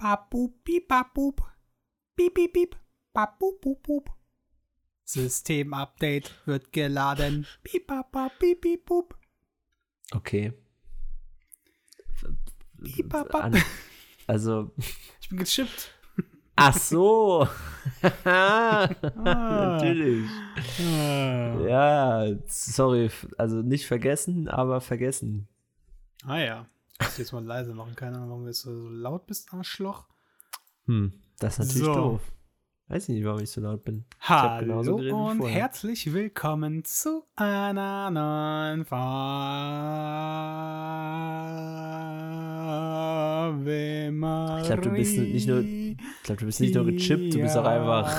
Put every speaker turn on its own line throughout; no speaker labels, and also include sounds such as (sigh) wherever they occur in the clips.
Babub, bibabub. Bip, bip, bip. Babub, bub, bub. Systemupdate wird geladen. Bibabab, bibibub.
Okay.
Bibabab.
An, also,
(laughs) Ich bin gechippt.
ach so.
Ah.
(laughs) Natürlich.
Ah
Ja, sorry. f- Also nicht vergessen, aber vergessen.
Ah ja. Ich muss jetzt mal leise machen. Keine Ahnung, warum du jetzt so laut bist, Arschloch.
Hm, das ist natürlich
So.
doof. Weiß ich nicht, warum ich so laut bin. hab genauso
Hallo
geredet wie
und
vorher.
herzlich willkommen zu einer neuen Farbe
Ich glaub, du bist nicht nur- Ich glaube, du bist nicht nur gechippt, du bist auch einfach.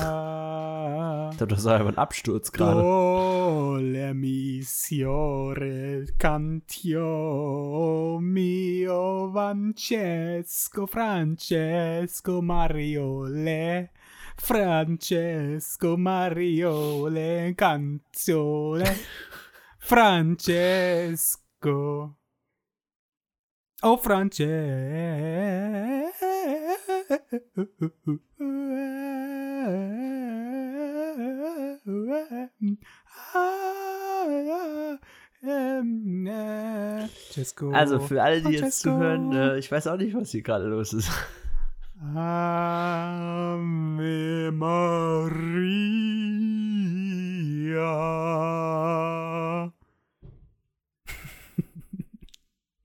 Ich glaube, du hast auch einfach einen Absturz gerade.
Do, le, mi, si, o, re, cantio, mio, Francesco, Francesco, Mariole, Francesco, Mariole, Canziole, Francesco. Oh, Francesco.
Also für alle, die jetzt
Francesco.
zuhören, äh, ich weiß auch nicht, was hier gerade los ist.
Ave Maria. (laughs)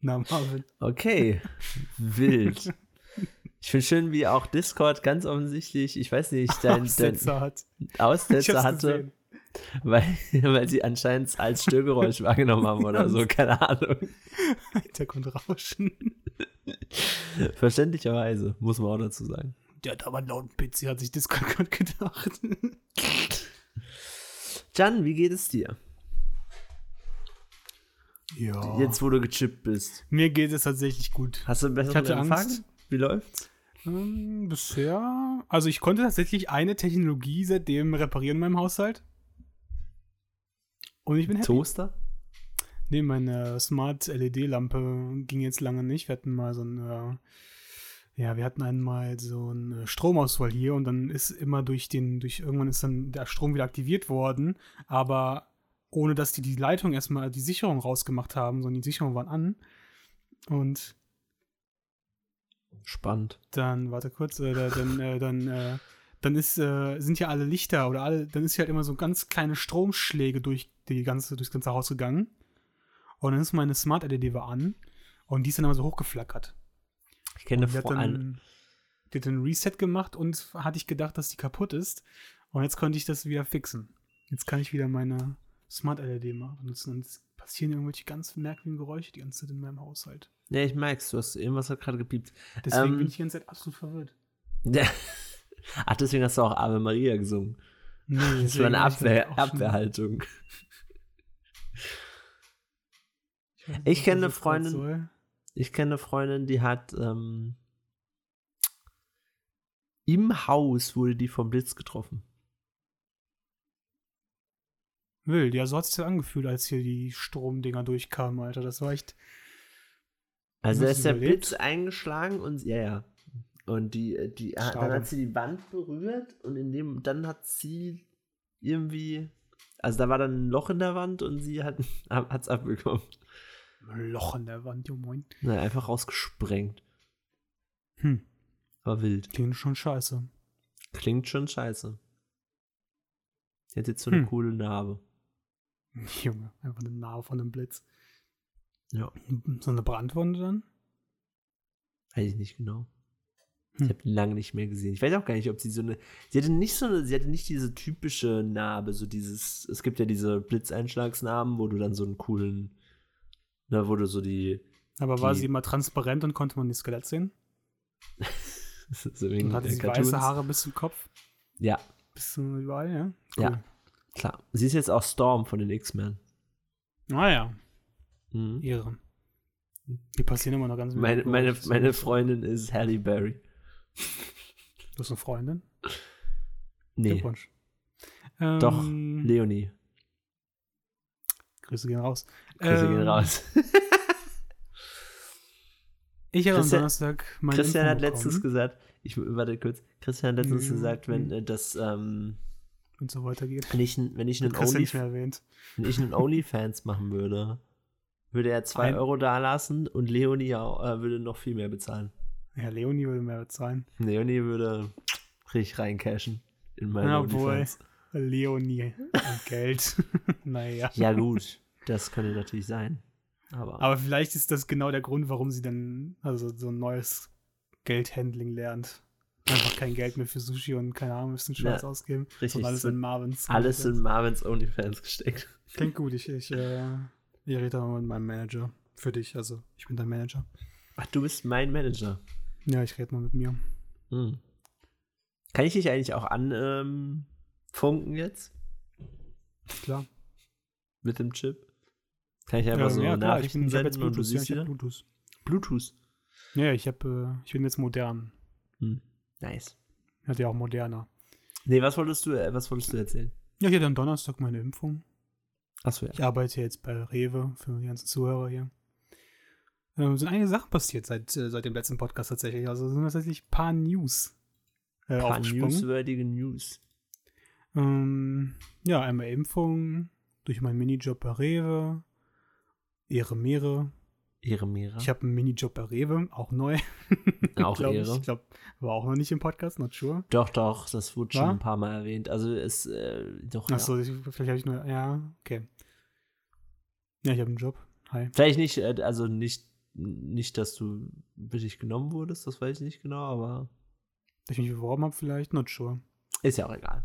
Na, Marvin.
Okay,
(laughs)
wild. Ich finde schön, wie auch Discord ganz offensichtlich, ich weiß nicht, dein, dein
Aufsätze hat. Ich
Aussetzer
hab's
hatte,
gesehen.
weil, (laughs) weil sie anscheinend als Störgeräusch wahrgenommen haben oder
(laughs)
so, keine Ahnung.
Hintergrundrauschen.
Verständlicherweise, muss man auch dazu sagen.
Der hat aber einen lauten PC, hat sich Discord (laughs) gerade gedacht.
Jan, wie geht es dir?
Ja.
Jetzt, wo du gechippt bist.
Mir geht es tatsächlich gut.
Hast du einen besseren
Ich hatte
Empfang?
Angst.
Wie läuft's?
Hm, bisher. Also, ich konnte tatsächlich eine Technologie seitdem reparieren in meinem Haushalt. Und ich bin happy.
Toaster?
Nee, meine Smart-LED-Lampe ging jetzt lange nicht. Wir hatten mal so ein, äh, ja, wir hatten einmal so einen äh, Stromausfall hier und dann ist immer durch den, durch irgendwann ist dann der Strom wieder aktiviert worden, aber ohne dass die die Leitung erstmal die Sicherung rausgemacht haben, sondern die Sicherungen waren an. Und
Spannend.
dann, warte kurz, äh, da- dann, äh, dann, äh, dann ist, äh, sind ja alle Lichter oder alle, dann ist ja halt immer so ganz kleine Stromschläge durch die ganze, durchs ganze Haus gegangen. Und dann ist meine Smart LED war an und die ist dann immer so hochgeflackert.
Ich kenne
Die hat
vor allem.
dann, die hat dann ein Reset gemacht und hatte ich gedacht, dass die kaputt ist. Und jetzt konnte ich das wieder fixen. Jetzt kann ich wieder meine Smart LED mal benutzen. Und es passieren irgendwelche ganz merkwürdigen Geräusche die ganze Zeit in meinem Haushalt.
Ja, ich merk's, du hast irgendwas hat gerade gepiept. (laughs)
Deswegen
Ähm.
bin ich die ganze Zeit absolut verwirrt.
Ja. Ach, deswegen hast du auch Ave Maria gesungen.
Nee,
(laughs) Das war eine Abwehr,
halt.
Abwehrhaltung. Ich kenne eine Freundin- Ich kenne eine Freundin, die hat ähm, im Haus wurde die vom Blitz getroffen.
Wild, ja, so hat sich das angefühlt, als hier die Stromdinger durchkamen, Alter. Das war echt. Hast
Also da
du
ist der
überlebt?
Blitz eingeschlagen und ja, ja. Und die, die ah, dann
Schade.
hat sie die Wand berührt und in dem, dann hat sie irgendwie, also da war dann ein Loch in der Wand und sie hat (laughs) es abbekommen.
Ein Loch in der Wand, jo moin.
Na, einfach rausgesprengt.
Hm,
War wild.
klingt schon scheiße.
Klingt schon scheiße. Die hat jetzt so eine
Hm.
coole Narbe.
(laughs) Junge, einfach eine Narbe von einem Blitz.
Ja.
So eine Brandwunde dann?
Weiß ich nicht genau.
Hm.
Ich habe lange nicht mehr gesehen. Ich weiß auch gar nicht, ob sie so eine. Sie hatte nicht so eine, sie hatte nicht diese typische Narbe, so dieses, es gibt ja diese Blitzeinschlagsnarben, wo du dann so einen coolen, na, wo du so die, (laughs)
Aber war
Die-
sie immer transparent und konnte man das Skelett sehen?
so
Und
wegen
hatte
der
sie
Cartoons.
weiße Haare bis zum Kopf?
Ja,
Bis zum überall, ja?
Ja. klar. Sie ist jetzt auch Storm von den X-Men.
Naja,
Mhm.
Ah, ihre. Die passieren immer noch ganz
Meine, meine,
merkwürdig.
meine Freundin ist Halle Berry.
Du hast eine Freundin?
Nee,
Glückwunsch.
Doch,
Ähm,
Leonie.
Grüße gehen raus.
Grüße
Ähm, (laughs)
gehen raus.
Ich habe am
Christian-
Donnerstag meine
Christian
Impfung
hat letztens
bekommen.
gesagt, ich warte kurz, Christian hat letztens
Ja,
gesagt, wenn
mhm.
äh, das, ähm,
und so weitergeht.
wenn ich, n- wenn ich einen
Hat Christian
Onlyf
nicht mehr erwähnt.
wenn ich einen OnlyFans machen würde, würde er 2
Ein-
Euro dalassen und Leonie au- äh, würde noch viel mehr bezahlen.
Ja, Leonie würde mehr bezahlen.
Leonie würde richtig reincashen in meinen
Na, obwohl.
OnlyFans.
Leonie und Geld. (laughs) naja.
Ja gut, das könnte natürlich sein. Aber,
Aber vielleicht ist das genau der Grund, warum sie dann also so ein neues Geldhandling lernt. Einfach kein Geld mehr für Sushi und keine Ahnung, müssen Scheiß
Ja,
ausgeben.
richtig,
Sondern alles
so-
in Marvins.
alles in Marvins OnlyFans gesteckt.
Klingt gut. Ich, ich, äh, ich rede da mal mit meinem Manager. Für dich, also ich bin dein Manager.
Ach, du bist mein Manager.
Ja, ich rede mal mit mir.
Hm. Kann ich dich eigentlich auch anfunken ähm, funken jetzt
Klar.
mit dem Chip? Kann ich einfach
Ähm,
so
ja, klar, ich,
Nachrichten
bin- ich habe
senden
jetzt
und du
Bluetooth. Ja,
siehst
ich habe
wieder?
Bluetooth.
Bluetooth.
Ja, ich, hab, äh, ich bin jetzt modern.
Hm. Nice.
Hat ja auch moderner.
Nee, was wolltest du, äh, was wolltest du erzählen?
Ja, hier dann Donnerstag meine Impfung.
Achso, ja.
Ich arbeite jetzt bei Rewe für die ganzen Zuhörer hier. Ähm, sind einige Sachen passiert seit, äh, seit dem letzten Podcast tatsächlich. Also sind tatsächlich ein paar News äh,
Ein paar
aufgesprungen.
newswordige News.
Ähm, ja, einmal Impfung, durch meinen Minijob bei Rewe, Ehre Meere.
Ehre Mira.
Ich habe einen Minijob bei Rewe, auch neu. (laughs)
Auch
glaub
Ehre.
Ich, ich glaube, war auch noch nicht im Podcast, not sure.
Doch, doch, das wurde schon
War?
ein paar Mal erwähnt. Also es, äh, doch, ja.
Achso, ich- vielleicht habe ich nur, ja, okay. Ja, ich habe einen Job. Hi.
Vielleicht nicht, äh, also nicht, nicht, dass du wirklich genommen wurdest, das weiß ich nicht genau, aber
Dass ich mich beworben habe, vielleicht, not sure.
ist ja auch egal.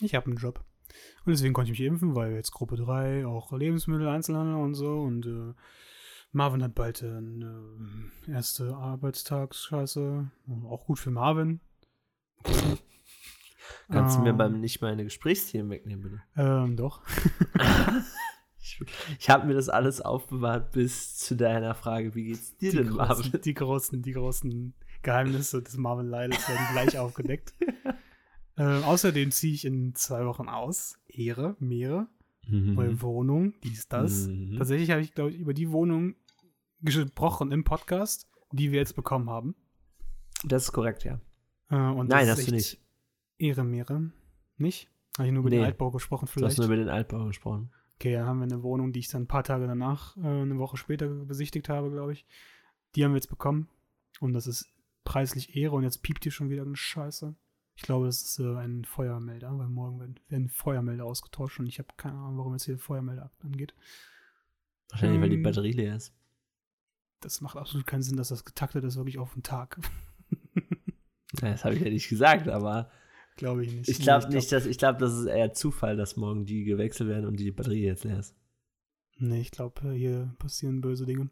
Ich habe einen Job. Und deswegen konnte ich mich impfen, weil jetzt Gruppe 3, auch Lebensmittel, Einzelhandel und so. Und äh, Marvin hat bald äh, eine erste Arbeitstagsscheiße. Auch gut für Marvin.
Kannst du mir
Ähm,
beim nicht meine Gesprächsthemen wegnehmen, bitte?
Ähm, doch.
Ich, ich habe mir das alles aufbewahrt bis zu deiner Frage, wie geht's dir
Die
denn,
großen,
Marvin?
die großen, die großen Geheimnisse des Marvin Leides werden
(laughs)
gleich aufgedeckt. Ähm, außerdem ziehe ich in zwei Wochen aus. Ehre, Meere,
(laughs)
neue Wohnung, dies, Mhm. das.
Mhm.
Tatsächlich habe ich, glaube ich, über die Wohnung gesprochen im Podcast, die wir jetzt bekommen haben.
Das ist korrekt, ja.
Äh, und
Nein,
das
hast
ist echt
du nicht.
Ehre, Meere. Nicht? Habe ich nur über
Nee.
den Altbau gesprochen
Du hast
vielleicht?
nur über den Altbau gesprochen.
Okay, dann haben wir eine Wohnung, die ich dann ein paar Tage danach, äh, eine Woche später besichtigt habe, glaube ich. Die haben wir jetzt bekommen. Und das ist preislich Ehre. Und jetzt piept hier schon wieder eine Scheiße. Ich glaube, das ist äh, ein Feuermelder, weil morgen werden, werden Feuermelder ausgetauscht und ich habe keine Ahnung, warum jetzt hier Feuermelder ab- angeht.
Wahrscheinlich, weil die
Ähm,
Batterie leer ist.
Das macht absolut keinen Sinn, dass das getaktet ist, wirklich auf den Tag. (laughs)
Ja, Das habe ich ja nicht gesagt, aber
glaube ich nicht.
Ich glaube nicht, dass ich glaube, das ist eher Zufall, dass morgen die gewechselt werden und die Batterie jetzt leer ist.
Nee, ich glaube, hier passieren böse Dinge.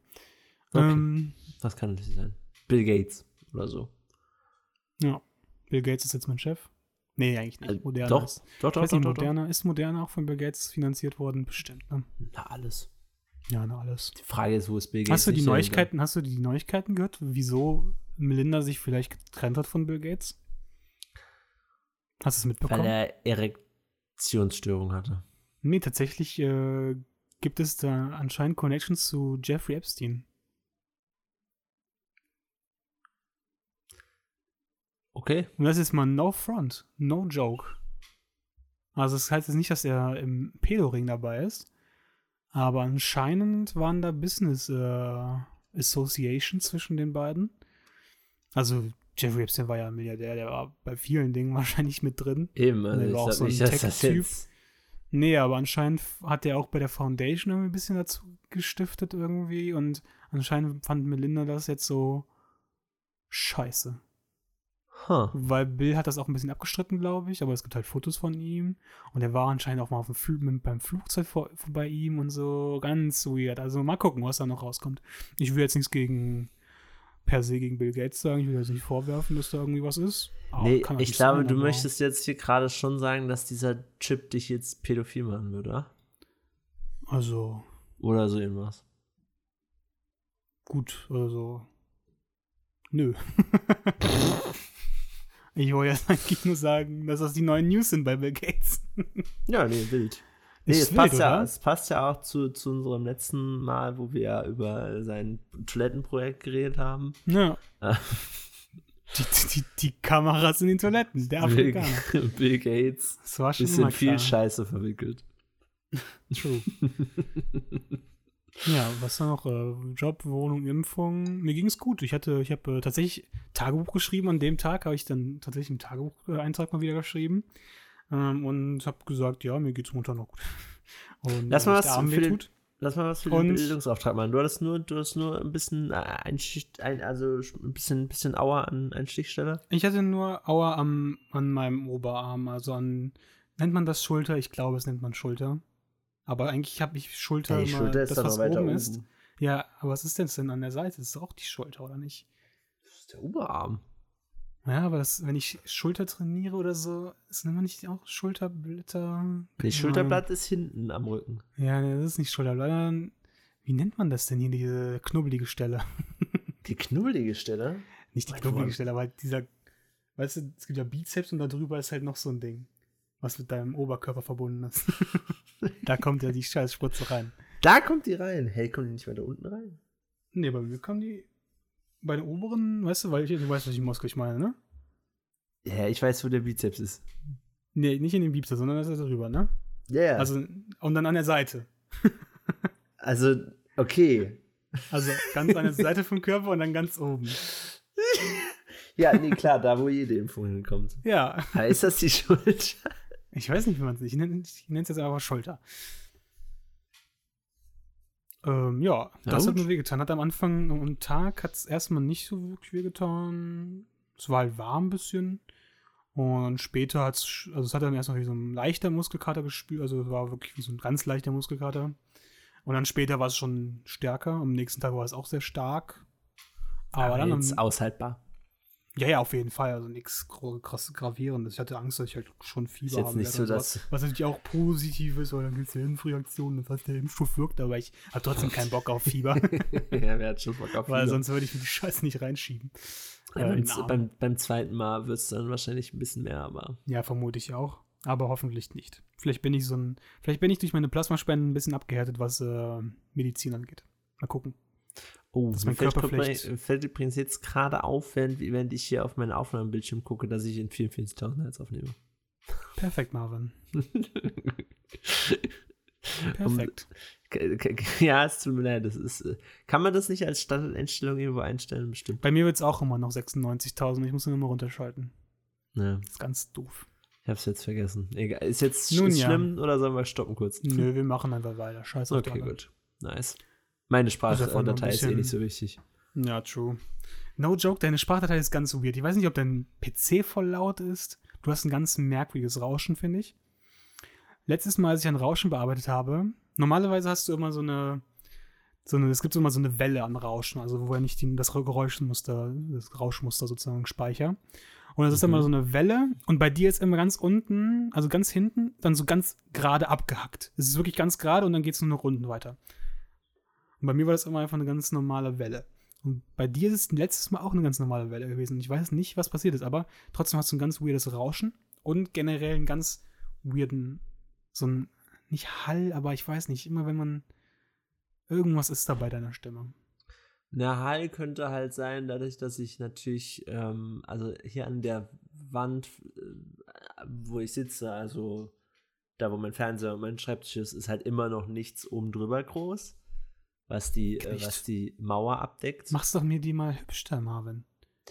Okay.
Ähm,
Das kann natürlich sein. Bill Gates oder so.
Bill Gates ist jetzt mein Chef. Nee, eigentlich
Also,
nicht. Moderna
doch,
ist.
Doch,
Ich weiß nicht, Moderna ist Moderna auch von Bill Gates finanziert worden, bestimmt. Ne?
Na, alles.
Ja, na alles.
Die Frage ist, wo ist Bill Gates?
Hast du die
nicht dahinter?
Neuigkeiten? Hast du die Neuigkeiten gehört, wieso Melinda sich vielleicht getrennt hat von Bill Gates? Hast du es
Weil
mitbekommen?
er Erektionsstörung hatte.
Nee, tatsächlich äh, gibt es da anscheinend Connections zu Jeffrey Epstein.
Okay.
Und das ist mal no front, no joke. Also es das heißt jetzt nicht, dass er im Pedo-Ring dabei ist, aber anscheinend waren da Business äh, Associations zwischen den beiden. Also Jeffrey Epstein war ja ein Milliardär, der war bei vielen Dingen (laughs) wahrscheinlich mit drin.
Eben, also
Nee,
ich
war auch
glaube
so ein
nicht, dass das
Tech-Typ.
jetzt.
Nee, aber anscheinend f- hat er auch bei der Foundation irgendwie ein bisschen dazu gestiftet irgendwie und anscheinend fand Melinda das jetzt so scheiße.
Huh.
Weil Bill hat das auch ein bisschen abgestritten, glaube ich, aber es gibt halt Fotos von ihm. Und er war anscheinend auch mal auf dem Flug, mit, beim Flugzeug vor, vor, bei ihm und so. Ganz weird. Also mal gucken, was da noch rauskommt. Ich will jetzt nichts gegen per se gegen Bill Gates sagen. Ich will jetzt nicht vorwerfen, dass da irgendwie was ist. Aber
Nee,
kann
ich
natürlich
glaube,
sein, genau.
du
aber-
möchtest jetzt hier gerade schon sagen, dass dieser Chip dich jetzt pädophil machen würde, oder?
Also,
Oder so irgendwas.
gut, also.
(laughs)
Nö. ich wollte jetzt eigentlich nur sagen, dass das die neuen News sind bei Bill Gates.
Ja, nee, wild. Nee,
Ist
es
wild,
passt, ja,
oder?
es passt ja auch zu, zu unserem letzten Mal, wo wir ja über sein Toilettenprojekt geredet haben.
Ja.
Äh,
(laughs) Die, die, die, die Kameras in den Toiletten, der
Bill,
Afrikaner.
(laughs) Bill Gates
Das war schon
ist in
immer
viel
klar.
Scheiße verwickelt. (laughs)
True. ja, was noch? Äh, Job, Wohnung, Impfung. Mir ging es gut. Ich hatte, ich habe äh, tatsächlich Tagebuch geschrieben. An dem Tag habe ich dann tatsächlich einen Tagebucheintrag mal wieder geschrieben. Ähm, und habe gesagt, ja, mir geht's momentan noch gut. (laughs) Und
Lass mal
äh,
was
der Arm
für
weh
den-
tut.
Lass mal was für
Und-
den Bildungsauftrag machen. Du hattest nur, du hast nur ein bisschen äh, ein, Schicht- ein also ein bisschen, ein bisschen Auer an einen Stichstelle.
Ich hatte nur Aua am, an meinem Oberarm, also an, nennt man das Schulter? Ich glaube, es nennt man Schulter. Aber eigentlich habe ich Schulter,
Die
immer
Schulter ist
das,
da
was
noch
oben,
weiter oben.
ist. Ja, aber was ist denn denn an der Seite? Das ist auch die Schulter, oder nicht?
Das ist der Oberarm.
Ja, aber das, wenn ich Schulter trainiere oder so, ist immer nicht auch Schulterblätter.
Nee, Schulterblatt ist hinten am Rücken.
Ja, nee, das ist nicht Schulterblätter. Wie nennt man das denn hier, diese knubbelige Stelle?
Die knubbelige Stelle?
Nicht die
Warte,
knubbelige
woran-
Stelle, aber halt dieser, weißt du, es gibt ja Bizeps und darüber ist halt noch so ein Ding, was mit deinem Oberkörper verbunden ist. (laughs) da kommt ja die scheiß Spritze rein.
Da kommt die rein. Hey, kommt die nicht weiter unten rein?
Nee, bei mir kommen die bei den oberen, weißt du, weil ich, du weißt, was ich Muskel ich meine, ne?
Ja, ich weiß, wo der Bizeps ist.
Nee, nicht in den Bizeps, sondern das ist darüber, ne?
Ja, ja. Also,
Also, und dann an der Seite.
also, okay.
Also ganz (laughs) an der Seite vom Körper und dann ganz oben.
Ja, nee, klar, da, wo jede Impfung hinkommt. (laughs)
Ja,
Aber Ah, ist das die Schulter?
ich weiß nicht, wie man es nennt. Ich nenne es jetzt einfach Schulter. Ähm, ja,
Na
das hat
gut.
mir wehgetan. Hat am Anfang am Tag hat es erstmal nicht so wirklich wehgetan. Es war halt warm ein bisschen. Und später hat es, also es hat dann erstmal wie so ein leichter Muskelkater gespürt. Also es war wirklich wie so ein ganz leichter Muskelkater. Und dann später war es schon stärker. Am nächsten Tag war es auch sehr stark. Aber, dann am,
jetzt aushaltbar.
Ja, ja, auf jeden Fall. Also nichts krass gravierendes. Ich hatte Angst, dass ich halt schon Fieber
Ist jetzt
haben
nicht
werde
so,
und sowas.
dass-
Was natürlich auch positiv ist, weil dann gibt es ja Impfreaktionen, das heißt, der Impfstoff wirkt, aber ich habe trotzdem keinen Bock auf
(laughs)
Fieber,
(laughs) ja, wer hat schon Bock auf
weil
Fieber?
sonst würde ich mir die Scheiße nicht reinschieben.
ja,
Äh, in
beim,
den Arm.
beim, beim zweiten Mal wird es dann wahrscheinlich ein bisschen mehr, aber
ja, vermute ich auch. Aber hoffentlich nicht. Vielleicht bin ich so ein, vielleicht bin ich durch meine Plasmaspenden ein bisschen abgehärtet, was äh, Medizin angeht. Mal gucken.
Oh,
Dass
mir
mein
fällt,
Körper
übrigens-
vielleicht-
fällt übrigens jetzt gerade auf, während, während ich hier auf meinen Aufnahmebildschirm gucke, dass ich in 44.000 Hertz aufnehme.
Perfekt,
(laughs)
Marvin. Perfekt.
K- k- k- (laughs) ja, es tut mir leid. Das ist, äh, kann man das nicht als Standardeinstellung irgendwo einstellen? Bestimmt.
Bei mir wird es auch immer noch 96.000. Ich muss ihn immer runterschalten.
Ja,
ist ganz doof.
ich hab's jetzt vergessen. Egal. Ist jetzt sch
Nun
ist
ja.
schlimm oder sollen wir stoppen kurz?
Nö, wir machen einfach weiter. Scheiß auf die
Hm. Okay,
anderen.
gut. Nice. Meine
davon noch ein
Sprachdatei ist eh
bisschen-
nicht so wichtig.
Ja, true. No joke, deine Sprachdatei ist ganz weird. Ich weiß nicht, ob dein PC voll laut ist. Du hast ein ganz merkwürdiges Rauschen, finde ich. Letztes Mal, als ich ein Rauschen bearbeitet habe, normalerweise hast du immer so eine, so eine es gibt immer so eine Welle an Rauschen, also wo ja nicht die, das Geräuschmuster, das Rauschmuster sozusagen speicher. Und das ist
Mhm.
immer so eine Welle und bei dir ist immer ganz unten, also ganz hinten, dann so ganz gerade abgehackt. Es ist wirklich ganz gerade und dann geht es nur noch unten weiter. Und bei mir war das immer einfach eine ganz normale Welle. Und bei dir ist es letztes Mal auch eine ganz normale Welle gewesen. Und ich weiß nicht, was passiert ist, aber trotzdem hast du ein ganz weirdes Rauschen und generell einen ganz weirden, so ein, nicht Hall, aber ich weiß nicht, immer wenn man, irgendwas ist da bei deiner Stimme.
Na, Hall könnte halt sein, dadurch, dass ich natürlich, ähm, also hier an der Wand, äh, wo ich sitze, also da, wo mein Fernseher und mein Schreibtisch ist, ist halt immer noch nichts oben drüber groß, was die, äh,
Knecht.
was die Mauer abdeckt.
Machst doch mir die mal hübsch da, Marvin.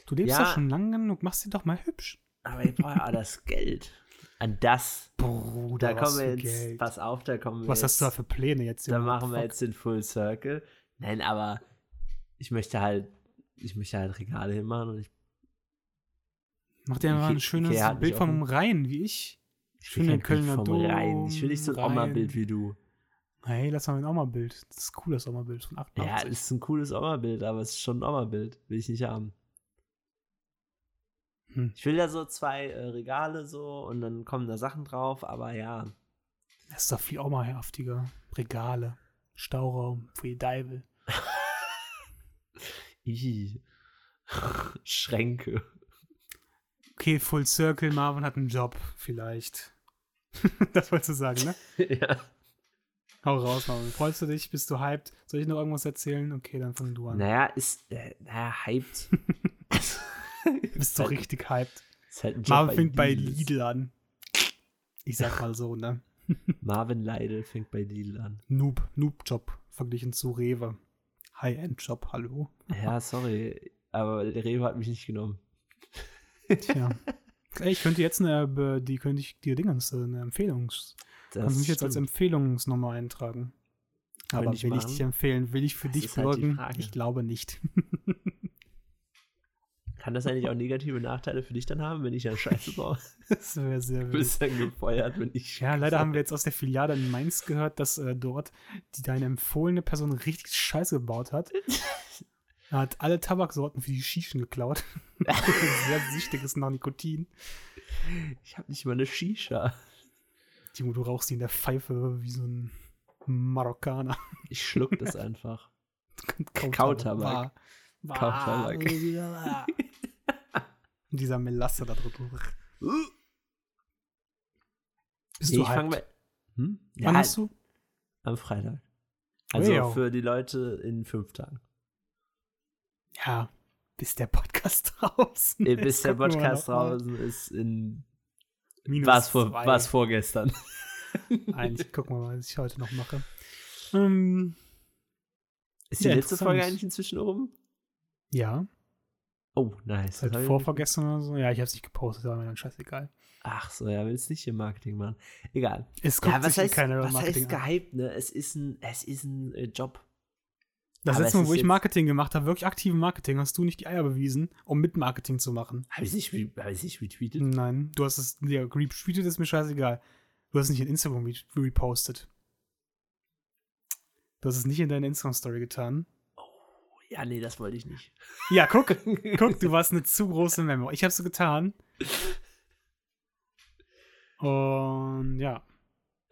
Du lebst
Ja.
doch schon lang genug, machst die doch mal hübsch.
Aber ich brauche ja auch das Geld. An das,
Bruder,
da kommen
was
wir
für
jetzt,
Geld.
pass auf, da kommen wir
was
jetzt,
hast du da für Pläne jetzt?
da
Junge?
machen wir
Fuck.
jetzt den Full Circle. Nein, aber ich möchte halt, ich möchte halt Regale hinmachen und ich,
Mach dir mal
(laughs) Ikea-
ein schönes
Ikea hat
Bild
mich
vom
offen.
Rhein, wie ich.
ich will
Schöne
kein Bild
Kölner
vom Rhein. Ich will nicht so ein
Dom,
Oma-Bild
Rhein.
wie du.
Hey, lass mal ein Oma-Bild. Das ist cool, das Oma-Bild von
Ja,
88.
ist ein cooles Oma-Bild, aber es ist schon ein Oma-Bild. Will ich nicht haben.
Hm.
Ich will da so zwei äh, Regale so und dann kommen da Sachen drauf, aber ja. (laughs)
Das ist doch viel Oma-haftiger. Regale, Stauraum, Friedeivel.
Ih.
(laughs)
Schränke.
Okay, Full Circle, Marvin hat einen Job, vielleicht. (laughs) das wolltest du sagen, ne?
ja.
Hau raus, Marvin. Freust du dich? Bist du hyped? Soll ich noch irgendwas erzählen? Okay, dann fang du an. (laughs)
Naja, ist, äh, naja, hyped.
Bist du richtig hyped?
Ist halt ein Job
Marvin fängt bei
Lidl.
Lidl an. Ich sag mal so, ne?
Marvin Leidel fängt bei Lidl an.
Noob, Noob-Job verglichen zu Rewe. High-End-Job, hallo. (laughs)
Ja, sorry, aber Rewe hat mich nicht genommen.
Tja. Ey, ich könnte jetzt eine, äh, die könnte ich dir Dingens, äh, eine Empfehlungs.
Das
Kannst du mich jetzt als
stimmt.
Empfehlungsnummer eintragen?
Könnte
Aber
ich
will ich
machen.
dich empfehlen? Will ich für
Das
dich
ist halt die
bloggen?
Frage.
ich glaube nicht.
Kann das eigentlich auch negative Nachteile für dich dann haben, wenn ich dann Scheiße
(laughs)
baue?
Das wäre sehr
Du
wild.
bist dann gefeuert, wenn ich.
Ja, leider haben wir jetzt aus der Filiale in Mainz gehört, dass äh, dort die deine empfohlene Person richtig Scheiße gebaut
(laughs)
hat. Er hat alle Tabaksorten für die Shishen geklaut. (laughs) sehr süchtiges nach Nikotin.
Ich habe nicht mal eine Shisha.
Timo, du rauchst die in der Pfeife wie so ein Marokkaner. (laughs)
Ich schluck das einfach.
Kautabak.
Kautabak.
Wah.
Kautabak. (laughs)
Wah. ah. Und dieser Melasse da drüber. Bist
Nee,
du
ich
hyped?
fang bei- Hm? Ja,
Wann hast du?
am Freitag. Also
ja.
für die Leute in
(laughs)
fünf Tagen.
Ja, bis der Podcast (laughs) draußen
Äh,
ist.
Bis der
gucken wir
Podcast
noch mal.
draußen ist in.
Minus
War es vor,
zwei. (laughs)
war's vorgestern?
Eigentlich gucken wir mal, was ich heute noch mache. Ähm,
Ist die
Ja,
letzte
interessant.
Folge eigentlich inzwischen rum?
ja,
Oh, nice.
seit
Das hab ich-
vorvergessen oder so. Ja, ich habe es nicht gepostet, aber mir dann scheißegal.
Ach so, ja, willst nicht hier Marketing machen. Egal.
Es guckt
Ja, was
sich
heißt,
keiner
was
Marketing
heißt
an.
gehypt, ne? Es ist ein, es ist ein äh, Job.
Das
aber
letzte
es
Mal, wo
ist
ich
jetzt-
Marketing gemacht habe, wirklich aktiven Marketing, hast du nicht die Eier bewiesen, um mit Marketing zu machen.
Habe ich nicht, re- hab ich nicht retweetet?
Nein, du hast es, ja, retweetet ist mir scheißegal. Du hast es nicht in Instagram re- repostet. Du hast es nicht in deine Instagram-Story getan.
Ja, nee, das wollte ich nicht. (laughs)
Ja, guck, guck, du warst eine zu große Memo. Ich hab's getan. Und ja,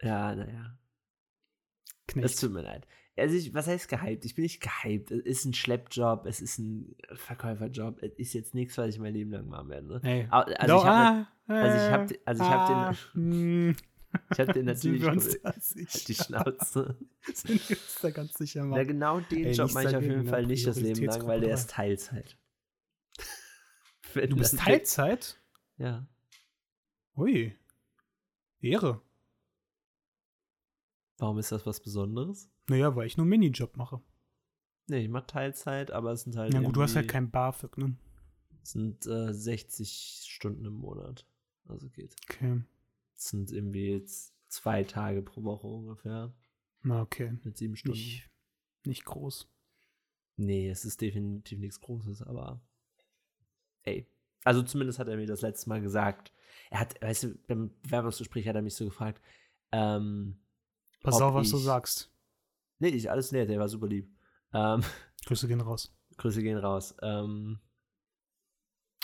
Ja, naja. Das
Knecht.
tut mir leid. Also ich, was heißt gehypt? Ich bin nicht gehypt. Es ist ein Schleppjob, es ist ein Verkäuferjob. Es ist jetzt nichts, was ich mein Leben lang machen werde. Ne?
Ey.
Aber- Also,
Doch,
ich hab,
ah,
also ich hab-
äh, hm,
also ich hab den- (laughs)
den.
ich hab
(laughs)
den
Sind
natürlich
wir uns
halt
da
(laughs) die
sicher?
Schnauze.
(laughs) Sind wir uns da ganz sicher,
Na,
Mann?
genau den
Ey,
Job
nichts
mache ich auf
dagegen,
jeden
ne?
Fall nicht das Leben lang, weil
Prioritätsgruppe
der ist Teilzeit. (laughs) Wenn
Du bist
das-
Teilzeit?
Ja.
Ui. Ehre.
Warum ist das was Besonderes?
Naja, weil ich nur einen Minijob mache.
Nee, ich mache Teilzeit, aber es sind halt.
Ja, gut, du hast halt
irgendwie-
kein BAföG, ne?
sind äh, 60 Stunden im Monat. Also geht.
Okay.
Das sind irgendwie jetzt zwei Tage pro Woche ungefähr
Na, okay.
mit sieben Stunden.
Nicht, nicht groß.
Nee, es ist definitiv nichts Großes, aber ey. Also zumindest hat er mir das letzte Mal gesagt. Er hat, weißt du, beim Bewerbungsgespräch hat er mich so gefragt, ähm,
Pass
Ob
auf, was du
ich-
sagst.
nee, ich alles nett, der war super lieb. Ähm, (laughs)
Grüße gehen raus.
Grüße gehen raus. Ähm,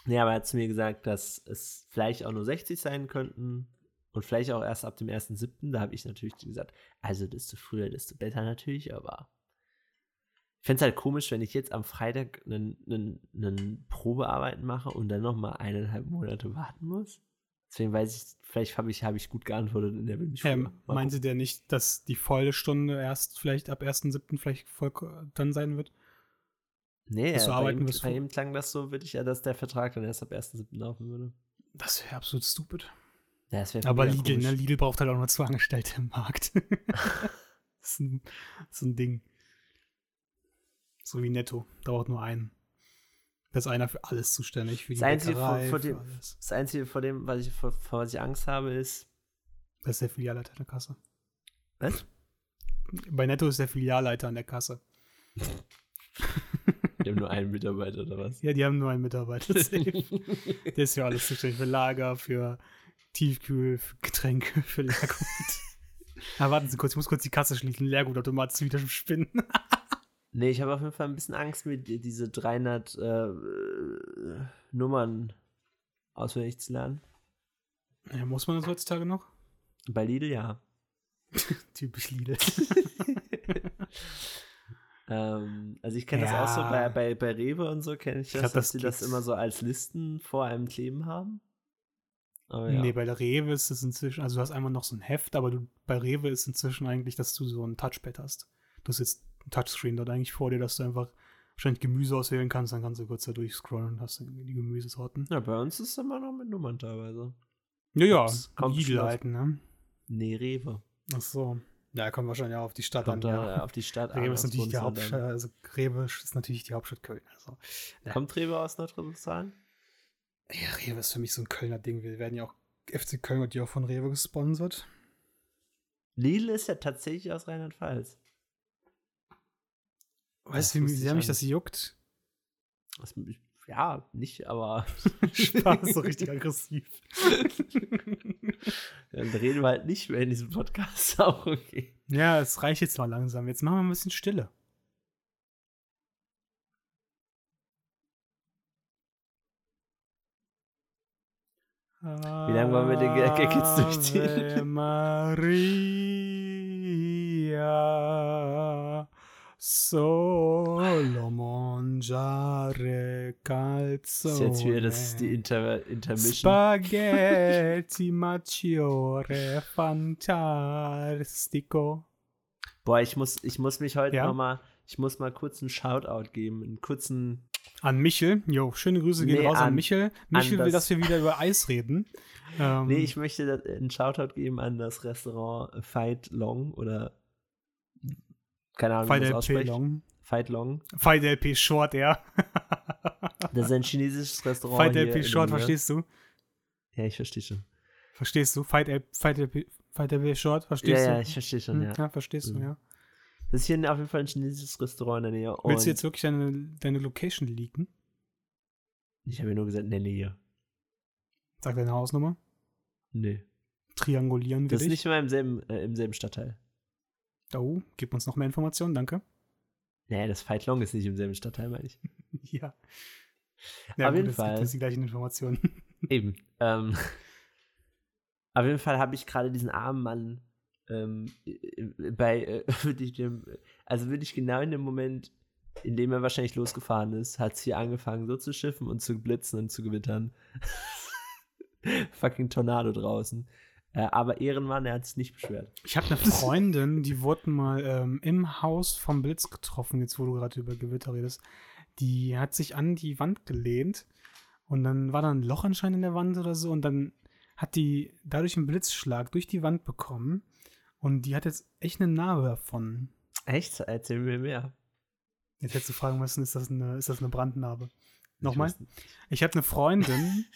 nee, aber er hat zu mir gesagt, dass es vielleicht auch nur 60 sein könnten und vielleicht auch erst ab dem 1.7. Da habe ich natürlich gesagt, also desto früher, desto besser natürlich, aber ich fände es halt komisch, wenn ich jetzt am Freitag einen Probearbeiten mache und dann nochmal eineinhalb Monate warten muss. Deswegen weiß ich, vielleicht habe ich, hab ich gut geantwortet und der will mich
Ähm,
Mal
meinte der nicht, dass die volle Stunde erst vielleicht ab 1.7. vielleicht voll dann sein wird?
Nee,
dass du
bei
arbeiten
ihm,
wirst
bei
vor-
ihm klang das so, würde ich ja, dass der Vertrag dann erst ab 1.7. laufen würde.
Das wäre absolut stupid.
Ja, das wär
Aber
mega
Lidl,
komisch.
ne? Lidl braucht halt auch nur zwei Angestellte im Markt. (laughs) das, ist ein, das ist ein Ding. So wie Netto, dauert nur einen. Da ist einer für alles zuständig, für die
Das Einzige, vor-
Bäckerei,
vor
für
dem-
alles.
Das Einzige, vor dem, was ich, vor, vor was ich Angst habe, ist.
Das ist der Filialleiter an der Kasse.
Was?
Bei Netto ist der Filialleiter an der Kasse.
Wir haben nur einen Mitarbeiter oder was?
Ja, die haben nur einen (laughs) Mitarbeiter. safe. Der ist ja alles zuständig für Lager, für Tiefkühl, für Getränke, für (laughs) Leergut. Na, Ah, warten Sie kurz, ich muss kurz die Kasse schließen. Leergutautomat ist wieder im Spinnen.
nee, ich habe auf jeden Fall ein bisschen Angst, mir die- diese 300 äh, äh, Nummern auswendig zu lernen.
Ja, muss man das heutzutage noch?
Bei Lidl ja.
Typisch Lidl.
Ähm, also ich kenne
Ja.
das auch so bei, bei, bei Rewe und so kenne ich
Ich
das,
glaub,
dass
das
sie das
gibt's.
immer so als Listen vor einem kleben haben. Aber ja.
(laughs) Nee, bei der Rewe ist es inzwischen, also du hast einmal noch so ein Heft, aber du, bei Rewe ist inzwischen eigentlich, dass du so ein Touchpad hast. Du hast jetzt ein Touchscreen dort eigentlich vor dir, dass du einfach wahrscheinlich Gemüse auswählen kannst, dann kannst du kurz da durchscrollen und hast dann die Gemüsesorten.
Ja, bei uns ist es immer noch mit Nummern teilweise.
Ja, ja,
Das kommt
Lidl
schon
halt, ne?
Nee, Rewe.
Ach so. Ja, kommt wahrscheinlich auch auf die Stadt
Kommt
an.
da
ja.
auf die Stadt
Rewe ist
aus
natürlich die
Bundesland
Hauptstadt,
an.
also Rewe ist natürlich die Hauptstadt Köln. Also. Ja.
Kommt Rewe aus Nordrhein-Westfalen?
Ja, Rewe ist für mich so ein Kölner Ding. Wir werden ja auch, FC Köln wird ja auch von Rewe gesponsert.
Lidl ist ja tatsächlich aus Rheinland-Pfalz.
Weißt
Das
du, wie
wusste
sehr
ich
mich
auch
das (laughs) juckt?
Das- Ja, nicht, aber
(laughs) Spaß, so (laughs) richtig aggressiv.
(laughs) dann reden wir halt nicht mehr in diesem Podcast. (laughs) Auch okay.
Ja, es reicht jetzt mal langsam. Jetzt machen wir ein bisschen Stille. Wie
lange wollen wir den Gag jetzt durchziehen?
Maria Solomon Jare Calzone
Das ist jetzt wieder, das ist die Inter Intermission.
Spaghetti Maciore Fantastico
Boah, ich muss, ich muss mich heute
Ja?
noch mal, ich muss mal kurz einen Shoutout geben, einen kurzen,
An Michel. Jo, schöne Grüße gehen
Nee,
raus an,
an-
Michel. Michel
das-
will, dass wir wieder über Eis reden. Ähm,
nee, ich möchte da- äh, einen Shoutout geben an das Restaurant Fight Long oder, keine Ahnung, wie
Fight
man das
LP
ausspricht.
Long. (laughs)
Fight Long.
Fight LP Short, ja.
Das ist ein chinesisches Restaurant
Fight
hier in
LP
der
Short,
Nähe.
verstehst du?
Ja, ich verstehe schon.
Verstehst du? Fight, L Fight, LP, Fight LP Short,
Ja,
verstehst
ja,
du?
ich verstehe schon,
Hm,
ja.
ja, verstehst du,
Mhm.
ja.
Das ist hier auf jeden Fall ein chinesisches Restaurant in der Nähe.
Willst du
und-
jetzt wirklich deine, deine Location leaken?
Ich habe ja nur gesagt, in der Nähe.
Sag deine Hausnummer.
Nee.
Triangulieren wir
Das ist
dich.
nicht immer im selben, äh, im selben Stadtteil.
Oh, gib uns noch mehr Informationen, danke.
Nee, das Fight Long ist nicht im selben Stadtteil, meine ich.
(laughs) Ja.
Auf jeden
es
Fall.
Gibt uns die gleichen Informationen.
Eben. Ähm, (laughs) auf jeden Fall habe ich gerade diesen armen Mann ähm, äh, bei, äh, (laughs) wirklich dem, also wirklich genau in dem Moment, in dem er wahrscheinlich losgefahren ist, hat es hier angefangen so zu schiffen und zu blitzen und zu gewittern. (laughs) Fucking Tornado draußen. Äh, aber Ehrenmann, er hat sich nicht beschwert.
(laughs) Ich habe (laughs) eine Freundin, die wurde mal ähm, im Haus vom Blitz getroffen, jetzt wo du gerade über Gewitter redest. Die hat sich an die Wand gelehnt und dann war da ein Loch anscheinend in der Wand oder so und dann hat die dadurch einen Blitzschlag durch die Wand bekommen und die hat jetzt echt eine Narbe davon.
Echt? Erzähl mir mehr.
Jetzt hättest du fragen müssen, ist das eine, ist das eine Brandnarbe? Nochmal?
Ich weiß
Ich habe eine Freundin,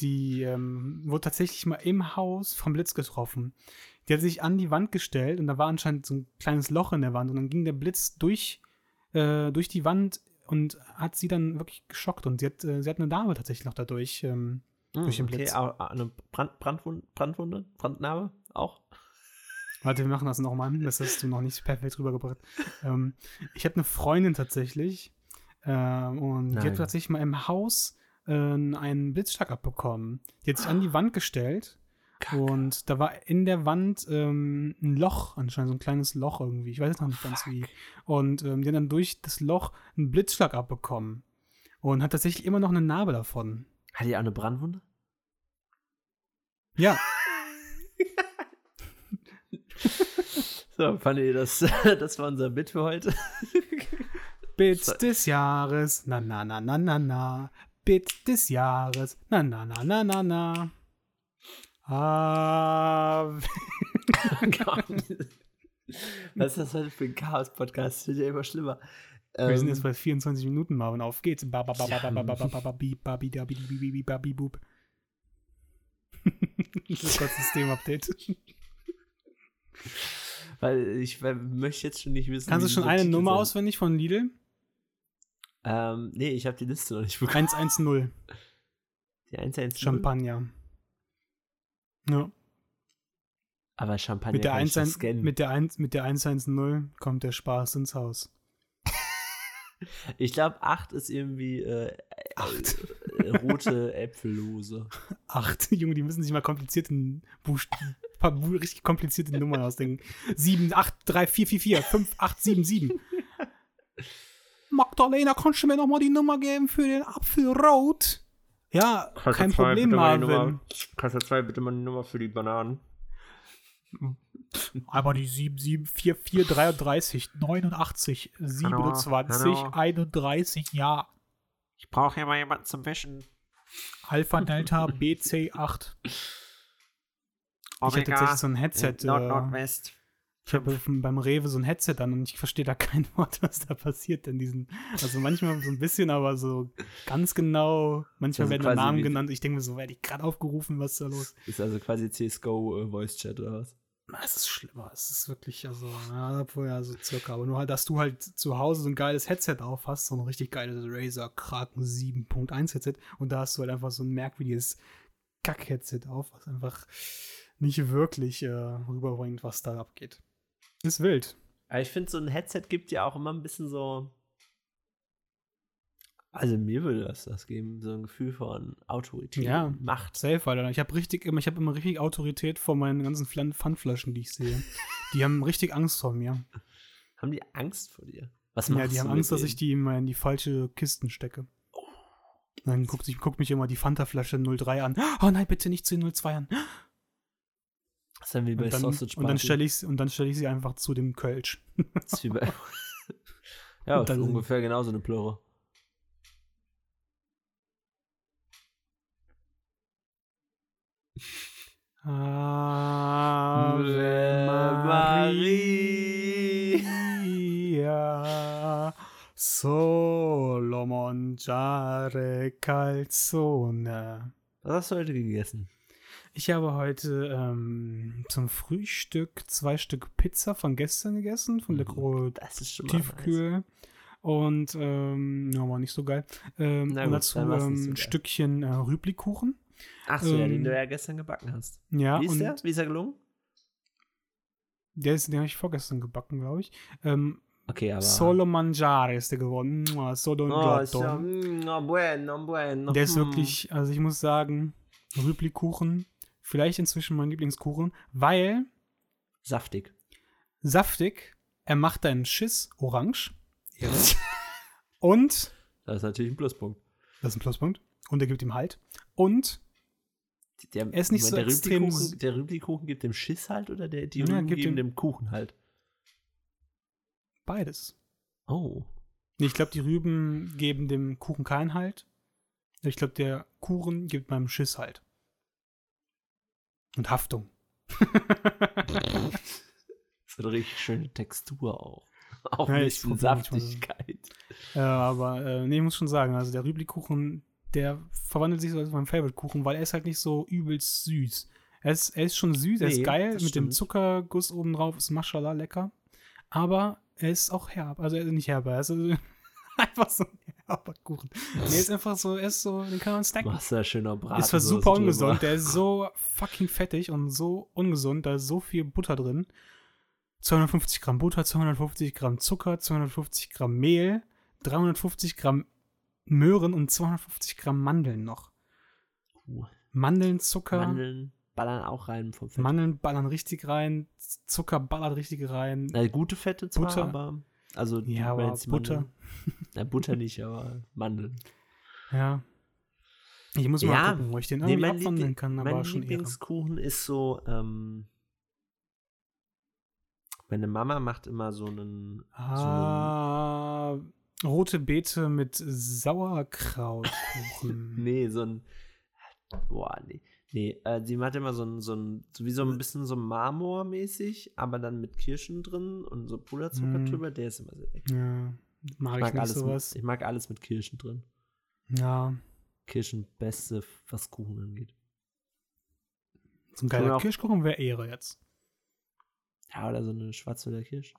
die ähm, wurde tatsächlich mal im Haus vom Blitz getroffen. Die hat sich an die Wand gestellt und da war anscheinend so ein kleines Loch in der Wand und dann ging der Blitz durch, äh, durch die Wand und hat sie dann wirklich geschockt und sie hat, äh, sie hat eine Dame tatsächlich noch dadurch. Ähm,
Mm,
Durch den
okay,
Blitz.
au- au- eine Brand, Brandwund, Brandwunde, Brandnarbe auch.
warte, wir machen das nochmal, das hast du noch nicht perfekt rübergebracht. Ähm, ich habe eine Freundin tatsächlich ähm, und die
Nein.
hat tatsächlich mal im Haus äh, einen Blitzschlag abbekommen. Die hat sich an die Wand gestellt Und da war in der Wand ähm, ein Loch, anscheinend so ein kleines Loch irgendwie. Ich weiß jetzt noch nicht ganz wie. Und ähm, die hat dann durch das Loch einen Blitzschlag abbekommen. Und hat tatsächlich immer noch eine Narbe davon.
Hat die auch eine Brandwunde?
Ja,
So, fand ihr das, (laughs) das war unser Bit für heute.
Bit des Jahres. Na, na, na, na, na, na. Bit des Jahres. Na, na, na, na, na, na. Ah,
Was ist das heute für ein Chaos-Podcast? Das wird ja immer schlimmer.
wir sind
Ähm,
jetzt bei 24 Minuten, Marvin. Auf geht's. Ba, ba, ba, ba, ba, ba, ba, ba, ba, ba, bi, ba, bi, da, bi, di, bi, bi, bi, ba, bi, bub. (laughs) Das ist das System-Update.
(laughs) Ähm, weil ich weil, möchte jetzt schon nicht wissen.
Kannst du
wie
schon
diese
eine
Titel
Nummer
sind.
auswendig von Lidl?
Ähm, nee, ich habe die Liste noch nicht bekommen.
110
Die 110.
Champagner. Ja,
Aber Champagner
mit der,
kann ich doch
11,
scannen.
mit, der 1, mit der 110 kommt der Spaß ins Haus.
ich glaube, 8 ist irgendwie äh,
Acht.
äh,
(laughs)
rote Äpfellose.
Acht. (laughs) Junge, die müssen sich mal komplizierte Buchstaben, paar bu- richtig komplizierte Nummern ausdenken. 7, 8, 3, 4, 4, 4, 5, 8, 7,
(laughs)
7. Magdalena, kannst du mir nochmal die Nummer geben für den Apfelrot? Ja, kein Problem, Marvin.
Kasse 2, bitte mal die Nummer für die Bananen.
Aber die 7, 7, 4, 4, 33, 89, 27,
hallo.
31, ja.
Ich brauche hier mal jemanden zum Wischen.
Alpha Delta BC8. ich hatte
Omega,
tatsächlich so ein Headset.
Nord,
Äh,
Nordwest.
ich habe beim Rewe so ein Headset an und ich verstehe da kein (laughs) Wort, was da passiert in diesen. Also manchmal so ein bisschen, aber so ganz genau. Manchmal
Also
werden da
quasi
Namen
wie-
genannt. Ich denke mir so, werde ich gerade aufgerufen, was ist da los?
Ist also quasi CSGO äh, Voice Chat oder was?
Na, Es ist schlimmer. Es ist wirklich, also, ja, obwohl, ja, so circa. Aber nur halt, dass du halt zu Hause so ein geiles Headset auf hast, so ein richtig geiles Razer Kraken 7.1 Headset. Und da hast du halt einfach so ein merkwürdiges Kack-Headset auf, was einfach nicht wirklich äh, rüberbringt, was da abgeht. Ist wild.
Aber ich finde, so ein Headset gibt ja auch immer ein bisschen so. Also mir würde das das geben, so ein Gefühl von Autorität,
Ja.
Macht.
Safe, Alter. Ich habe richtig immer, ich habe immer richtig Autorität vor meinen ganzen Flan- Pfandflaschen, die ich sehe. Die haben richtig Angst vor mir.
Haben die Angst vor dir? Was
Ja,
machst
die
du
haben
mit
Angst, dass
denen?
ich die immer in die falsche Kisten stecke. Dann guckt, sich, guckt mich immer die Fanta-Flasche 03 an. Oh nein, bitte nicht zu 02 an.
Das ist dann wie bei
Und dann,
Sausage
und dann stelle ich, und dann stell ich sie einfach zu dem Kölsch.
Das ist wie bei (laughs) ja,
Und
ist
dann-
ungefähr genauso eine Plöre.
Ave Maria. Solomon Jare Calzone.
Was hast du heute gegessen?
Ich habe heute ähm, zum Frühstück zwei Stück Pizza von gestern gegessen, von Le Gros
Das ist schon mal
Tiefkühl. Und, ähm, ja, war nicht so geil. Ähm,
Na
und
gut,
dazu
dann war's
ähm,
nicht so
ein
geil.
Stückchen äh, Rüblikuchen.
Nice. Ach so, ja, den
Ähm,
du ja gestern gebacken hast.
Ja,
wie, ist
und
der? wie ist der gelungen?
der ist, den habe ich vorgestern gebacken, glaube ich. Ähm,
Okay, aber.
Solo Mangiare ist der geworden. Mua, Solo
Oh,
Giotto.
ist ja, mm, oh, bueno, bueno.
Der ist
mm.
wirklich, also ich muss sagen, Rüblikuchen, vielleicht inzwischen mein Lieblingskuchen, weil
Saftig.
saftig, er macht deinen Schiss orange. (laughs) Und
Das ist natürlich ein Pluspunkt.
Das ist ein Pluspunkt. Und er gibt ihm Halt. Und
Der,
Er ist nicht so
der
extrem-
Rüblikuchen- Der Rüblikuchen gibt dem Schiss halt oder der, die
Ja,
Rüben
gibt
geben
dem-
dem Kuchen halt?
beides.
Oh.
Nee, ich glaube, die Rüben geben dem Kuchen keinen Halt. Ich glaube, der Kuchen gibt meinem Schiss Halt. Und Haftung. (laughs)
Das hat eine richtig schöne Textur auch. Auch
Ja,
ein
ich
bisschen
probier mich mal so.
Saftigkeit.
Äh, aber äh, nee, ich muss schon sagen, also der Rüblikuchen, der verwandelt sich so in meinen Favorite-Kuchen, weil er ist halt nicht so übelst süß. Er ist, er ist schon süß, er ist
Nee,
geil, mit
das
dem
stimmt.
Zuckerguss oben drauf ist maschallah lecker. Aber er ist auch herb, also er ist nicht herb, er ist (laughs) also einfach so ein herber Kuchen. Der ist einfach so, er ist so, den kann man stacken.
Machst da schöner Braten.
Ist zwar super ungesund,
(laughs)
der ist so fucking fettig und so ungesund, da ist so viel Butter drin. 250 Gramm Butter, 250 Gramm Zucker, 250 Gramm Mehl, 350 Gramm Möhren und 250 Gramm Mandeln noch.
Uh.
Mandeln, Zucker, Mandeln,
Mandeln ballern auch rein vom Fett.
ballern richtig rein, Zucker ballert richtig rein.
Na, gute Fette zwar,
Butter.
aber. Also, ich
Ja,
meine
aber
jetzt die
Butter.
Mandeln. (laughs) Na, Butter nicht, aber Mandeln.
Ja. Ich muss mal
Ja,
gucken, wo ich den
Nee,
irgendwie
mein
abwandeln
Liebling-
kann,
mein
aber schon eher.
Lieblingskuchen ist so. Ähm, meine Mama macht immer so einen.
Ah, rote Beete mit Sauerkrautkuchen.
(laughs) Nee, so ein. Boah, nee. Nee, äh, sie macht immer so ein, so ein, so wie so
Hm.
ein bisschen so Marmormäßig, aber dann mit Kirschen drin und so Puderzucker
Mm.
drüber, der ist immer sehr lecker.
Ja, mag
Ich
ich
mag,
nicht
alles mit,
sowas.
ich mag alles mit Kirschen drin.
Ja,
Kirschen beste, was Kuchen angeht.
so ein
Können wir
geiler
auch-
Kirschkuchen wäre Ehre jetzt.
Ja, oder so eine Schwarzwälder Kirsche.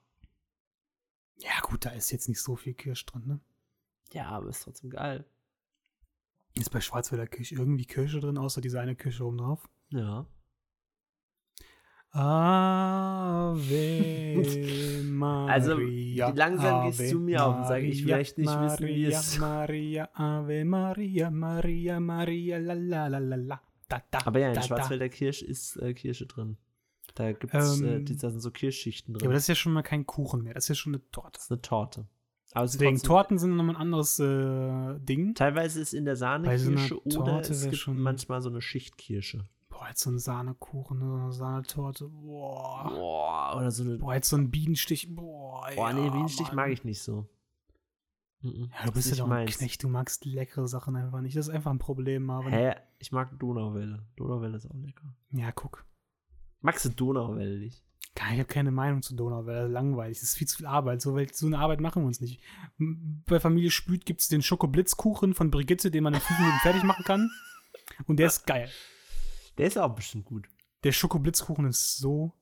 Ja, gut, da ist jetzt nicht so viel Kirsch drin, ne?
Ja, aber ist trotzdem geil.
Ist bei Schwarzwälder Kirsch irgendwie Kirsche drin, außer diese eine Kirsche oben drauf?
Ja. (laughs)
Ave Maria.
Also, langsam gehst du mir auf den Sack. Ich
Maria,
möchte nicht wissen, wie
Maria,
es-
Maria, Ave Maria, Maria, Maria, la la la la la. Da, da,
Aber ja, in
da, da.
Schwarzwälder Kirsch ist äh, Kirsche drin. Da gibt's, äh,
Ähm,
die, da sind so Kirschschichten
Ja,
drin.
aber das ist ja schon mal kein Kuchen mehr, das ist ja schon eine Torte.
das ist eine Torte. Aber es ist
Deswegen,
trotzdem-
Torten sind nochmal ein anderes äh, Ding.
Teilweise ist in der Sahne
Bei so einer
Kirsche oder
Torte
es
wär
gibt
schon-
manchmal so eine Schichtkirsche.
Boah, Boah, jetzt so ein Sahnekuchen, so eine Sahnetorte. Boah.
Boah, oder so eine.
Boah, jetzt so ein Bienenstich. Boah,
Boah,
ja,
nee, Bienenstich
Mann.
mag ich nicht so. Mhm,
Ja, du
ist
bist ja
nicht
doch ein
meins.
Knecht, du magst leckere Sachen einfach nicht. Das ist einfach ein Problem, Marvin.
Hä? Ich mag Donauwelle. Donauwelle ist auch lecker.
Ja, guck.
Magst du Donauwelle nicht?
Geil, Ich habe keine Meinung zu Donauwelle, das ist langweilig, das ist viel zu viel Arbeit. So, wel- so eine Arbeit machen wir uns nicht. M- Bei Familie Spüt gibt es den Schokoblitzkuchen von Brigitte, den man in fünf Minuten fertig machen kann. Und der ist geil.
Der ist auch bestimmt gut.
Der Schokoblitzkuchen ist so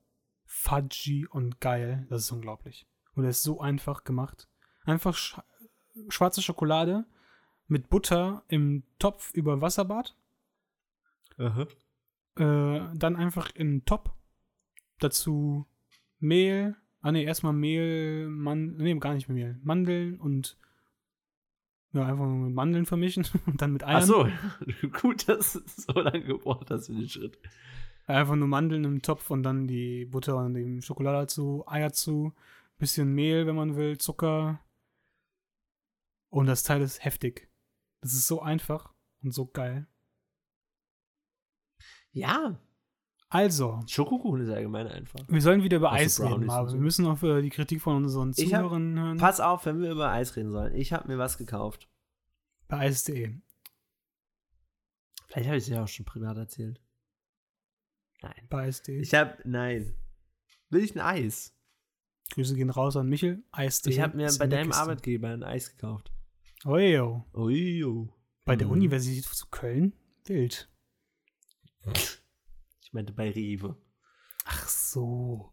fudgy und geil. Das ist unglaublich. Und er ist so einfach gemacht. Einfach sch schwarze Schokolade mit Butter im Topf über Wasserbad.
Aha.
äh, dann einfach in einen Topf. Dazu Mehl. Ah ne, erstmal Mehl, Man nee, gar nicht Mehl. Mandeln und ja, einfach nur mit Mandeln vermischen (laughs) und dann mit Eiern.
Ach so,
Ähm.
(laughs) gut, dass du so lange gebraucht hast für den Schritt.
Einfach nur Mandeln im Topf und dann die Butter und die Schokolade dazu, Eier zu, bisschen Mehl, wenn man will, Zucker. Und das Teil ist heftig. Das ist so einfach und so geil.
Ja,
Also,
Schokokuchen ist allgemein einfach.
wir sollen wieder über
Auch so
Eis reden,
Brownies und
aber
so.
wir müssen auf äh, die Kritik von unseren
Ich hab-
Zuhörern hören.
Pass auf, wenn wir über Eis reden sollen. Ich habe mir was gekauft.
Bei Eis.de.
Vielleicht habe ich es ja auch schon privat erzählt. Nein.
Bei Eis.de.
Ich habe, nein. Will ich ein Eis?
Grüße gehen raus an Michel. Eis.de.
Ich habe mir
ist
bei
in der
deinem
Kiste.
Arbeitgeber ein Eis gekauft.
Ui, oh.
Uiuh.
Bei der
Mhm.
Universität zu Köln? Wild.
Ich meinte bei Rewe.
Ach so.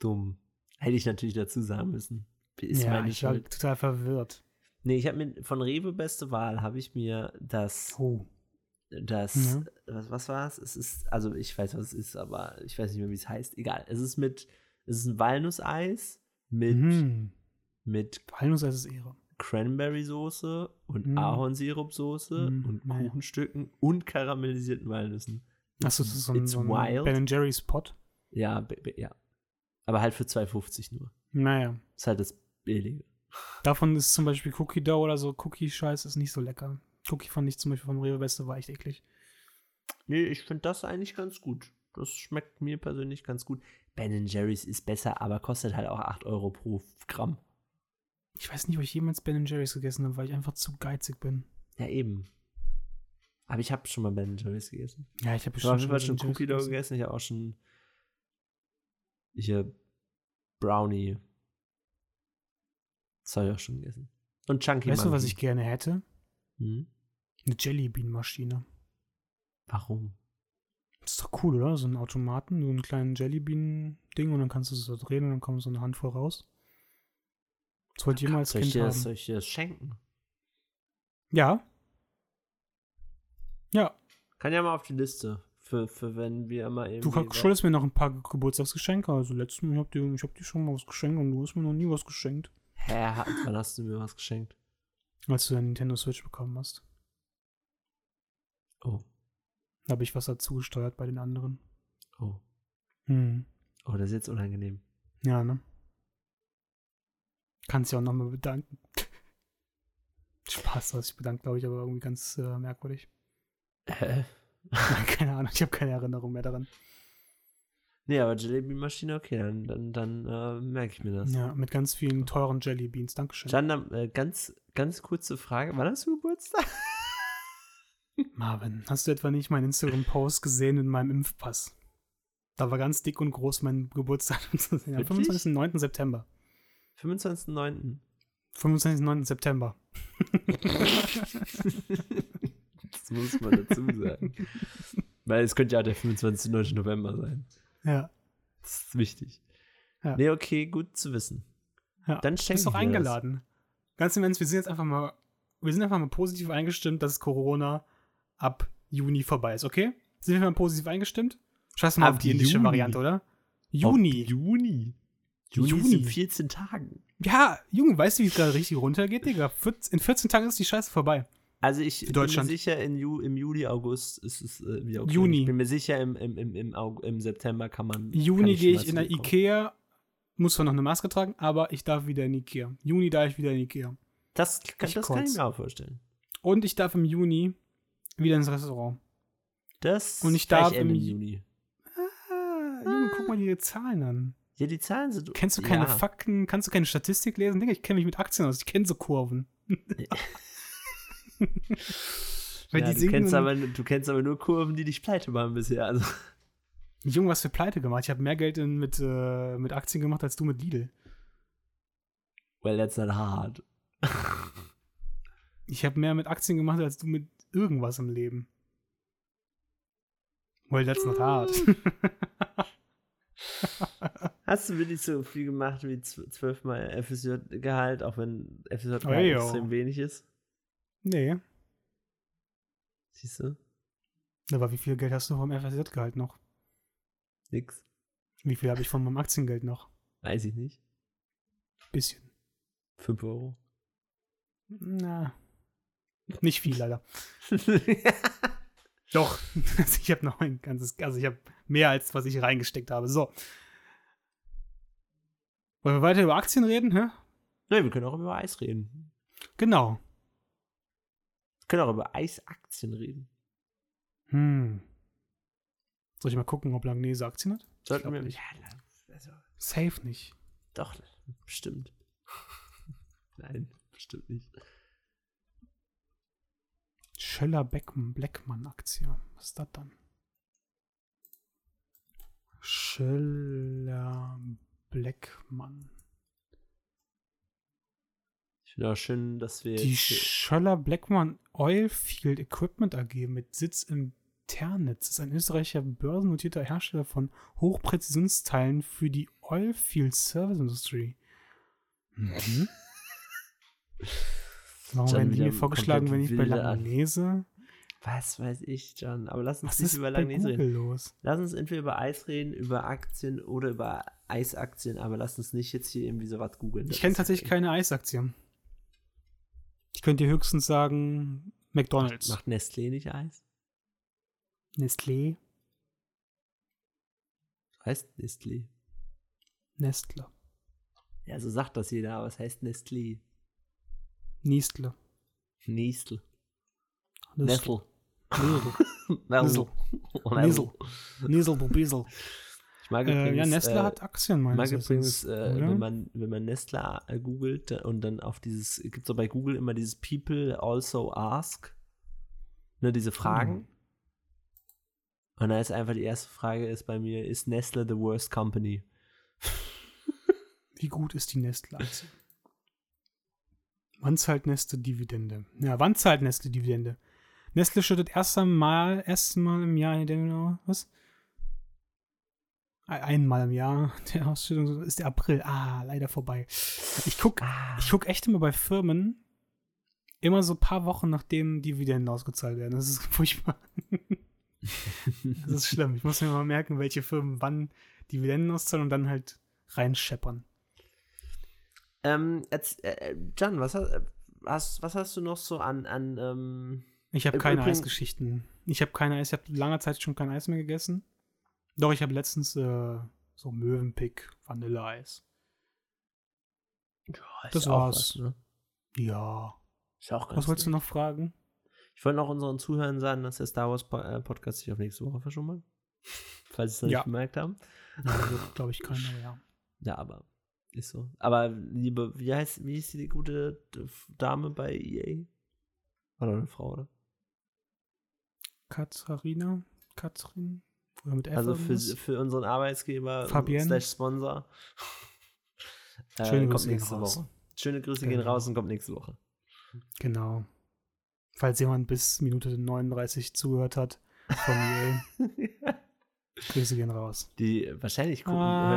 Dumm. Hätte ich natürlich dazu sagen müssen. Ist
ja,
meine
ich war
Schuld.
total verwirrt.
Nee, ich habe mir von Rewe Beste Wahl habe ich mir das,
Oh.
das,
Ja.
was, was war es? Es ist, also ich weiß, was es ist, aber ich weiß nicht mehr, wie es heißt. Egal. Es ist mit, es ist ein Walnusseis mit,
Mhm.
mit
Walnusseis ist Ehre.
Cranberry-Soße und
Mm.
Ahornsirupsoße
Mm,
und
naja.
Kuchenstücken und karamellisierten Walnüssen.
Achso, das ist so ein,
It's
so ein
wild.
Ben Jerry's Pot.
Ja, b- b- ja. Aber halt für 2,50 nur.
Naja.
Ist halt das Billige.
Davon ist zum Beispiel Cookie Dough oder so. Cookie-Scheiß ist nicht so lecker. Cookie fand ich zum Beispiel vom Rewe Beste war echt eklig.
Nee, ich finde das eigentlich ganz gut. Das schmeckt mir persönlich ganz gut. Ben Jerry's ist besser, aber kostet halt auch 8 Euro pro Gramm.
Ich weiß nicht, ob ich jemals Ben Jerry's gegessen habe, weil ich einfach zu geizig bin.
Ja, eben. Aber ich habe schon mal Ben Jerry's gegessen.
Ja, ich habe
Ich habe schon, schon
Ben Jerry's
Cookie Dough gegessen. Ich habe auch schon hier Brownie. Das habe ich auch schon gegessen. Und Chunky
Weißt du, was ich
Monkey.
gerne hätte?
Hm?
Eine Jellybean-Maschine.
Warum?
Das ist doch cool, oder? So einen Automaten, so einen kleinen Jellybean-Ding und dann kannst du es so drehen und dann kommt so eine Handvoll raus. Das wollte ich immer als
soll, ich
Kind
dir das,
haben.
soll ich dir das schenken?
Ja. Ja,
Kann ja mal auf die Liste. Für, für wenn wir mal irgendwie.
du
was-
schuldest mir noch ein paar Geburtstagsgeschenke. Also letztes Mal, ich hab dir, ich hab dir schon mal was geschenkt und du hast mir noch nie was geschenkt,
Hä, hat- wann hast du mir was geschenkt?
als du deine Nintendo Switch bekommen hast.
Oh,
Da habe ich was dazu gesteuert bei den anderen.
oh.
Hm.
Oh, das ist jetzt unangenehm.
Ja, ne? Kannst ja auch nochmal bedanken. (laughs) Spaß, was ich bedankt, glaube ich, aber irgendwie ganz äh, merkwürdig. (laughs)
Hä?
keine Ahnung, ich habe keine Erinnerung mehr daran.
(laughs) Nee, aber Jalebi-Maschine, okay, dann, dann, dann äh, merke ich mir das.
Ja, mit ganz vielen teuren Jellybeans. Dankeschön.
Dann äh, ganz, ganz kurze Frage. Wann hast du Geburtstag? (laughs)
Marvin, hast du etwa nicht meinen Instagram-Post gesehen mit meinem Impfpass? Da war ganz dick und groß mein Geburtsdatum (laughs) zu sehen. Am
Wirklich?
25.09. September.
25.09.
25.09. September.
Das muss man dazu sagen.
(laughs)
Weil es könnte ja auch der 25. November sein.
Ja.
Das ist wichtig.
Ja.
Nee, okay, gut zu wissen.
ja. Du
Dann
bist
schenken
doch
wir
eingeladen. Ganz im Ernst, wir sind jetzt einfach mal, wir sind einfach mal positiv eingestimmt, dass Corona ab Juni vorbei ist, okay? Sind wir mal positiv eingestimmt? Scheiß mal
Ab
auf die indische
Juni.
Variante, oder?
Das. Ab
Juni.
Juni. Juni.
Juni.
ist in 14 Tagen.
Ja, Junge, weißt du, wie es gerade richtig runtergeht, Digga? 14, in 14 Tagen ist die Scheiße vorbei.
Also ich bin mir
Deutschland.
sicher, in Ju im Juli, August ist es äh, wieder okay.
Juni.
Ich bin mir sicher, im, im, im, im, Aug im September kann man. kann
Juni
ich schon
gehe
was
ich in der
mitbekommen.
Ikea, muss zwar noch eine Maske tragen, aber ich darf wieder in Ikea. Juni darf ich wieder in Ikea.
Das, kann,
Ich
das kann ich
kotz.
mir auch vorstellen.
Und ich darf im Juni wieder ins Restaurant.
Das
Und ich
gleich
darf
Ende
im-
Juni.
Ah, Junge, guck mal die Zahlen an.
Ja, die Zahlen sind.
Kennst du keine
ja.
Fakten? Kannst du keine Statistik lesen? Digga, ich kenne mich mit Aktien aus. Ich kenne so
(laughs)
Kurven. Weil
ja,
die
du,
sinken
kennst
und-
aber, du kennst aber nur Kurven, die dich pleite machen bisher. Also, (laughs)
Junge, was für Pleite gemacht. Ich habe mehr Geld in, mit, äh, mit Aktien gemacht als du mit Lidl.
well, that's not hard.
Ich habe mehr mit Aktien gemacht als du mit irgendwas im Leben. Well, that's not hard.
(laughs) Hast du wirklich so viel gemacht wie zw- zwölfmal FSJ-Gehalt, auch wenn
Ey,
FSJ-Gehalt
yo.
extrem wenig ist?
nee.
Siehst du?
Aber wie viel Geld hast du vom FSJ-Gehalt noch?
Nix.
Wie viel habe ich von meinem Aktiengeld noch?
Weiß ich nicht.
Bisschen.
5 Euro. (laughs)
Na. Nicht viel, leider. Doch. (laughs) Also ich habe noch ein ganzes, also ich habe mehr als was ich reingesteckt habe. So. Wollen wir weiter über Aktien reden, hä?
Nein, wir können auch über Eis reden.
Genau.
Wir können auch über Eisaktien reden.
Hm. Soll ich mal gucken, ob Langnese Aktien hat?
Sollten
glaub
wir
nicht.
Ja, na, also,
Safe nicht.
doch,
(laughs)
bestimmt. Nein, bestimmt nicht.
Schöller Beckmann, Blackmann Aktie. Was ist das dann? Schöller Blackmann.
Ich finde auch schön, dass wir.
Die Schöller Blackmann Oilfield Equipment AG mit Sitz in Ternitz ist ein österreichischer börsennotierter Hersteller von Hochpräzisionsteilen für die Oilfield Service Industry. Mhm. Warum
(laughs) Dann
werden die
wieder
mir vorgeschlagen, wenn
komplett
ich bei
wilde Art.
Langnese?
was weiß ich, John. Aber lass uns
Was
nicht
ist
über
bei
Langnese
Google
reden.
los?
Lass uns entweder über Eis reden, über Aktien oder über Eisaktien, aber lass uns nicht jetzt hier irgendwie sowas googeln.
Ich kenne tatsächlich keine Eisaktien. Ich könnte dir höchstens sagen McDonalds,
Macht Nestlé nicht Eis?
Nestlé,
Heißt Nestlé.
Nestle,
Ja, so sagt das jeder, aber es heißt Nestlé.
Nestle,
Nestle.
Nestle, Nestle,
(laughs) Nestle.
Nestle. Nesel, du Biesel.
Ich mag
Äh,
übrigens,
ja, Nestle
äh,
hat Aktien,
ich
meines
mag
Wissens.
übrigens, äh,
oder?
wenn, man, wenn man Nestle äh, googelt da- und dann auf dieses, gibt es auch bei Google immer dieses People also ask, ne, diese Fragen.
Hm.
Und da ist einfach die erste Frage ist bei mir, ist Nestle the worst company?
Wie gut ist die Nestle-Aktie? wann zahlt Nestle Dividende? Ja, wann zahlt Nestle Dividende? Nestle schüttet erst einmal, erstmal im Jahr, der, was? Ein- Einmal im Jahr (laughs) der Ausschüttung ist der April. Ah, leider vorbei. Ich guck,
Ah,
ich guck echt immer bei Firmen immer so ein paar Wochen, nachdem Dividenden ausgezahlt werden. Das ist (laughs) furchtbar. Das ist schlimm. Ich muss mir mal merken, welche Firmen wann Dividenden auszahlen und dann halt reinscheppern.
ähm, jetzt, äh, Jan, was hast, hast, was hast du noch so an, an ähm,
Ich habe
Im
keine
Übrigen-
Eisgeschichten. Ich habe keine Eis. Ich habe lange Zeit schon kein Eis mehr gegessen. Doch, ich habe letztens äh, so Möwenpick Vanilleeis. Das
ja auch
war's.
was, ne?
Ja.
Ist ja auch ganz
Was wolltest du
nett.
noch fragen?
Ich wollte noch unseren Zuhörern sagen, dass der Star Wars Po- äh, Podcast sich auf nächste Woche verschummelt. (laughs) Falls sie es noch
Ja.
nicht gemerkt haben.
Glaube ich keine, aber ja.
Ja, aber ist so. Aber liebe, wie heißt, wie ist die gute Dame bei EA? War doch eine Frau, oder?
Katharina? Katrin? Oder mit F
Also für,
irgendwas?
für unseren Arbeitsgeber
Fabienne?
slash Sponsor. (laughs) Äh,
Schöne
kommt
Grüße gehen
nächste
raus.
Woche. Schöne Grüße gehen
Genau.
raus und kommt nächste Woche. (laughs)
Genau. Falls jemand bis Minute 39 zugehört hat
(laughs)
von mir, Grüße gehen raus.
die wahrscheinlich gucken,
Ah.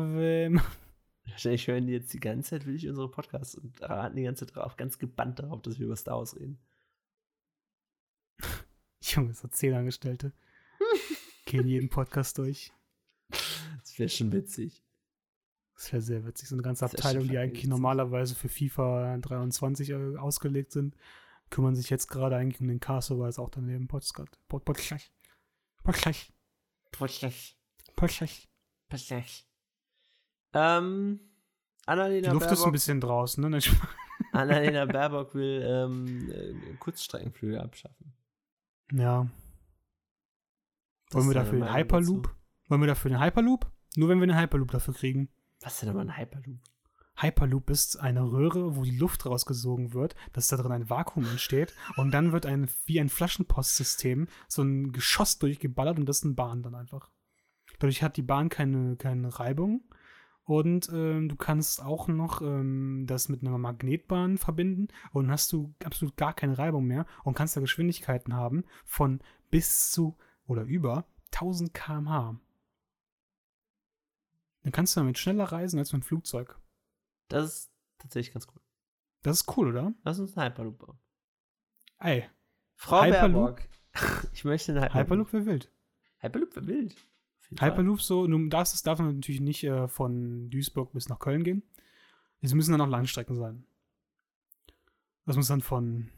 hören
Ave-
die jetzt, wahrscheinlich hören die jetzt die ganze Zeit wirklich unsere Podcasts und raten die ganze Zeit drauf, ganz gebannt darauf, dass wir über Star Wars reden.
(laughs) Junge, so zehn
(laughs)
Angestellte. Gehen jeden Podcast durch.
Das wäre schon witzig.
Das wäre sehr witzig. So eine ganze
Das ist schon
Abteilung, die
fucking
eigentlich
witzig.
normalerweise für FIFA 23 äh, ausgelegt sind, kümmern sich jetzt gerade eigentlich um den Castle, weil es auch daneben Podcast. Pod- Podcast. Podcast.
Prozess,
Podcast.
Prozess. Ähm,
Die
Annalena
Luft ist ein
Baerbock,
bisschen draußen, ne? (laughs) Nein,
Annalena Baerbock will ähm, äh, Kurzstreckenflüge abschaffen.
Ja. Wollen wir
ist deine
dafür den
Meinung
Hyperloop?
dazu?
Wollen wir dafür den Hyperloop? Nur wenn wir den Hyperloop dafür kriegen.
Was ist denn aber ein Hyperloop?
Hyperloop ist eine Röhre, wo die Luft rausgesogen wird, dass da drin ein Vakuum entsteht und dann wird ein wie ein Flaschenpostsystem so ein Geschoss durchgeballert und das ist eine Bahn dann einfach. Dadurch hat die Bahn keine, keine Reibung und ähm, du kannst auch noch ähm, das mit einer Magnetbahn verbinden und dann hast du absolut gar keine Reibung mehr und kannst da Geschwindigkeiten haben von bis zu oder über 1000 km/h. Dann kannst du damit schneller reisen als mit dem Flugzeug.
Das ist tatsächlich ganz cool.
Das ist cool, oder?
Lass uns einen Hyperloop bauen.
Ey,
Frau
Hyperloop?
Baerbock, (laughs) ich möchte einen Hyperloop.
Hyperloop wäre wild.
Hyperloop wäre wild. Auf jeden Fall.
Hyperloop so, nun darf es darf man natürlich nicht äh, von Duisburg bis nach Köln gehen. Es müssen dann auch Langstrecken sein. Das muss dann von.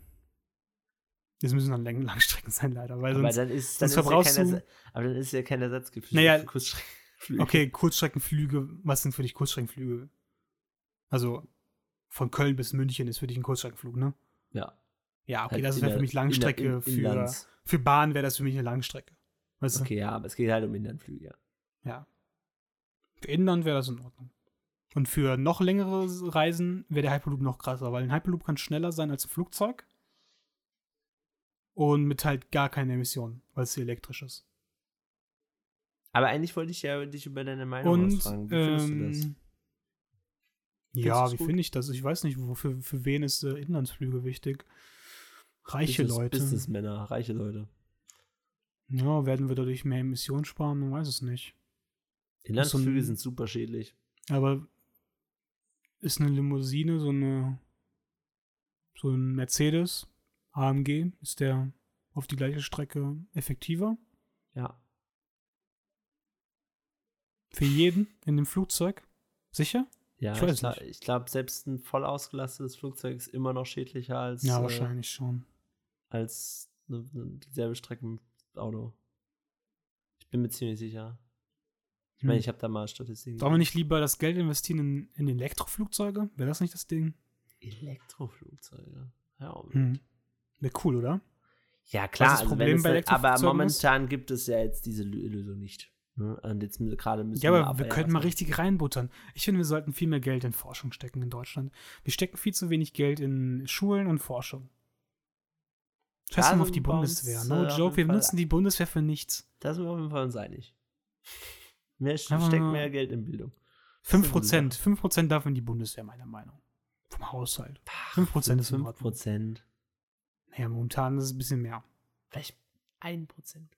Es müssen dann Läng- (laughs) Langstrecken sein, leider. Weil
aber
Also sonst,
dann ist, dann
sonst
ist ja
verbrauchst
kein
du-
Ersatz- aber dann ist ja kein Ersatz für,
Naja,
für Kurzstreckenflüge.
okay, Kurzstreckenflüge, was sind für dich Kurzstreckenflüge? Also von Köln bis München ist für dich ein Kurzstreckenflug, ne?
Ja.
Ja, okay,
Halt
das wäre
inner-
für mich Langstrecke.
inner- in-
für,
Inlands.
für Bahn wäre das für mich eine Langstrecke. Weißt
Okay, ja, aber es geht halt um Inlandflüge. Ja.
Für Inland wäre das in Ordnung. Und für noch längere Reisen wäre der Hyperloop noch krasser, weil ein Hyperloop kann schneller sein als ein Flugzeug. Und mit halt gar keine Emissionen, weil es hier elektrisch ist.
Aber eigentlich wollte ich ja dich über deine Meinung
Und
ausfragen. Wie findest
ähm,
du das?
ja,
du's
wie
gut?
finde ich das? Ich weiß nicht, wofür für wen ist äh, Inlandsflüge wichtig? Reiche
Business-
Leute.
Businessmänner, reiche Leute.
Ja, werden wir dadurch mehr Emissionen sparen? Man weiß es nicht.
Inlandsflüge
ein-
sind super schädlich.
Aber ist eine Limousine so eine so ein Mercedes AMG ist der auf die gleiche Strecke effektiver
Ja.
für jeden in dem Flugzeug? Sicher?
Ja,
Ich
ich,
weiß
gla- ich glaube, selbst ein voll ausgelastetes Flugzeug ist immer noch schädlicher als,
ja,
äh,
wahrscheinlich schon.
als ne, ne, dieselbe Strecke mit Auto. Ich bin mir ziemlich sicher. Ich meine,
Hm.
ich habe da mal Statistiken.
Sollen wir nicht lieber das Geld investieren in, in Elektroflugzeuge? Wäre das nicht das Ding?
Elektroflugzeuge. Ja, um.
Hm. Wäre cool, oder?
ja klar,
das
also
Problem
wenn es
bei
nicht, aber
Elektroflugzeugen ist-
momentan gibt es ja jetzt diese Lö- Lösung nicht. Ne? Und jetzt mü- gerade müssen
Ja, aber wir
abwarten.
könnten mal richtig reinbuttern. Ich finde, wir sollten viel mehr Geld in Forschung stecken in Deutschland. Wir stecken viel zu wenig Geld in Schulen und Forschung. Scheiß
Da
mal auf
sind
die
wir bei
Bundeswehr.
uns,
No
äh,
joke,
auf
wir
jeden Fall-
benutzen die Bundeswehr für nichts.
Da sind wir auf jeden Fall uns einig. Mehr
Aber-
steckt mehr Geld in Bildung.
5%, 5% darf in die Bundeswehr, meiner Meinung. Vom Haushalt. 5% ist in Ordnung.
5%.
Naja, momentan ist es ein bisschen mehr.
Vielleicht 1%.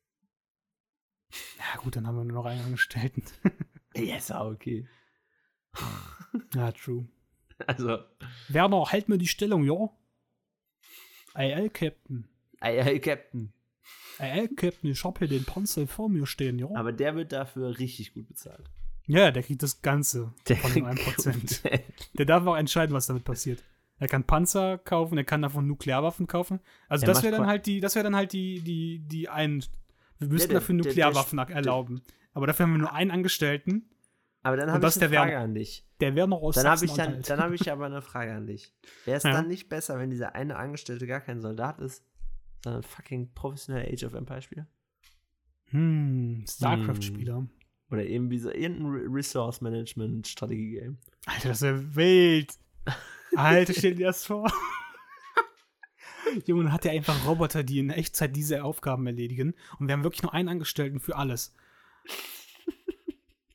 Na gut, dann haben wir nur noch einen Angestellten. (laughs)
Ja, ist auch okay.
ja, true.
Also,
Werner, halt mir die Stellung, ja? IL-Captain.
ei, ei, Captain.
IL-Captain, ich hab hier den Panzer vor mir stehen, ja?
Aber der wird dafür richtig gut bezahlt.
Ja, der kriegt das Ganze von dem 1%. Der darf auch entscheiden, was damit passiert. Er kann Panzer kaufen, er kann davon Nuklearwaffen kaufen. Also
Er
das
macht
wäre dann
qua-
halt die, das wäre dann halt die, die, die einen. Wir müssten
der-
dafür
der- der-
Nuklearwaffen
der-
erlauben. Aber dafür haben wir nur einen Angestellten,
Aber dann
Und
habe
das ist
ich eine
der
Frage
Werner.
an dich.
der wäre noch aus
Dann habe ich, dann,
Sachsen-Anhalt.
dann hab ich aber eine Frage an dich. Wäre es
Ja.
dann nicht besser, wenn dieser eine Angestellte gar kein Soldat ist, sondern fucking professioneller Age of Empire-Spieler?
Hm, StarCraft-Spieler.
Hm. Oder eben wie so irgendein Re- Resource-Management-Strategie-Game.
Alter, das wäre wild. Alter, stell dir das vor. (laughs) Junge, dann hat er einfach Roboter, die in Echtzeit diese Aufgaben erledigen. Und wir haben wirklich nur einen Angestellten für (laughs) alles.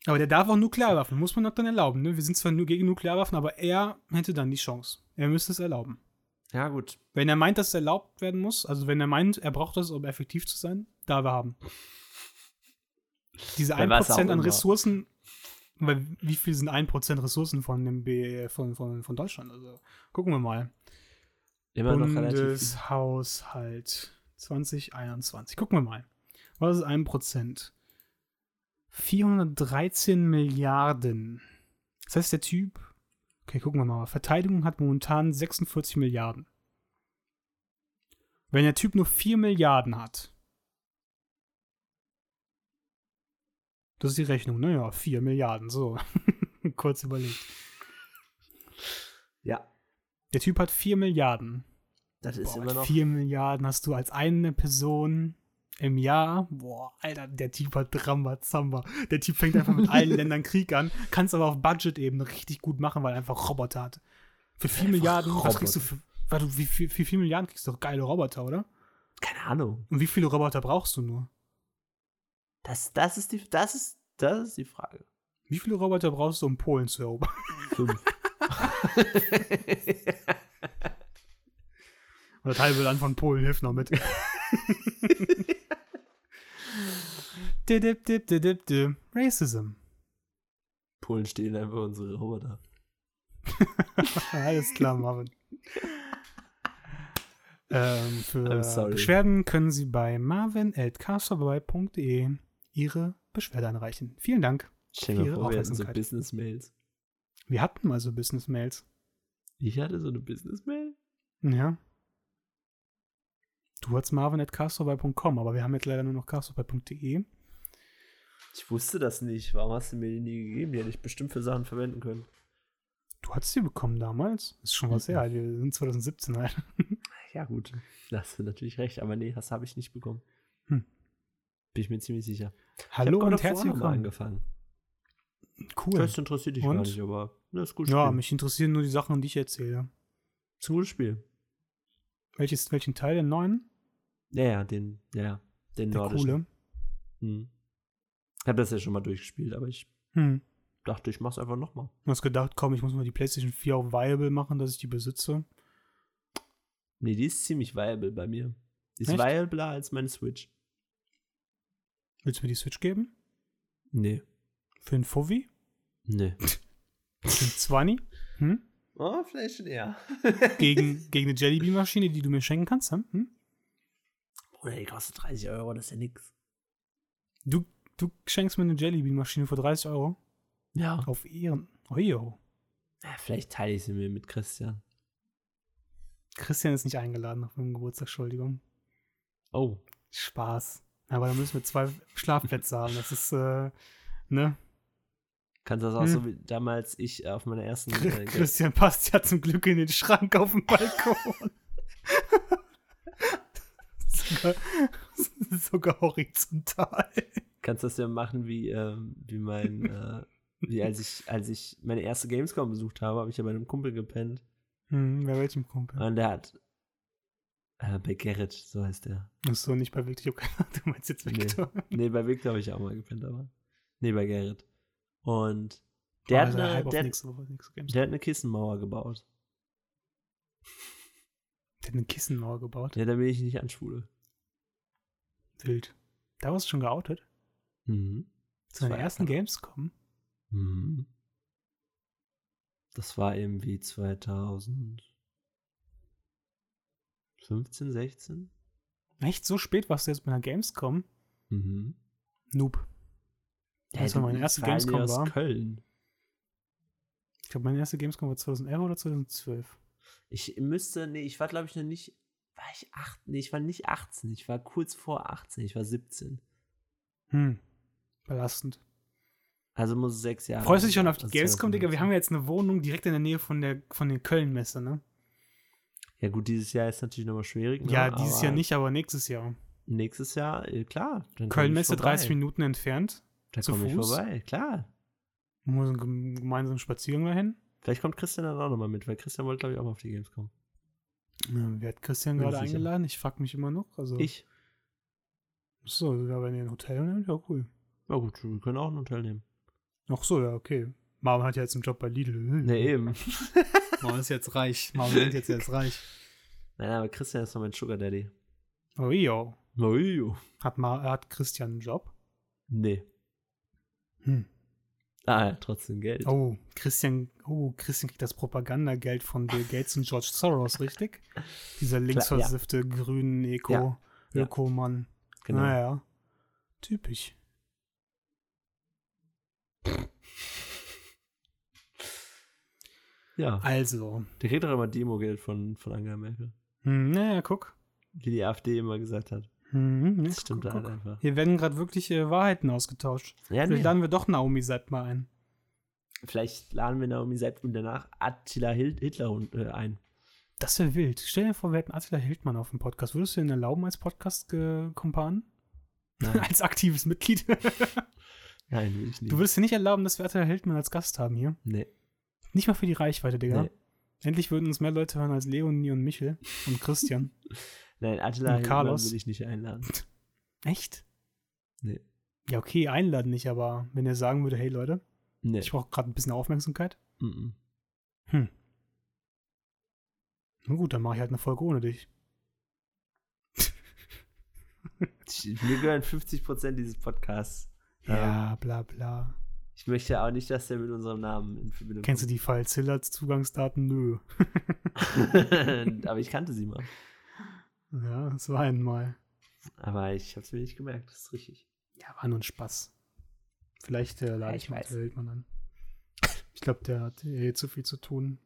Aber der darf auch Nuklearwaffen, muss man doch dann erlauben. Ne? Wir sind zwar nur gegen Nuklearwaffen, aber er hätte dann die Chance. Er müsste es erlauben.
Ja, gut.
Wenn er meint, dass es erlaubt werden muss, also wenn er meint, er braucht das, um effektiv zu sein, da wir haben. Diese
(laughs) Wer weiß auch
1% an
immer.
Ressourcen, weil wie viel sind 1% Ressourcen von dem B, von, von, von Deutschland? Also gucken wir mal.
Immer noch relativ.
Bundeshaushalt 2021. Gucken wir mal. Was ist 1%? 413 Milliarden. Das heißt, der Typ. Okay, gucken wir mal. Verteidigung hat momentan 46 Milliarden. Wenn der Typ nur 4 Milliarden hat. Das ist die Rechnung, naja, 4 Milliarden, so. (laughs) Kurz überlegt.
Ja,
Der Typ hat 4 Milliarden.
das ist
Boah,
immer noch.
4 Milliarden hast du als eine Person im Jahr. Boah, Alter, der Typ hat Drambazamba. Der Typ fängt einfach mit
(laughs)
allen Ländern Krieg an, kann es aber auf Budget-Ebene richtig gut machen, weil er einfach Roboter hat. Für 4 Milliarden, was
Roboter.
kriegst du für, warte, wie viel, für 4 Milliarden kriegst du doch geile Roboter, oder?
Keine Ahnung.
Und wie viele Roboter brauchst du nur?
Das, das, ist, die, das, ist, das ist die Frage.
Wie viele Roboter brauchst du, um Polen zu erobern? (laughs)
(laughs) Fünf.
Oder das halbe Land von Polen hilft
(laughs)
noch mit. Dip, dip, dip, dip, dip. Racism.
Polen stehen einfach unsere Roboter.
Alles klar,
(laughs)
Marvin. ähm,
I'm
für
sorry.
Beschwerden können Sie bei marvin.castaway.de Ihre Beschwerde einreichen. Vielen Dank.
Stell
Ihre
dir mal vor, wir hätten so
Aufmerksamkeit.
Business-Mails.
Wir hatten mal so Business-Mails.
Ich hatte so eine Business-Mail?
Ja. Du hattest marvin.castaway.com, aber wir haben jetzt leider nur noch castaway.de.
Ich wusste das nicht. Warum hast du mir die nie gegeben? Die hätte ich bestimmt für Sachen verwenden können.
Du hattest die bekommen damals. Ist schon was
Mhm.
her. alt. Wir sind 2017 halt.
Ja, gut. Da hast du natürlich recht. Aber nee, das habe ich nicht bekommen.
Hm.
Bin ich mir ziemlich sicher.
Hallo
ich hab God
und
of War
herzlich
nochmal
willkommen.
angefangen.
Cool.
Das interessiert dich
Und?
gar nicht, aber das ist ein gutes
Ja,
Spiel.
mich interessieren nur die Sachen, die ich erzähle.
Ist ein gutes Spiel.
Welches, welchen Teil? Den neuen?
Ja, ja, den, ja, ja, den
Der
nordischen.
coole.
Hm. Ich habe das ja schon mal durchgespielt, aber ich
Hm.
dachte, ich mach's einfach nochmal.
Du hast gedacht, komm, ich muss mal die PlayStation 4 auch viable machen, dass ich die besitze.
Nee, die ist ziemlich viable bei mir. Die ist
Echt?
viabler als meine Switch.
Willst du mir die Switch geben?
Nee.
Für einen Fuffi?
Nee.
Für einen 20? Hm?
Oh, vielleicht schon eher.
Gegen, gegen eine Jellybean-Maschine, die du mir schenken kannst? Hm? Hm?
Bruder, die kostet 30 Euro, das ist ja nix.
Du, du schenkst mir eine Jellybean-Maschine für 30 Euro?
Ja.
Auf Ehren. oh. Ojo.
ja vielleicht teile ich sie mir mit Christian.
Christian ist nicht eingeladen auf meinem Geburtstag, Entschuldigung.
Oh.
Spaß. Aber da müssen wir zwei Schlafplätze haben. Das ist, äh, ne?
Kannst das auch
Hm.
so wie damals ich auf meiner ersten. (laughs) Äh, Ge-
Christian passt ja zum Glück in den Schrank auf dem Balkon. sogar, sogar horizontal.
kannst das ja machen wie, ähm, wie mein. Äh, wie als ich, als ich meine erste Gamescom besucht habe, habe ich ja bei einem Kumpel gepennt.
Hm, bei welchem Kumpel?
Und der hat. Äh, bei Gerrit, so heißt der.
Achso, nicht bei Victor. Ich hab keine Ahnung, du meinst jetzt
Nee.
Victor.
Nee, bei Victor habe ich auch mal gepennt, aber. Nee, bei Gerrit. Und der,
Also,
hat, eine,
Hype auf
der,
nächste Woche, nächste Games.
der hat eine Kissenmauer gebaut.
Der hat eine Kissenmauer gebaut.
Ja, da bin ich nicht anschwule.
Wild. Da warst du schon geoutet.
Mhm.
Zu deiner
war
ersten
einfach-
Gamescom.
Mhm. Das war irgendwie 2015, 16?
Echt so spät warst du jetzt bei einer Gamescom?
Mhm.
Noob. Als meine erste Gamescom
aus
war.
Köln.
Ich glaube, meine erste Gamescom war 2011 oder 2012.
Ich müsste, nee, ich war glaube ich noch nicht, war ich 18, nee, ich war nicht 18, ich war kurz vor 18, ich war 17.
Hm. Belastend.
Also muss es sechs Jahre.
Freust du dich
sein,
schon auf die
das
Gamescom, Digga? Wir
2019.
haben ja Ähm, jetzt eine Wohnung direkt in der Nähe von der, von der Köln-Messe, ne?
Ja, gut, dieses Jahr ist natürlich nochmal schwierig. Ne?
Ja, dieses
aber
Jahr nicht, aber nächstes Jahr.
Nächstes Jahr, äh, klar. dann komm
Köln-Messe
ich vorbei.
30 Minuten entfernt.
Da
zu
komme ich
Fuß.
vorbei, klar.
Wir müssen gem- gemeinsam spazieren dahin.
Vielleicht kommt Christian dann auch nochmal mit, weil Christian wollte, glaube ich, auch mal auf die Gamescom.
Ja, wer hat Christian
Bin
gerade
sicher.
eingeladen? Ich frag mich immer noch. Also,
Ich?
So, ja, wenn ihr ein Hotel nehmt, ja, cool.
Na gut, wir können auch ein Hotel nehmen.
Ach so, ja, okay. Marvin hat ja jetzt einen Job bei Lidl.
Ne,
(laughs)
eben.
Marvin ist jetzt reich. Marvin ist jetzt, jetzt reich.
Nein, aber Christian ist noch mein Sugar Daddy.
Oh, yo.
Uiuh.
Hat, Mar hat Christian einen Job?
Nee.
Hm.
Ah, ja, trotzdem Geld.
Oh, Christian, oh, Christian kriegt das Propagandageld von Bill Gates und George Soros, richtig? Dieser linksversiffte grünen Öko,
Ja, ja.
Ökomann.
genau.
Naja. Typisch.
Ja.
Also.
Der kriegt doch immer Demogeld von, von Angela Merkel.
Hm, naja, guck.
Wie die AfD immer gesagt hat.
Hm, ja,
Das stimmt
guck,
halt
guck.
einfach.
Hier werden gerade wirklich äh, Wahrheiten ausgetauscht.
Ja,
Vielleicht
nee.
laden wir doch Naomi Seid mal ein.
Vielleicht laden wir Naomi Seib und danach Attila Hil- Hitler und, äh, ein.
Das wäre wild. Stell dir vor, wir hätten Attila Hildmann auf dem Podcast. Würdest du den erlauben als Podcast-Kompan? (laughs)
Nein,
als aktives Mitglied.
nein, will ich nicht.
Du würdest dir nicht erlauben, dass wir Attila Hildmann als Gast haben hier.
nee,
Nicht mal für die Reichweite, Digga.
nee.
Endlich würden uns mehr Leute hören als Leonie und Michel und (laughs) Christian.
Nein, Attila
Und
Hildmann
Carlos?
will ich nicht einladen.
Echt?
Nee.
Ja, okay, einladen nicht, aber wenn er sagen würde, hey Leute,
Nee.
ich brauche gerade ein bisschen Aufmerksamkeit.
mm,
Na gut, dann mache ich halt eine Folge ohne dich.
mm. Mir gehören 50% dieses Podcasts.
Ja, bla bla.
Ich möchte auch nicht, dass der mit unserem Namen in Verbindung
Kennst du die Fallzilla-Zugangsdaten? Nö.
kommt. (laughs) Aber ich kannte sie mal.
Ja, das war einmal.
Aber ich habe es mir nicht gemerkt, das ist richtig.
Ja, war nur ein Spaß. Vielleicht äh, lade
Ja,
ich
ich
mal
weiß.
Till Hildmann an. Ich glaube, der hat eh zu viel zu tun.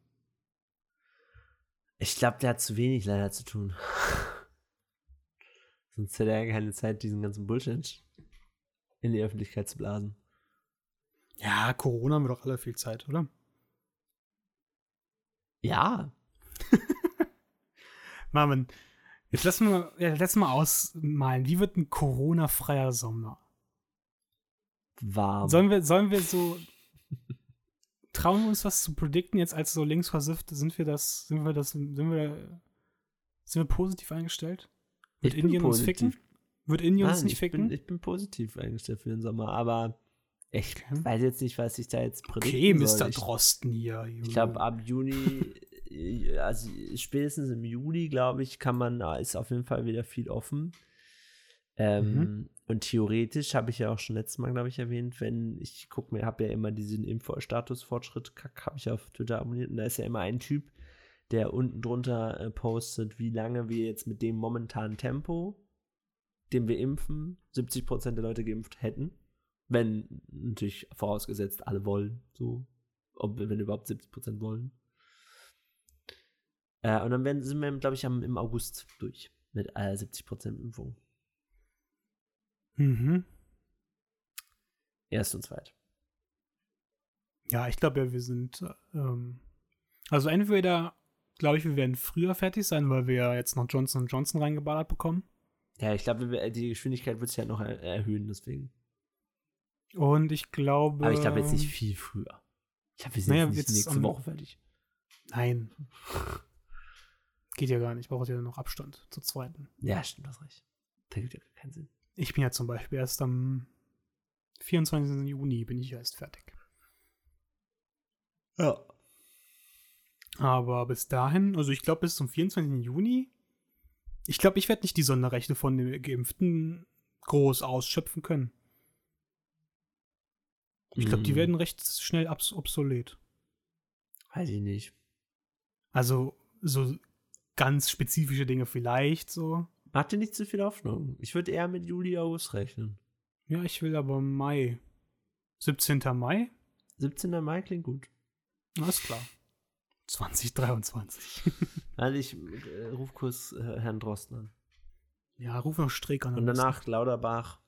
Ich glaube, der hat zu wenig leider zu tun. (laughs) Sonst hätte er keine Zeit, diesen ganzen Bullshit in die Öffentlichkeit zu blasen.
Ja, Corona haben wir doch alle viel Zeit, oder?
Ja,
Marvin, jetzt lass mal, ja, lass mal ausmalen. Wie wird ein Corona-freier Sommer?
warm.
Sollen wir, sollen wir so. Trauen wir uns was zu predikten jetzt als so linksversifft? Sind wir das, sind wir das, sind wir, sind wir positiv eingestellt? Wird
Ich bin
Indien uns
positiv.
ficken? Wird Indien uns
Nein,
nicht
ich bin,
ficken?
ich bin positiv eingestellt für den Sommer, aber ich
Okay.
weiß jetzt nicht, was ich da jetzt
okay,
prädiktieren soll.
Mr.
Ich,
Drosten hier.
ich
Junge.
glaube, ab Juni, äh, also spätestens im Juli, glaube ich, kann man, ist auf jeden Fall wieder viel offen. Ähm, Und theoretisch habe ich ja auch schon letztes Mal, glaube ich, erwähnt, wenn ich gucke mir, habe ja immer diesen Impfstatusfortschritt, kack, habe ich auf Twitter abonniert und da ist ja immer ein Typ, der unten drunter äh, postet, wie lange wir jetzt mit dem momentanen Tempo, dem wir impfen, 70% der Leute geimpft hätten. Wenn natürlich vorausgesetzt alle wollen, so. Ob, wenn überhaupt 70% wollen. Äh, und dann werden, sind wir, glaube ich, am, im August durch mit äh, 70% Impfung.
Mhm.
Erst und zweit.
Ja, ich glaube ja, wir sind. Ähm, also entweder glaube ich, wir werden früher fertig sein, weil wir ja jetzt noch Johnson Johnson reingeballert bekommen.
Ja, ich glaube, wir- die Geschwindigkeit wird sich halt noch er erhöhen, deswegen.
Und ich glaube. ähm,
Aber ich glaube jetzt nicht viel früher. Ich glaube, wir sind
Naja,
jetzt nicht
jetzt
nächste
am-
Woche fertig.
Nein. Geht ja gar nicht. Braucht ja noch Abstand zur zweiten.
Ja, stimmt, hast recht. Da gibt ja gar keinen Sinn.
Ich bin ja zum Beispiel erst am 24. Juni bin ich ja erst fertig.
Ja.
Aber bis dahin, also ich glaube bis zum 24. Juni, ich glaube, ich werde nicht die Sonderrechte von den Geimpften groß ausschöpfen können. Ich glaube, die
Mhm.
werden recht schnell abs obsolet.
Weiß ich nicht.
Also so ganz spezifische Dinge vielleicht so.
Mach dir nicht zu viel Hoffnung. Ich würde eher mit Juli, August rechnen.
Ja, ich will aber Mai. 17. Mai?
17. Mai klingt gut.
Alles klar. 2023.
Also ich äh, ruf kurz äh, Herrn Drosten an.
Ja, ruf noch Streeck an.
Und danach Lauterbach.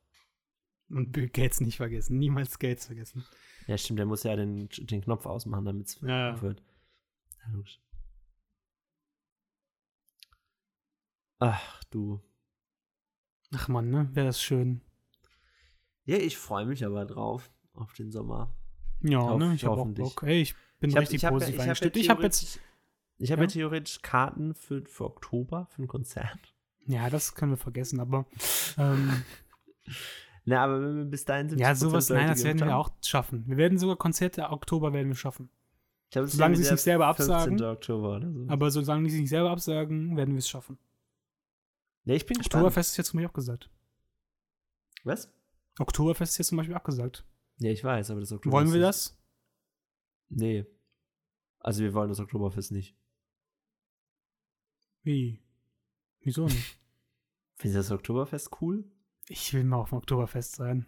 Und Bill Gates nicht vergessen. Niemals Gates vergessen.
Ja, stimmt, der muss ja den, den Knopf ausmachen, damit es
Ja, ja.
wird. Ja, logisch. Ach du.
Ach man, ne? Wäre das schön.
Ja, ich freue mich aber drauf auf den Sommer.
Ja,
Hoff-
ne? Ich habe auch
hoffentlich.
Bock. Ey, ich bin
Ich hab-
richtig
ich hab ja-
positiv
ich hab ja
eingestellt. Ich habe jetzt.
Ich habe
Ja?
ja? theoretisch Karten für, für Oktober für ein Konzert. (laughs)
Ja, das können wir vergessen, aber. Ähm,
Na, aber wenn wir bis dahin sind,
ja, sowas, nein, das werden wir auch schaffen. Wir werden sogar Konzerte Oktober werden wir schaffen.
Ich glaub, es ist
solange
irgendwie
sie es nicht
der
selber absagen.
15. Oktober oder so.
Aber solange die sich nicht selber absagen, werden wir es schaffen.
ja, ich bin gespannt.
Oktoberfest ist jetzt zum Beispiel abgesagt.
Was?
Oktoberfest ist jetzt zum Beispiel abgesagt.
Ja, ich weiß, aber das Oktober.
Wollen wir das?
Nee. Also wir wollen das Oktoberfest nicht.
Wie? Wieso nicht?
Findest du das Oktoberfest cool?
Ich will mal auf dem Oktoberfest sein.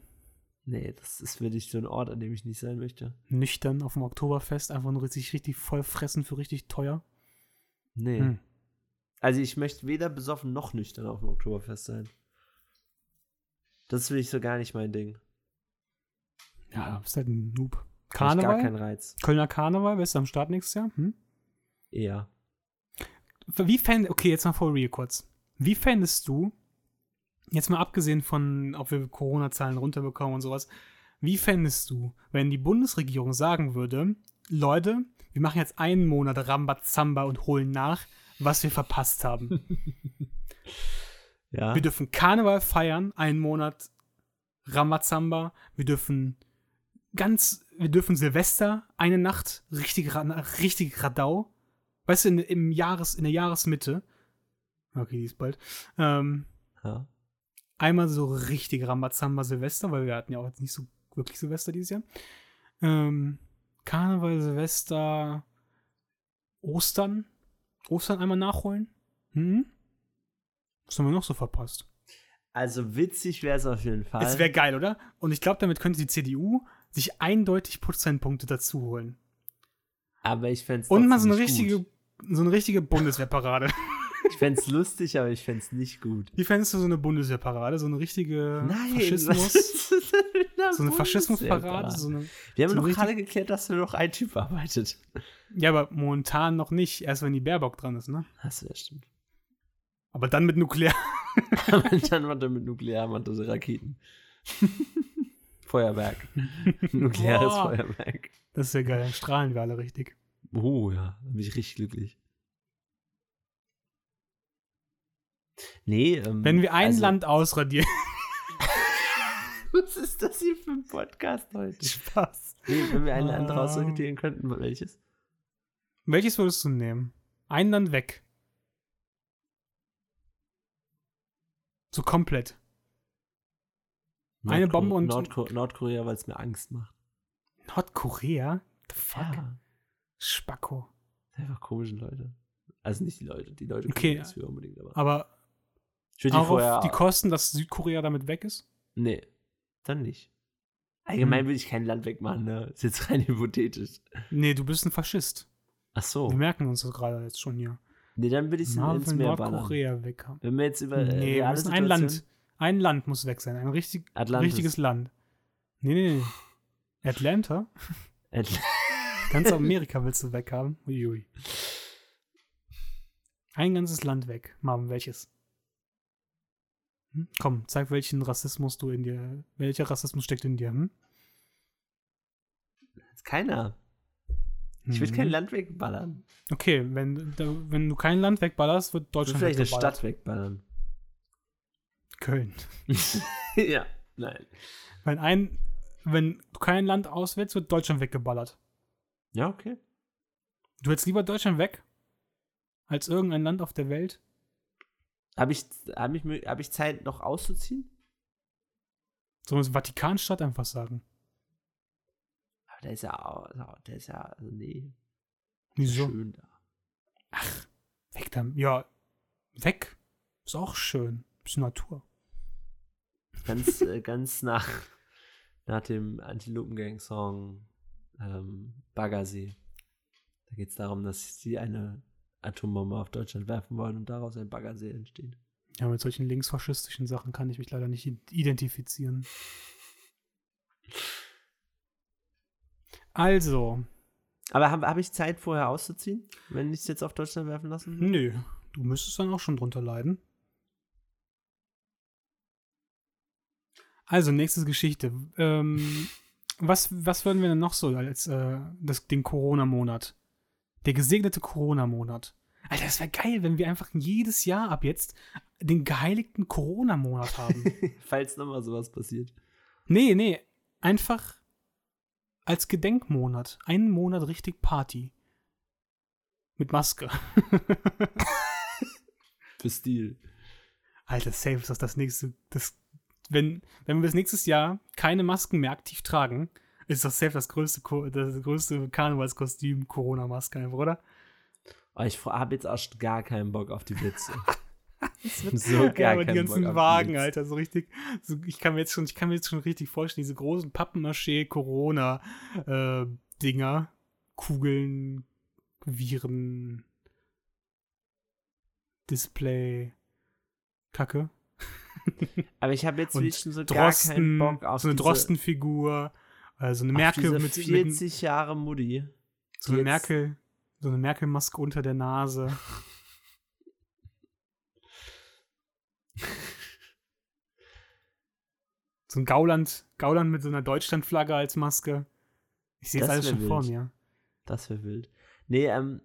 Nee, das ist für dich so ein Ort, an dem ich nicht sein möchte.
Nüchtern auf dem Oktoberfest, einfach nur richtig, richtig voll fressen für richtig teuer.
Nee.
Hm.
Also ich möchte weder besoffen noch nüchtern auf dem Oktoberfest sein. Das will ich so gar nicht mein Ding.
Ja, bist halt ein Noob.
Hab ich Gar
Karneval?
keinen Reiz.
Kölner Karneval, bist du am Start nächstes Jahr? Hm?
Eher.
Wie fänd, okay, jetzt mal for real kurz. Wie fändest du, Jetzt mal abgesehen von, ob wir Corona-Zahlen runterbekommen und sowas, wie fändest du, wenn die Bundesregierung sagen würde, Leute, wir machen jetzt einen Monat Rambazamba und holen nach, was wir verpasst haben.
Ja.
Wir dürfen Karneval feiern, einen Monat Ramazamba. Wir dürfen ganz, wir dürfen Silvester, eine Nacht, richtig, Ra- richtig Radau. Weißt du, in, im Jahres, in der Jahresmitte. Okay, die ist bald. Ähm,
ja.
einmal so richtig Rambazamba Silvester, weil wir hatten ja auch jetzt nicht so wirklich Silvester dieses Jahr. Ähm, Karneval, Silvester, Ostern. Ostern einmal nachholen. Hm? Was haben wir noch so verpasst?
Also witzig wäre es auf jeden Fall.
Es wäre geil, oder? Und ich glaube, damit könnte die CDU sich eindeutig Prozentpunkte dazu holen.
aber ich fände es
Und mal so eine richtige, so eine richtige Bundeswehrparade. (laughs)
Ich fände es lustig, aber ich fände es nicht gut.
Wie fändest du so eine Bundeswehrparade? So eine richtige
was
Äh,
(laughs)
Faschismus?
ist das denn für
So eine Faschismusparade?
Bundeswehrparade?
So eine
Wir haben
so
doch
richtig-
gerade geklärt, dass nur noch ein Typ arbeitet.
Ja, aber momentan noch nicht. Erst wenn die Baerbock dran ist, ne?
Achso, ja, (laughs) stimmt.
Aber dann mit Nuklear. (laughs)
Aber dann macht er mit Nuklear, macht er
(laughs)
so Raketen. Feuerwerk. Nukleares
Boah.
Feuerwerk.
Das ist ja geil. Dann strahlen wir alle richtig.
Oh ja, da bin ich richtig glücklich. Nee, ähm,
Wenn wir ein
also-
Land ausradieren.
(laughs) Was ist das hier für ein Podcast heute? Ah.
Spaß.
Nee, wenn wir ein Land
Ähm.
raussortieren könnten, welches?
Welches würdest du nehmen? Ein Land weg. So komplett. Eine
Nordko-
Bombe und-
Nordko Nordkorea, weil es mir Angst macht.
Nordkorea? The fuck?
Ja,
Spacko.
einfach komische Leute. Also nicht die Leute, die Leute
Okay.
das für unbedingt, aber.
Aber
Ich würde die
auch
vorher.
auf die Kosten, dass Südkorea damit weg ist?
nee, dann nicht. Allgemein
Hm.
würde ich kein Land wegmachen, ne? Ist jetzt rein hypothetisch.
Nee, du bist ein Faschist.
Ach so.
Wir merken uns das gerade jetzt schon hier.
Nee, dann würde ich es ins
Marvel
Meer ballern.
Nordkorea weg haben.
Wenn wir jetzt über äh,
Nee, wir
reale
müssen ein
Situationen-
Land. Ein Land muss weg sein. Ein richtig,
Atlantis.
richtiges Land. Nee, nee, nee.
(laughs)
Atlanta?
Atl- (laughs)
Ganz Amerika willst du weghaben? Uiui. Ein ganzes Land weg. Marvin, welches? Hm? Komm, zeig, welchen Rassismus du in dir. Welcher Rassismus steckt in dir? Hm?
Keiner. Ich würde
Hm.
kein Land wegballern.
Okay, wenn, da, wenn du kein Land wegballerst, wird
Ich würde
Deutschland
vielleicht eine
weggeballert.
Stadt wegballern. (laughs)
Köln.
ja, nein.
Wenn ein. Wenn du kein Land auswählst, wird Deutschland weggeballert.
Ja, okay.
Du hättest lieber Deutschland weg als irgendein Land auf der Welt?
Habe ich, hab ich, mö- hab ich Zeit, noch auszuziehen?
Sollen wir das Vatikanstadt einfach sagen?
Aber der ist ja, au- der ist ja, also nee,
Wieso?
schön da.
Ach, weg dann. Ja, weg. Ist auch schön. Bisschen Natur. (laughs)
Ganz, äh, ganz nach, nach dem Antilopengang-Song ähm, Baggersee. Da geht es darum, dass sie eine Atombombe auf Deutschland werfen wollen und daraus ein Baggersee entsteht.
Ja, mit solchen linksfaschistischen Sachen kann ich mich leider nicht identifizieren. Also,
Aber habe hab ich Zeit, vorher auszuziehen, wenn ich es jetzt auf Deutschland werfen
(laughs)
lassen? will?
nö, du müsstest dann auch schon drunter leiden. Also, nächste Geschichte. Ähm, was, was würden wir denn noch so als äh, das, den Corona-Monat? Der gesegnete Corona-Monat. Alter, das wäre geil, wenn wir einfach jedes Jahr ab jetzt den geheiligten Corona-Monat haben.
(laughs) Falls nochmal sowas passiert.
Nee, nee. Einfach als Gedenkmonat. Einen Monat richtig Party. Mit Maske. (laughs)
Für Stil.
Alter, safe ist das das nächste. Das, wenn, wenn wir bis nächstes Jahr keine Masken mehr aktiv tragen, ist das safe das größte, Ko- das größte Karnevalskostüm Corona-Maske einfach, oder?
Oh, ich habe jetzt erst gar keinen Bock auf die
(laughs)
Blitze.
Ja,
(laughs) so
aber die
keinen Bock auf
ganzen
die
Wagen,
Blitze.
Alter, so richtig. So, ich, kann mir jetzt schon, ich kann mir jetzt schon richtig vorstellen, diese großen Pappmaché-Corona-Dinger, Kugeln, Viren, Display, Kacke,
Aber ich habe jetzt
Und
wirklich schon so gar
Drosten,
keinen Bock auf
so eine
diese-
Drostenfigur, äh, so eine
auf
Merkel
diese
mit, mit
40 Jahre Mutti.
so eine
jetzt-
Merkel, so eine Merkel-Maske unter der
(laughs)
Nase. So ein Gauland, Gauland mit so einer Deutschlandflagge als Maske. Ich sehe das
Das
alles
wär
schon vor
wild.
mir.
Das wäre wild. Nee, ähm,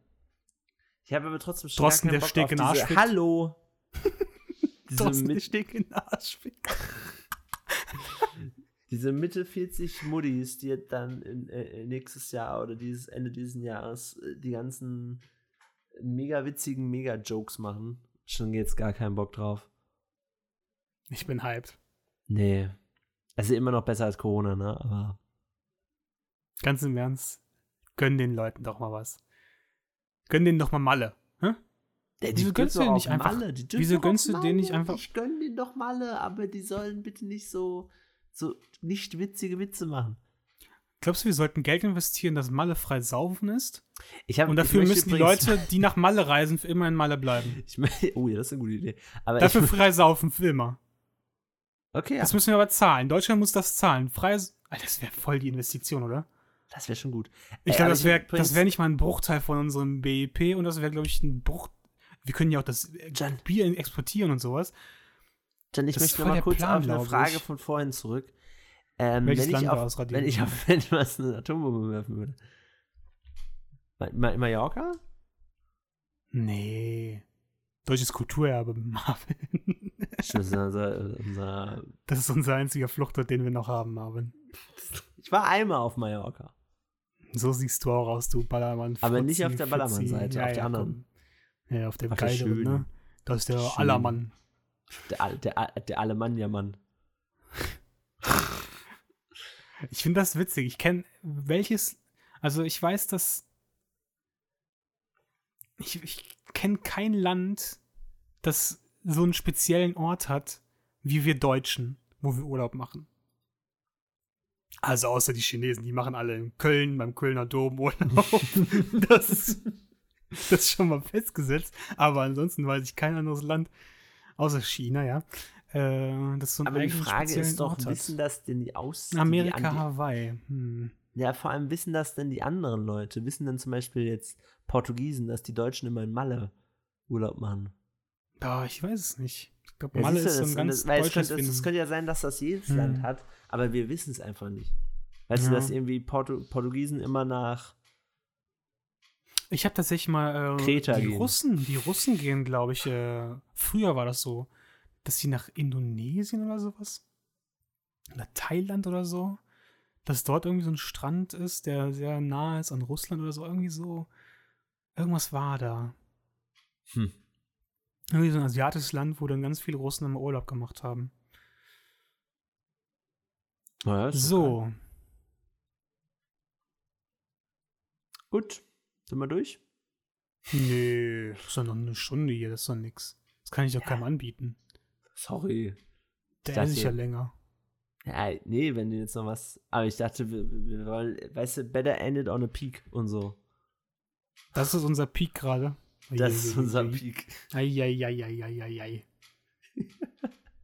ich habe aber trotzdem schon
Drosten,
gar
der
keinen
Steg
Bock
in
auf
Arsch
diese,
fickt. (laughs)
Hallo. diese,
Thorsten, der
mit,
Steg in den Arsch fickt.
diese Mitte 40 Muddies, die jetzt dann in, äh, nächstes Jahr oder dieses Ende dieses Jahres äh, die ganzen mega witzigen Mega-Jokes machen. Schon jetzt gar keinen Bock drauf.
Ich bin hyped.
Nee. Also immer noch besser als Corona, ne? Aber
Ganz im Ernst. Gönn den Leuten doch mal was. Gönn denen doch mal Malle.
Ja,
Wieso
dürfen
gönnst du
doch
denen
auch
nicht einfach-
Malle. Die dürfen
wieso
doch auch
gönnst du denen
Malle.
nicht einfach-
Ich gönn denen doch Malle, aber die sollen bitte nicht so, so nicht witzige Witze machen.
Glaubst du, wir sollten Geld investieren, dass Malle frei saufen ist?
Ich hab,
Und dafür
ich möchte
müssen die
übrigens-
Leute, die nach Malle reisen, für immer in Malle bleiben.
(laughs) Ich mö- oh ja, das ist eine gute Idee. Aber
Dafür
ich,
frei saufen für immer.
okay, ja,
Das müssen wir aber zahlen. Deutschland muss das zahlen. Frei. Alter, das wäre voll die Investition, oder?
das wäre schon gut.
Ich
Ey,
glaube,
aber
das wäre
übrigens-
das wär nicht mal ein Bruchteil von unserem BIP und das wäre, glaube ich, ein Bruch. Wir können ja auch das äh,
Jan.
Bier exportieren und sowas.
Jan, ich
das ist
möchte
voll
nochmal
der
kurz
Plan,
auf eine
glaub
Frage
ich.
von vorhin zurück. Ähm,
Welches
wenn,
Land
ich
wir
auf,
ausradieren
wenn ich
wollen.
auf (laughs) etwas eine Atombombe werfen würde. Ma Ma Mallorca?
Nee. Deutsches Kulturerbe, (laughs) Marvin.
Das ist unser, unser,
Das ist unser einziger Fluchtort, den wir noch haben, Marvin.
ich war einmal auf Mallorca.
So siehst du auch aus, du Ballermann.
Aber nicht auf
Fuzzi,
der
Fuzzi.
Ballermann-Seite, auf der anderen.
komm. Ja, auf der
Auf der
geileren,
schönen.
ne? Da ist der
Schön.
Allermann.
Der, Al- der, Al- der Alemannia-Mann.
Ich finde das witzig. Ich kenne welches, also ich weiß, dass ich, ich kenne kein Land, das so einen speziellen Ort hat, wie wir Deutschen, wo wir Urlaub machen. Also außer die Chinesen, die machen alle in Köln beim Kölner Dom
(laughs)
Urlaub. das, ist, das ist schon mal festgesetzt. Aber ansonsten weiß ich kein anderes Land, außer China, ja. Äh, das so einen
Aber die
eigenen
Frage
speziellen
ist doch,
Ort hat.
wissen das denn die aus? die- Die,
Amerika,
an-
Hawaii. Hm.
die, ja, vor allem wissen das denn die anderen Leute? Wissen denn zum Beispiel jetzt Portugiesen, dass die Deutschen immer in Malle Urlaub machen?
Ah, ich weiß es nicht. Ich glaube,
Ja,
Malle
siehst du,
ist so ein ganz
weil es
deutsches
könnte, es, es
Phänomen.
könnte ja sein, dass das jedes
Hm.
Land hat, aber wir wissen es einfach nicht. Weißt du,
Ja.
dass irgendwie Portu Portugiesen immer nach.
Ich habe tatsächlich mal äh,
Kreta
die
gehen.
Russen, die Russen gehen, glaube ich. Äh, früher war das so, dass sie nach Indonesien oder sowas oder Thailand oder so, dass dort irgendwie so ein Strand ist, der sehr nah ist an Russland oder so. Irgendwie so, irgendwas war da.
Hm.
Irgendwie so ein asiatisches Land, wo dann ganz viele Russen immer Urlaub gemacht haben.
Naja, ist doch geil.
So,
Gut, sind wir durch?
nee, das ist doch noch eine Stunde hier, das ist doch nix. Das kann ich doch keinem anbieten.
Sorry.
Der
dachte-
ist ja länger.
Ja, nee, wenn du jetzt noch was. Aber ich dachte, wir, wir wollen, weißt du, better ended on a peak und so.
Das ist unser Peak gerade.
Das ist unser Peak.
Eieieiei.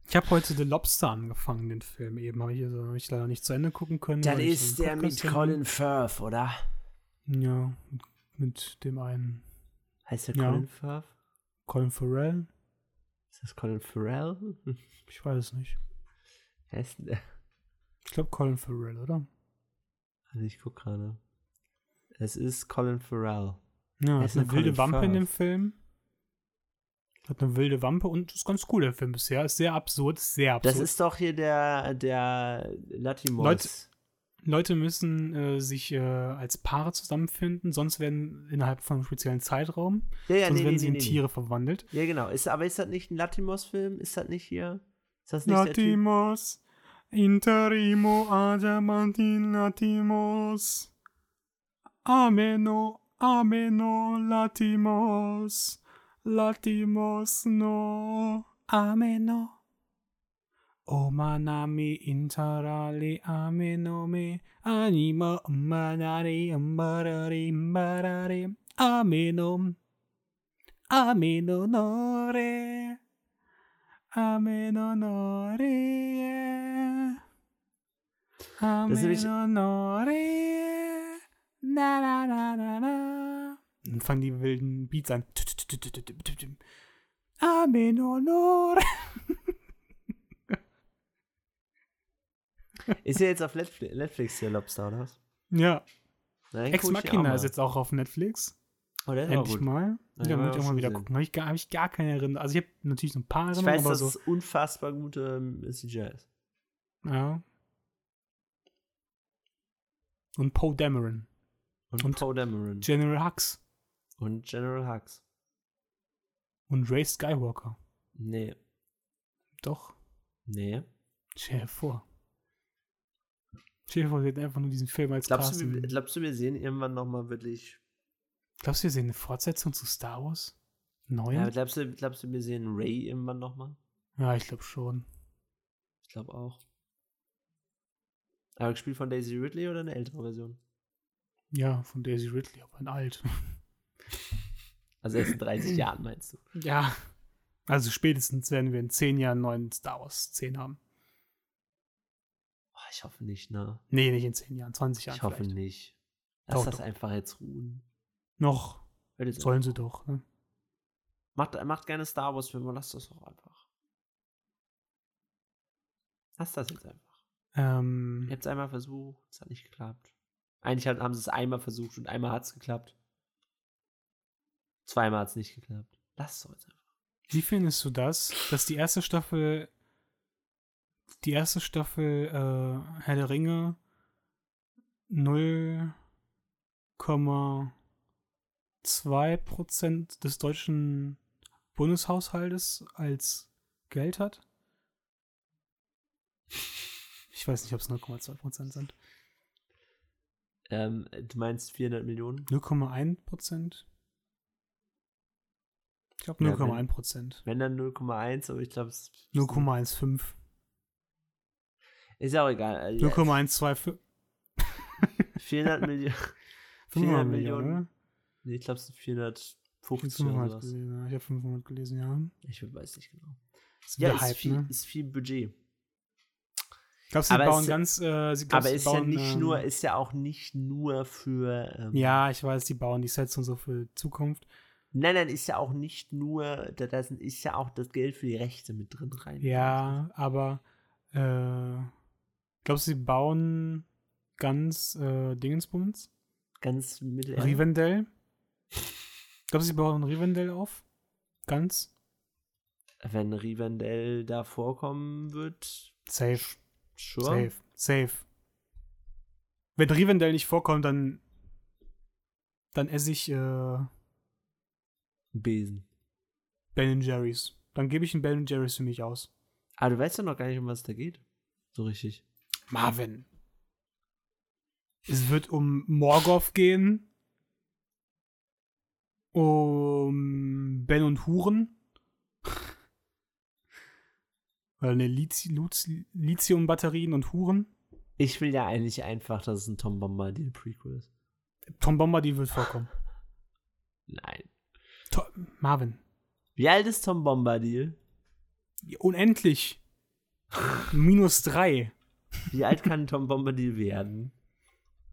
Ich habe heute The Lobster angefangen, den Film eben. Habe ich, also, hab ich leider nicht zu Ende gucken können.
Das
weil ich
ist
einen
der mit
Podcast
Colin Firth, oder?
hatte. Ja, mit dem einen
Heißt der
Ja.
Colin Firth?
Colin Farrell.
Ist das Colin Farrell? (laughs)
Ich weiß es nicht.
Heißt denn der?
Ich glaube Colin Farrell, oder?
Also ich guck gerade. Es ist Colin Farrell.
Ja,
Wer
hat
ist
eine
denn
wilde
Colin
Wampe in
Firth?
dem Film. Hat eine wilde Wampe und ist ganz cool, der Film bisher. Ist sehr absurd, ist sehr absurd.
Das ist doch hier der, der Latimos.
Leute- Leute müssen äh, sich äh, als Paare zusammenfinden, sonst werden innerhalb von einem speziellen Zeitraum,
ja, ja,
sonst
nee,
werden
nee,
sie
nee,
in
nee.
Tiere verwandelt.
Ja, genau. Ist, aber ist das nicht ein Latimos-Film? Ist das nicht hier? Ist das nicht der Typ?
Latimos, interimo adamantin latimos, ameno, ameno latimos, latimos no, ameno. O manami interali amenome, anima manari mbarari mbarari, amenom, amenonore. Amen honore.
Das ist nämlich-
Amen honore. Na, na, na, na, na. Dann fangen die wilden Beats an. Tü, tü, tü, tü, tü, tü, tü, tü. Amen honore.
Ist ja jetzt auf Netflix, Netflix der Lobster, oder was?
Ja,
Nein, guck
Ex
ich mir auch
Machina
mal.
ist jetzt auch auf Netflix.
Oh, der ist auch
Endlich
gut.
mal.
Ja,
Ja,
hab
muss
ich
ich auch
auch
mal
schon
wieder
gesehen.
gucken. Habe ich, gar- hab ich gar keine Erinnerung. Also ich habe natürlich so ein paar
Ich
Erinnerungen,
weiß,
aber
dass
so.
es unfassbar gute ähm, CGI ist.
Ja. Und Poe
Mhm.
Dameron.
Und,
Und-
Poe Dameron.
General Hux.
und General Hux.
Und Ray Skywalker.
Nee.
Doch.
Nee.
Stell dir vor. Stell dir vor, wir hätten einfach nur diesen Film als
Glaubst du,
Casting.
wir- glaubst du, wir sehen irgendwann nochmal wirklich.
Glaubst du, wir sehen eine Fortsetzung zu Star Wars? Neue? Ja,
Ja, aber äh, glaubst, du, glaubst du, wir sehen Ray irgendwann nochmal?
ich glaube schon.
Ich glaube auch. Aber gespielt von Daisy Ridley oder eine ältere Version?
Ja, von Daisy Ridley, aber in alt.
Also erst
(clears throat)
in 30 Jahren meinst du?
ja. Also spätestens werden wir in zehn Jahren einen neuen Star Wars 10 haben.
Oh, ich hoffe nicht, ne?
Nee, nicht in zehn Jahren, 20 Jahren
Ich hoffe
vielleicht.
nicht. Lass
Doch,
das
doch.
einfach jetzt ruhen.
Noch
Hört jetzt
sollen
auf.
sie doch. Ne?
Macht, macht gerne Star Wars-Filme, lass das doch einfach. Lass das jetzt einfach.
Ähm,
Ihr habt es einmal versucht, es hat nicht geklappt. Eigentlich hat- haben sie es einmal versucht und einmal hat es geklappt. Zweimal hat es nicht geklappt. Lass es doch jetzt einfach.
Wie findest du das, dass die erste Staffel, die erste Staffel äh, Herr der Ringe 0,2% des deutschen Bundeshaushaltes als Geld hat? Ich weiß nicht, ob es 0,2% sind.
Ähm, du meinst 400 Millionen?
0,1%? Ich glaube
Ja, wenn-
0,1%.
Wenn dann 0,1, aber ich glaube, es
0,15.
ist ja auch egal. Also, (laughs)
0,125.
400 Millionen. (laughs)
500
400
Millionen.
Millionen.
oder?
Nee, ich glaube, es sind
Ich habe
450 oder
500
sowas.
gelesen, ja. Ich habe 500 gelesen, ja.
Ich weiß nicht genau.
Ist
Ja,
wieder
ist,
Hype,
viel,
ne?
ist viel Budget.
Ich glaube, sie
aber
bauen
es-
ganz, äh, sie, glaub,
aber
sie
ist ja
bauen,
nicht
ähm,
nur, ist ja auch nicht nur für. Ähm,
Ja, ich weiß, die bauen die Sets und so für Zukunft.
Nein, nein, ist ja auch nicht nur, da, da sind- ist ja auch das Geld für die Rechte mit drin rein.
Ja, aber äh, glaubst du, sie bauen ganz äh, Dingensbums?
Ganz mittelerde.
Rivendell? Glaubst du, sie bauen Rivendell auf? Ganz?
Wenn Rivendell da vorkommen wird,
Safe. Safe.
sure.
Safe. Wenn Rivendell nicht vorkommt, dann dann esse ich äh,
Besen.
Ben Jerry's. Dann gebe ich einen Ben Jerry's für mich aus.
Aber du weißt ja noch gar nicht, um was da geht. So richtig.
Marvin. Es wird um Morgoth gehen. Um Ben und Huren. (laughs) Oder ne, Lizi- Luz- Lithium-Batterien und Huren.
Ich will ja eigentlich einfach, dass es ein Tom Bombadil Prequel ist.
Tom Bombadil wird vorkommen.
Nein.
To Marvin.
Wie alt ist Tom Bombadil?
Unendlich. Minus drei.
Wie alt kann Tom Bombadil werden?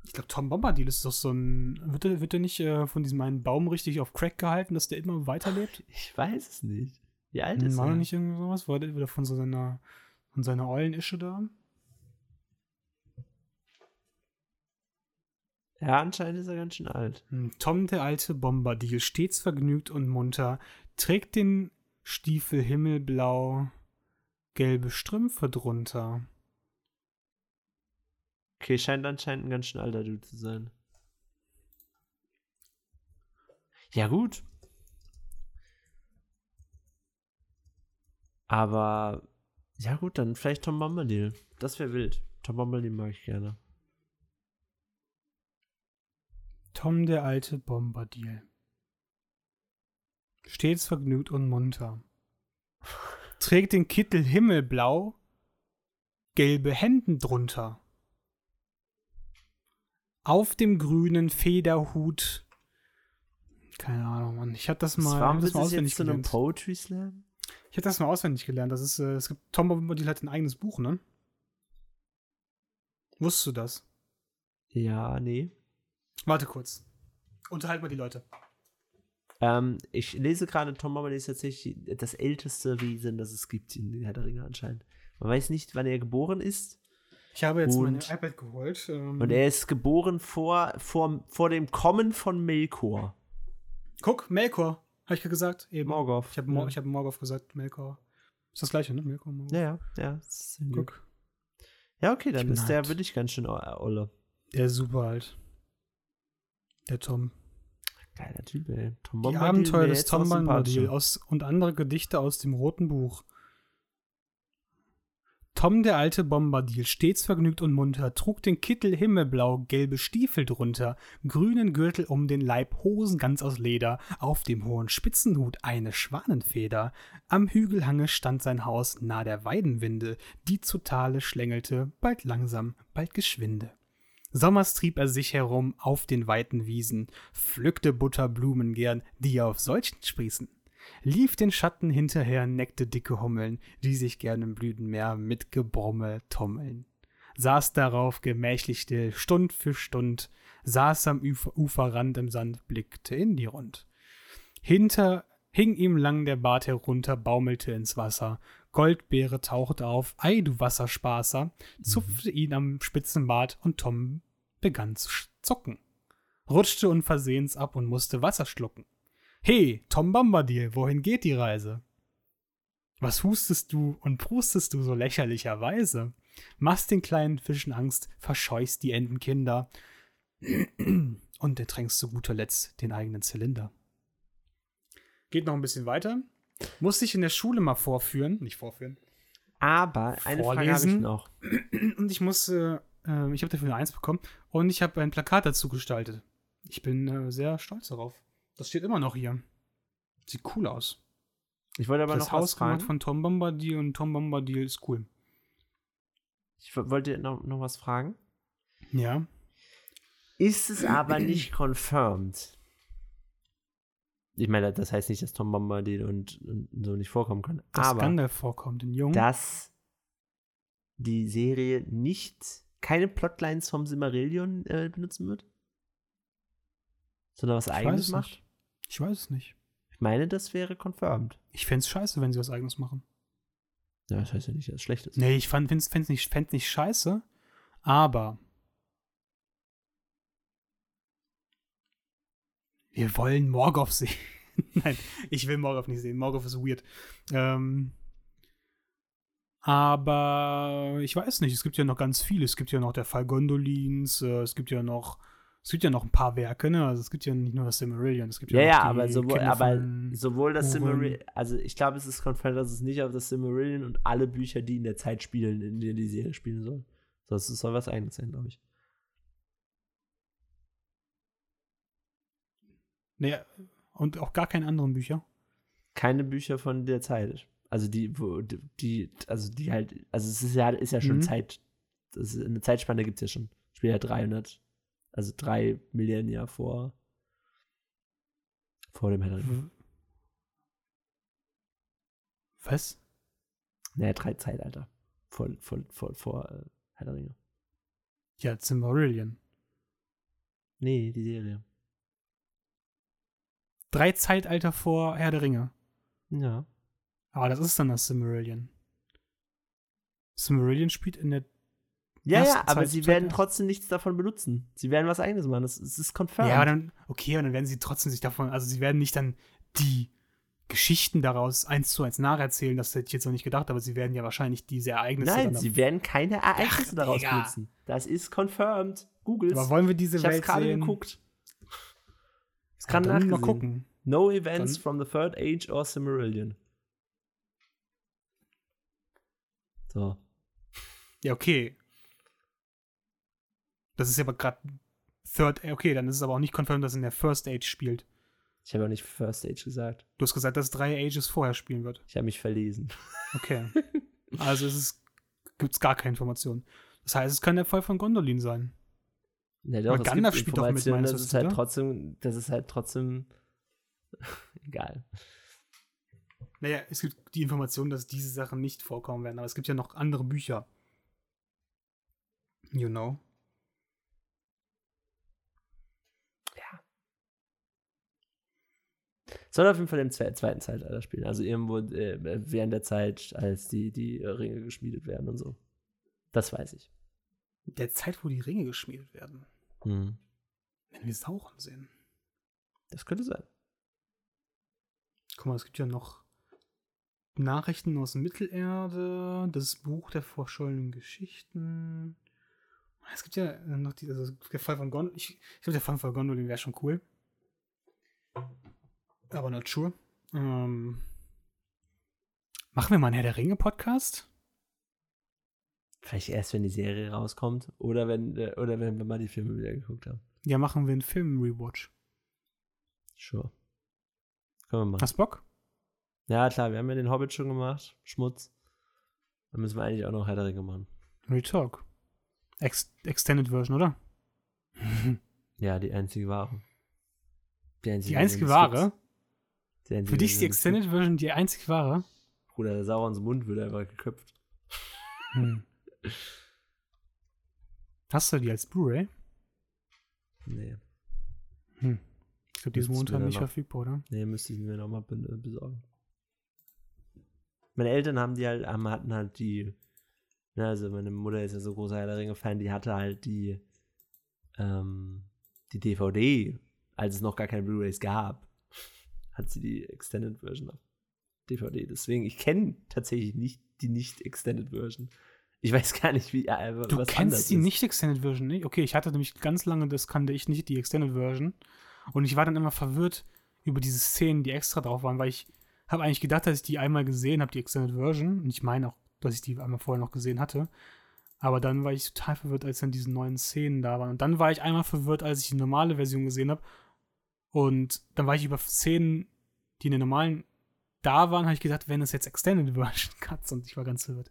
Ich glaube, Tom Bombadil ist doch so ein. Wird er, wird er nicht äh, von diesem einen Baum richtig auf Crack gehalten, dass der immer weiterlebt?
Ich weiß es nicht. Wie alt ist
War
er?
noch Hm, nicht irgendwie sowas? War der wieder von so seiner, von seiner ollen Ische da?
Ja, anscheinend ist er ganz schön alt.
Hm, Tom, der alte Bombadil, stets vergnügt und munter, trägt den Stiefel himmelblau, gelbe Strümpfe drunter.
Okay, scheint anscheinend ein ganz schön alter Dude zu sein. Ja, gut. Aber, ja gut, dann vielleicht Tom Bombadil. Das wäre wild. Tom Bombadil mag ich gerne.
Tom, der alte Bombadil, stets vergnügt und munter, trägt den Kittel himmelblau, gelbe Hemden drunter. Auf dem grünen Federhut. Keine Ahnung, Mann. Ich hatte das mal, ich
Warum
hab das
ist
mal
es
auswendig
jetzt zu einem
gelernt.
Poetry Slam?
Ich hatte das mal auswendig gelernt. Das ist, äh, es gibt, Tom Bombadil hat ein eigenes Buch, ne? Wusstest du das?
Ja, nee.
Warte kurz. Unterhalt mal die Leute.
Ähm, ich lese gerade, Tom Bombadil ist tatsächlich das älteste Wesen, das es gibt in Herr der Ringe anscheinend. Man weiß nicht, wann er geboren ist.
Ich habe jetzt mein
Und-
iPad geholt. Ähm,
Und er ist geboren vor, vor, vor dem Kommen von Melkor.
guck, Melkor. Habe ich gerade gesagt? Eben.
Morgoth.
Ich habe Mor ich hab Morgoth gesagt, Melkor. Ist das gleiche, ne? Melkor, Morgoth.
Ja, ja, ja. das ist-
Guck.
Ja, okay, dann
bin
ist der
halt-
wirklich ganz schön o- olle.
Der ist super alt. Der Tom.
Geiler Typ, ey. Tom
Die
Bombadil,
Abenteuer
der
des
jetzt auch
Tom Bombadil
sympathischer.
aus, und andere Gedichte aus dem Roten Buch. Tom, der alte Bombadil, stets vergnügt und munter, trug den Kittel himmelblau, gelbe Stiefel drunter, grünen Gürtel um den Leib, Hosen ganz aus Leder, auf dem hohen Spitzenhut eine Schwanenfeder. Am Hügelhange stand sein Haus, nah der Weidenwinde, die zu Tale schlängelte, bald langsam, bald geschwinde. Sommers trieb er sich herum auf den weiten Wiesen, pflückte Butterblumen gern, die auf solchen sprießen. Lief den Schatten hinterher, neckte dicke Hummeln, die sich gern im Blütenmeer mit Gebrummel tummeln. Saß darauf gemächlich still, Stund für Stund, saß am Uf- Uferrand im Sand, blickte in die Rund. Hinter hing ihm lang der Bart herunter, baumelte ins Wasser. Goldbeere tauchte auf, ei du Wasserspaßer, zupfte ihn am spitzen Bart und Tom begann zu sch- zucken. Rutschte unversehens ab und musste Wasser schlucken. Hey, Tom Bombadil, wohin geht die Reise? Was hustest du und prustest du so lächerlicherweise? Machst den kleinen Fischen Angst, verscheust die Entenkinder (clears throat) und ertränkst zu guter Letzt den eigenen Zylinder. Geht noch ein bisschen weiter. Muss ich in der Schule mal vorführen, nicht vorführen,
Aber eine Frage habe ich
Vorlesen.
noch.
(clears throat) und ich muss, äh, äh, ich habe dafür eine Eins bekommen und ich habe ein Plakat dazu gestaltet. Ich bin äh, sehr stolz darauf. Das steht immer noch hier. Sieht cool aus.
Ich wollte aber
das
noch was
Haus
fragen.
gemacht von Tom Bombadil und Tom Bombadil ist cool.
ich wo- wollte noch, noch was fragen.
Ja.
Ist es aber
(clears throat)
nicht confirmed? Ich meine, das heißt nicht, dass Tom Bombadil und, und so nicht vorkommen können.
Dass
aber
Gandalf vorkommt, den Jungen.
dass die Serie nicht keine Plotlines vom Simmerillion äh, benutzen wird, sondern was
ich weiß
eigenes
es
macht.
nicht. Ich weiß es nicht.
Ich meine, das wäre confirmed.
Ich fände es scheiße, wenn sie was eigenes machen.
Ja, das heißt ja nicht, dass es schlecht ist.
Nee, ich fände es fänd's nicht, fänd's nicht scheiße, aber wir wollen Morgoth (laughs) sehen. Nein, ich will Morgoth nicht sehen. Morgoth ist weird. Ähm, aber ich weiß nicht, es gibt ja noch ganz viele. Es gibt ja noch der Fall Gondolins, äh, es gibt ja noch es gibt ja noch ein paar Werke, ne? Also es gibt ja nicht nur das Silmarillion, es gibt ja
Ja, ja,
noch die
aber sowohl,
Kinder
aber
von-
sowohl das
Oren.
Silmarillion, also ich glaube, es ist confirmed, dass es nicht auf das Silmarillion und alle Bücher, die in der Zeit spielen, in der die Serie spielen soll. Sonst soll was eigenes sein, glaube ich.
Naja, und auch gar keine anderen Bücher.
keine Bücher von der Zeit. Also die, wo, die- die, also die halt, also es ist ja, ist ja schon
Mhm.
Zeit, das ist, eine Zeitspanne gibt es ja schon. Spielt ja 300, also drei Millennia vor, vor dem Herr der Ringe.
Was?
Naja, drei Zeitalter. Vor, vor, vor, vor äh, Herr der Ringe.
Ja, Silmarillion.
Nee, die Serie.
drei Zeitalter vor Herr der Ringe.
Ja.
Aber das ist dann das Silmarillion. Silmarillion spielt in der.
Ja,
Erste
ja, aber
Zeit-
sie
Zeit-
werden trotzdem nichts davon benutzen. Sie werden was eigenes machen. Das, das ist confirmed.
Ja, aber dann. Okay, und dann werden sie trotzdem sich davon. Also, sie werden nicht dann die Geschichten daraus eins zu eins nacherzählen. Das hätte ich jetzt noch nicht gedacht, aber sie werden ja wahrscheinlich diese Ereignisse.
Nein,
dann
sie werden keine Ereignisse daraus
Digga.
benutzen. Das ist confirmed. Google's.
aber wollen wir diese
Ich hab's
Welt
gerade
sehen?
geguckt. Es
Ja,
kann
dann mal
nachgesehen.
gucken.
No events
Dann-
from the Third Age or Silmarillion. So.
Ja, okay. Das ist ja aber gerade Third. Okay, dann ist es aber auch nicht confirmed, dass es in der First Age spielt.
Ich habe auch nicht First Age gesagt.
Du hast gesagt, dass drei Ages vorher spielen wird.
Ich habe mich verlesen. (laughs)
Okay. (laughs) Also es ist, gibt's gar keine Informationen. Das heißt, es kann der Fall von Gondolin sein.
Ja, doch,
Aber
es gibt
Gandalf spielt doch mit,
Informationen,
meinst
das
du,
ist halt
oder?
trotzdem, das ist halt trotzdem (laughs) egal.
Naja, es gibt die Information, dass diese Sachen nicht vorkommen werden, aber es gibt ja noch andere Bücher. You know.
Soll auf jeden Fall im zwe- zweiten Zeitalter spielen. Also irgendwo äh, während der Zeit, als die, die Ringe geschmiedet werden und so. Das weiß ich.
der Zeit, wo die Ringe geschmiedet werden, Mhm.
Hm.
wenn wir Sauron sehen.
Das könnte sein.
Guck mal, es gibt ja noch Nachrichten aus Mittelerde, das Buch der verschollenen Geschichten. Es gibt ja noch die, also der Fall von Gondolin. Ich, ich glaube, der Fall von Gondolin wäre schon cool. Aber not sure. Ähm, machen wir mal einen Herr der Ringe-Podcast?
Vielleicht erst, wenn die Serie rauskommt oder wenn, äh, oder wenn wir mal die Filme wieder geguckt haben.
Ja, machen wir einen Film-Rewatch.
Sure. Können wir machen.
Hast Bock?
Ja, klar, wir haben ja den Hobbit schon gemacht. Schmutz. Dann müssen wir eigentlich auch noch Herr der Ringe machen.
Retalk. Ex Extended Version, oder?
Ja, die einzige wahre.
Die einzige wahre?
Die einzige
Für dich ist die
Version, es gibt.
Extended Version die einzig wahre?
Bruder, der Saurons Mund wird einfach geköpft.
Hm. Hast du die als Blu-ray?
Nee,
Ich glaube, die ist
Müsstest du
momentan
dann
nicht
noch-
verfügbar, oder?
nee, müsste ich mir nochmal besorgen. Meine Eltern haben die halt, haben- hatten halt die, ne, also meine Mutter ist ja so großer Herr der Ringe-Fan, die hatte halt die, ähm, die DVD, als es noch gar keine Blu-Rays gab, hat sie die Extended Version auf DVD. Deswegen, ich kenne tatsächlich nicht die Nicht-Extended Version. Ich weiß gar nicht, wie, äh, was
Du
anders
kennst die
ist.
nicht Extended Version, nicht? Okay, ich hatte nämlich ganz lange, das kannte ich nicht, die Extended Version. Und ich war dann immer verwirrt über diese Szenen, die extra drauf waren, weil ich habe eigentlich gedacht, dass ich die einmal gesehen habe, die Extended Version. Und ich meine auch, dass ich die einmal vorher noch gesehen hatte. Aber dann war ich total verwirrt, als dann diese neuen Szenen da waren. Und dann war ich einmal verwirrt, als ich die normale Version gesehen habe. Und dann war ich über Szenen, die in der normalen da waren, habe ich gedacht, wenn es jetzt Extended Version (laughs) Cuts und ich war ganz verwirrt.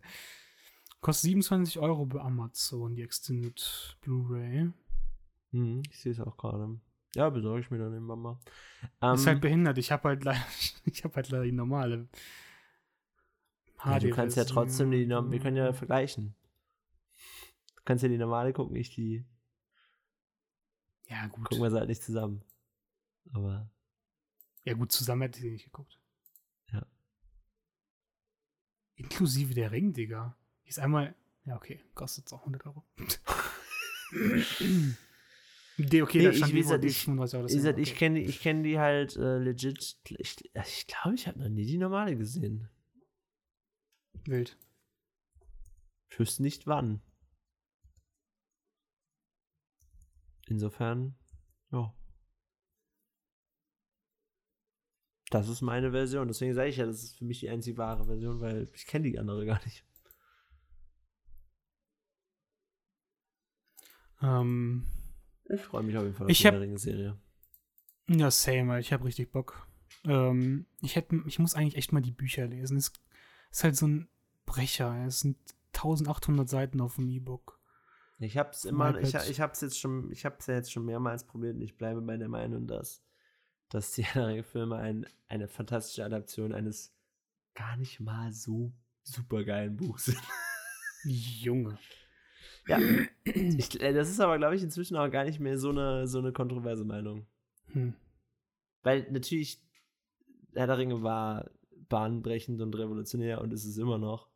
Kostet 27 Euro bei Amazon, die Extended Blu-ray.
Mhm, ich sehe es auch gerade. Ja, besorge ich mir dann irgendwann mal. Ähm,
ist halt behindert. Ich habe halt, leider- (laughs) ich hab halt leider die normale. Ah,
ja, du kannst ja
HD-Version.
trotzdem die, Norm- wir können
Hm.
ja vergleichen. Du kannst ja die normale gucken, ich die.
Ja, gut.
Gucken wir sie halt nicht zusammen. Aber
Ja, gut, zusammen hätte ich die nicht geguckt.
Ja.
Inklusive der Ring, Digga. Ist einmal. Ja, okay, kostet auch 100
(laughs)
Euro. (laughs) Die- okay,
Nee,
da
ich- halt
stand
wie
die
gesagt,
DVD
ich-
35 Euro.
wie gesagt,
deswegen,
ich
okay.
kenne ich kenn die halt äh, legit. Ich glaube, ich, glaub, ich habe noch nie die normale gesehen.
Wild.
Ich wüsste nicht wann. Insofern, ja. Das ist meine Version. Deswegen sage ich ja, das ist für mich die einzig wahre Version, weil ich kenne die andere gar nicht.
Ähm,
Ich freue mich auf jeden Fall
Ich
auf
hab-
die Ringe-Serie.
ja, same, Alter, ich habe richtig Bock. Ähm, ich, hätte, ich muss eigentlich echt mal die Bücher lesen. Es ist halt so ein Brecher. Es sind 1800 Seiten auf dem E-Book.
Ich habe es immer,
Mopeds.
ich, ha- ich habe es jetzt schon, ich habe es ja jetzt schon mehrmals probiert und ich bleibe bei der Meinung, dass, dass die (laughs) Herr der Ringe-Filme ein, eine fantastische Adaption eines gar nicht mal so supergeilen Buchs sind.
Junge.
Ja. Ich, äh, das ist aber, glaube ich, inzwischen auch gar nicht mehr so eine, so eine kontroverse Meinung.
Hm.
Weil natürlich Herr der Ringe war bahnbrechend und revolutionär und ist es immer noch.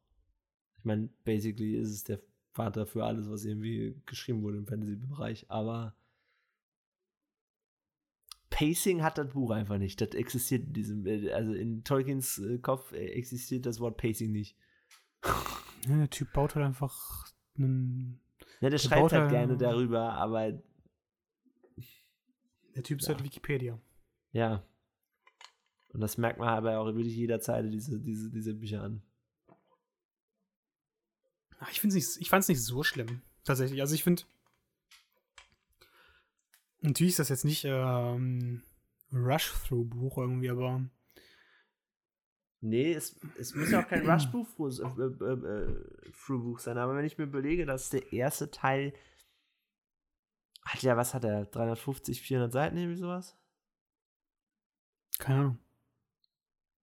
Ich meine, basically ist es der Vater für alles, was irgendwie geschrieben wurde im Fantasy-Bereich, aber Pacing hat das Buch einfach nicht. Das existiert in diesem, äh, also in Tolkiens äh, Kopf äh, existiert das Wort Pacing nicht.
Ja, der Typ baut halt einfach einen.
Ja, der
Der
schreibt
baut
halt
halt-
gerne darüber, aber
Der Typ ist
Ja.
halt Wikipedia.
Ja. Und das merkt man aber auch wirklich jederzeit diese, diese, diese Bücher an.
Ach, ich find's nicht, ich fand's nicht so schlimm, tatsächlich. Also ich finde, natürlich ist das jetzt nicht ähm, Rush-Through-Buch irgendwie, aber
Nee, es, es muss ja auch kein Rush-Buch äh, äh, äh, Through-Buch sein, aber wenn ich mir überlege, dass der erste Teil hat ja, was hat er, 350, 400 Seiten, irgendwie sowas?
keine Ahnung.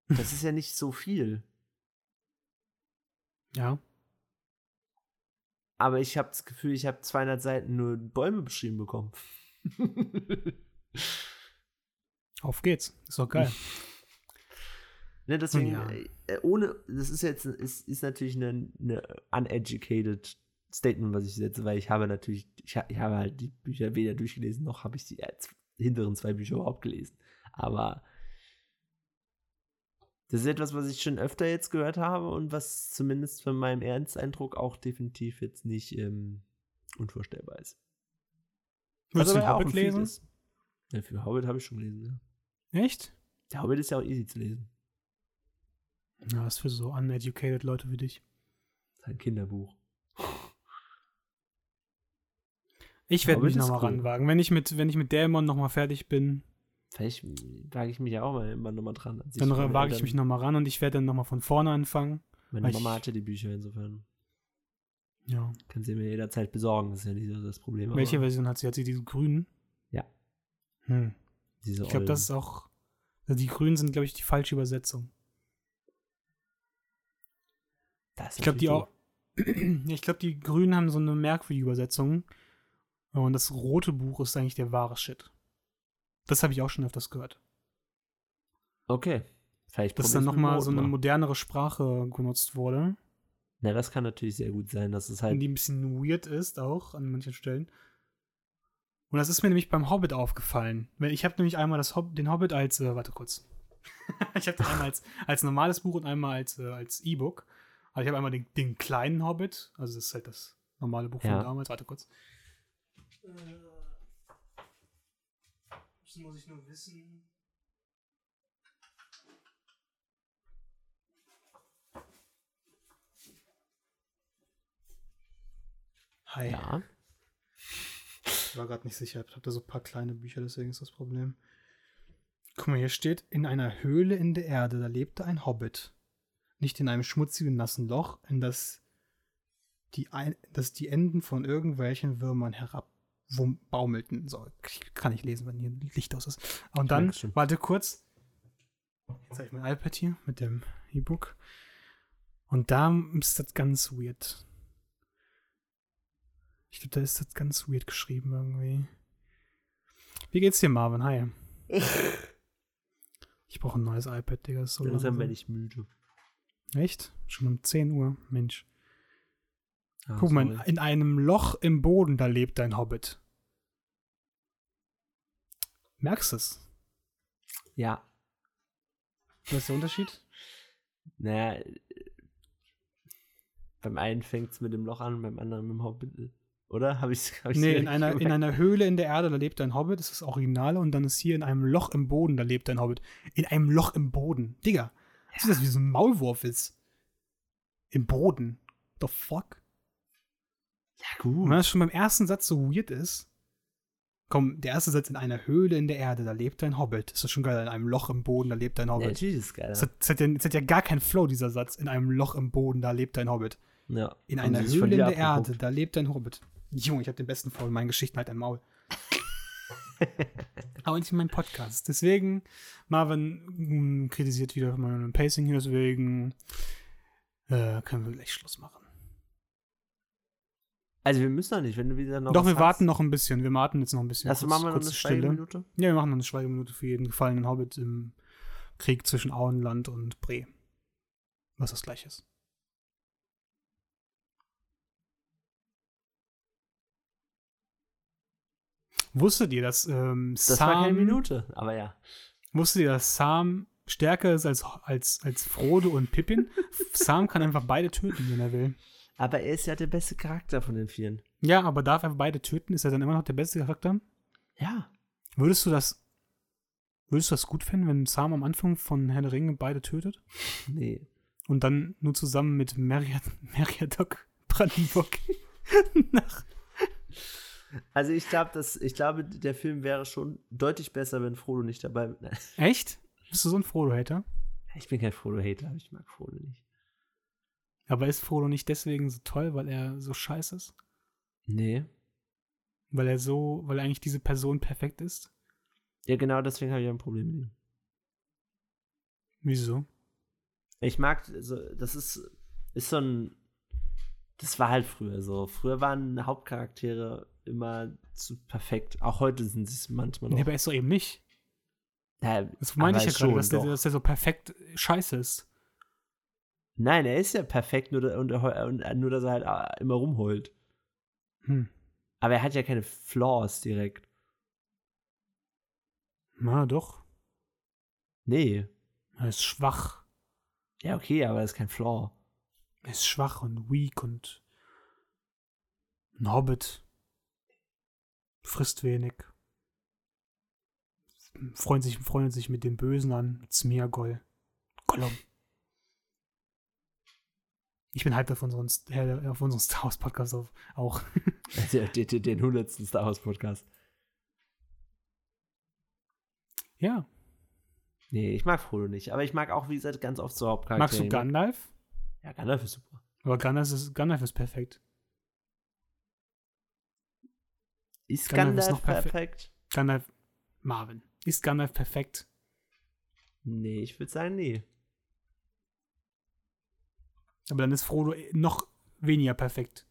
Das ist ja nicht so viel.
Ja.
Aber ich habe das Gefühl, ich habe 200 Seiten nur Bäume beschrieben bekommen.
Auf geht's. Ist doch geil.
Ne, deswegen,
Ja.
äh, ohne, das ist jetzt, es ist natürlich eine, eine uneducated Statement, was ich setze, weil ich habe natürlich, ich, ha- ich habe halt die Bücher weder durchgelesen, noch habe ich die äh, z- hinteren zwei Bücher überhaupt gelesen. Aber das ist etwas, was ich schon öfter jetzt gehört habe und was zumindest von meinem Ernsteindruck auch definitiv jetzt nicht ähm, unvorstellbar ist.
Willst du
Was aber
den
ja auch
Hobbit
ein Feed
lesen?
ist. Ja, für Hobbit habe ich schon gelesen, ja.
Echt?
Der Hobbit ist ja auch easy zu lesen.
Na, ist für so uneducated Leute wie dich.
Das ist ein Kinderbuch.
Ich werde
Hobbit
mich
ist
nochmal
cool.
ranwagen. Wenn ich mit, wenn ich mit Dämon nochmal fertig bin,
Vielleicht wage ich mich ja auch mal immer nochmal dran. als
dann
meine
wage ich
Eltern-
mich nochmal ran und ich werde dann nochmal von vorne anfangen.
Meine
ich-
Mama hatte die Bücher insofern.
Ja.
Kann sie mir jederzeit besorgen, das ist ja nicht so das Problem. aber
Welche Version hat sie? Hat sie diese grünen?
Genau. Ja. Also
Hm.
Diese
Ich glaube, das ist auch. Also die grünen sind, glaube ich, die falsche Übersetzung. (clears throat) Ich glaube, die auch. ich glaube, die grünen haben so eine merkwürdige Übersetzung. Und das rote Buch ist eigentlich der wahre Shit. Das habe ich auch schon öfters gehört.
Okay. Vielleicht
Dass dann
probier's mit dem
nochmal
Rot
so eine
mal.
modernere Sprache genutzt wurde,
Na, das kann natürlich sehr gut sein, dass es halt.
die ein bisschen weird ist auch an manchen Stellen. Und das ist mir nämlich beim Hobbit aufgefallen. Weil ich habe nämlich einmal das Hob den Hobbit als, äh, warte kurz. (laughs) ich habe den einmal als, als normales Buch und einmal als, äh, als E-Book. Aber ich habe einmal den, den kleinen Hobbit, also das ist halt das normale Buch
Ja.
von damals, warte kurz. Das muss ich nur wissen. Hi.
Ja.
Ich war gerade nicht sicher. Ich habe da so ein paar kleine Bücher, deswegen ist das Problem. Guck mal, hier steht: In einer Höhle in der Erde, da lebte ein Hobbit. Nicht in einem schmutzigen, nassen Loch, in das die, ein, das die Enden von irgendwelchen Würmern herabbaumelten. So, ich kann nicht lesen, wenn hier Licht aus ist. Und dann,
merk's schon.
warte kurz. Jetzt habe ich mein iPad hier mit dem E-Book. Und da ist das ganz weird. Ich glaube, da ist das ganz weird geschrieben irgendwie. Wie geht's dir, Marvin?
(laughs)
Hi. ich brauche ein neues iPad, Digga. Ist so
Langsam
langsam.
werde ich müde.
Echt? Schon um 10 Uhr? Mensch.
Ah,
Guck mal,
sorry.
in einem Loch im Boden, da lebt ein Hobbit. Merkst es?
Ja.
Was ist der Unterschied?
Naja. äh, Beim einen fängt es mit dem Loch an, beim anderen mit dem Hobbit. Oder? Habe ich hab ich's
nee, in
richtig
einer, in
gemerkt?
einer Höhle in der Erde, da lebt ein Hobbit, das ist das Originale. Und dann ist hier in einem Loch im Boden, da lebt ein Hobbit. In einem Loch im Boden. Digga, ist das wie so ein Maulwurf ist? Im Boden. The fuck?
Ja,
Und
gut.
wenn das schon beim ersten Satz so weird ist. Komm, der erste Satz in einer Höhle in der Erde, da lebt ein Hobbit. Ist das schon geil, in einem Loch im Boden, da lebt ein
Ja,
Hobbit.
natürlich ist es geil.
Das hat, das, hat ja, das hat ja gar keinen Flow, dieser Satz. In einem Loch im Boden, da lebt ein Hobbit.
Ja.
In
Haben
einer
sie sich
Höhle
von
in
dir
der Erde,
abgeguckt.
da lebt ein Hobbit. Junge, ich habe den besten Flow in meinen Geschichten halt ein
(laughs)
Maul. Aber nicht in meinem Podcast. Deswegen, Marvin mh, kritisiert wieder mein Pacing hier, deswegen äh, können wir gleich Schluss machen.
Also, wir müssen doch nicht, wenn du wieder noch.
Doch,
was
wir
hast.
warten noch ein bisschen. Wir warten jetzt noch ein bisschen.
Lass
Kurz-
machen wir noch eine
kurze Stille.
Schweigeminute.
Ja, wir machen noch eine Schweigeminute für jeden gefallenen Hobbit im Krieg zwischen Auenland und Bre. Was das gleiche ist. Wusstet ihr, dass ähm,
Das
Sam,
war keine Minute, aber ja.
Wusstet ihr, dass Sam stärker ist als, als, als Frodo und
(laughs)
Pippin? Sam kann einfach beide töten, wenn er will.
Aber er ist ja der beste Charakter von den vieren.
Ja, aber darf er beide töten? Ist er dann immer noch der beste Charakter?
Ja.
Würdest du das, würdest du das gut finden, wenn Sam am Anfang von Herr der Ringe beide tötet
(laughs) Nee.
und dann nur zusammen mit (laughs) Meriad, Meriadoc Brandenburg (laughs) nach.
Also ich glaube, dass ich glaube, der Film wäre schon deutlich besser, wenn Frodo nicht dabei wäre.
Echt? Bist du so ein Frodo-Hater?
(laughs) Ich bin kein Frodo-Hater, aber ich mag Frodo nicht.
Aber ist Frodo nicht deswegen so toll, weil er so scheiße ist?
Nee.
Weil er so, weil eigentlich diese Person perfekt ist?
Ja, genau deswegen habe ich ein Problem mit ihm.
Wieso?
Ich mag, also, das ist, ist so ein. Das war halt früher so. Früher waren Hauptcharaktere immer zu perfekt. Auch heute sind sie es manchmal noch.
Nee, aber er ist doch eben nicht.
Naja,
Das meine
aber
ich ja gerade,
Ah, schon,
dass der,
doch.
dass der so perfekt scheiße ist.
Nein, er ist ja perfekt, nur, da- und, er heu- und, nur dass er halt äh, immer rumheult.
Hm.
Aber er hat ja keine Flaws direkt.
Na doch.
Nee.
Er ist schwach.
Ja, okay, aber das ist kein Flaw. (laughs)
Er ist schwach und weak und ein Hobbit. Frisst wenig. Freuen sich, freundet sich mit dem Bösen an, mit Smeargol. Gollum. Ich bin hyped auf unseren, äh, auf unseren Star Wars Podcast auf, auch. (laughs)
Den, den, den 100. Star Wars Podcast.
Ja.
Nee, ich mag Frodo nicht. Aber ich mag auch, wie gesagt, ganz oft so Hauptcharaktere.
Magst du Gandalf?
Ja, Gandalf ist super.
Aber Gandalf ist, Gandalf ist perfekt.
Ist
Gandalf
Gandalf,
ist noch
perfekt?
perfekt. Gandalf, Marvin. Ist Gandalf perfekt?
Nee, ich würde sagen, nee.
Aber dann ist Frodo noch weniger perfekt.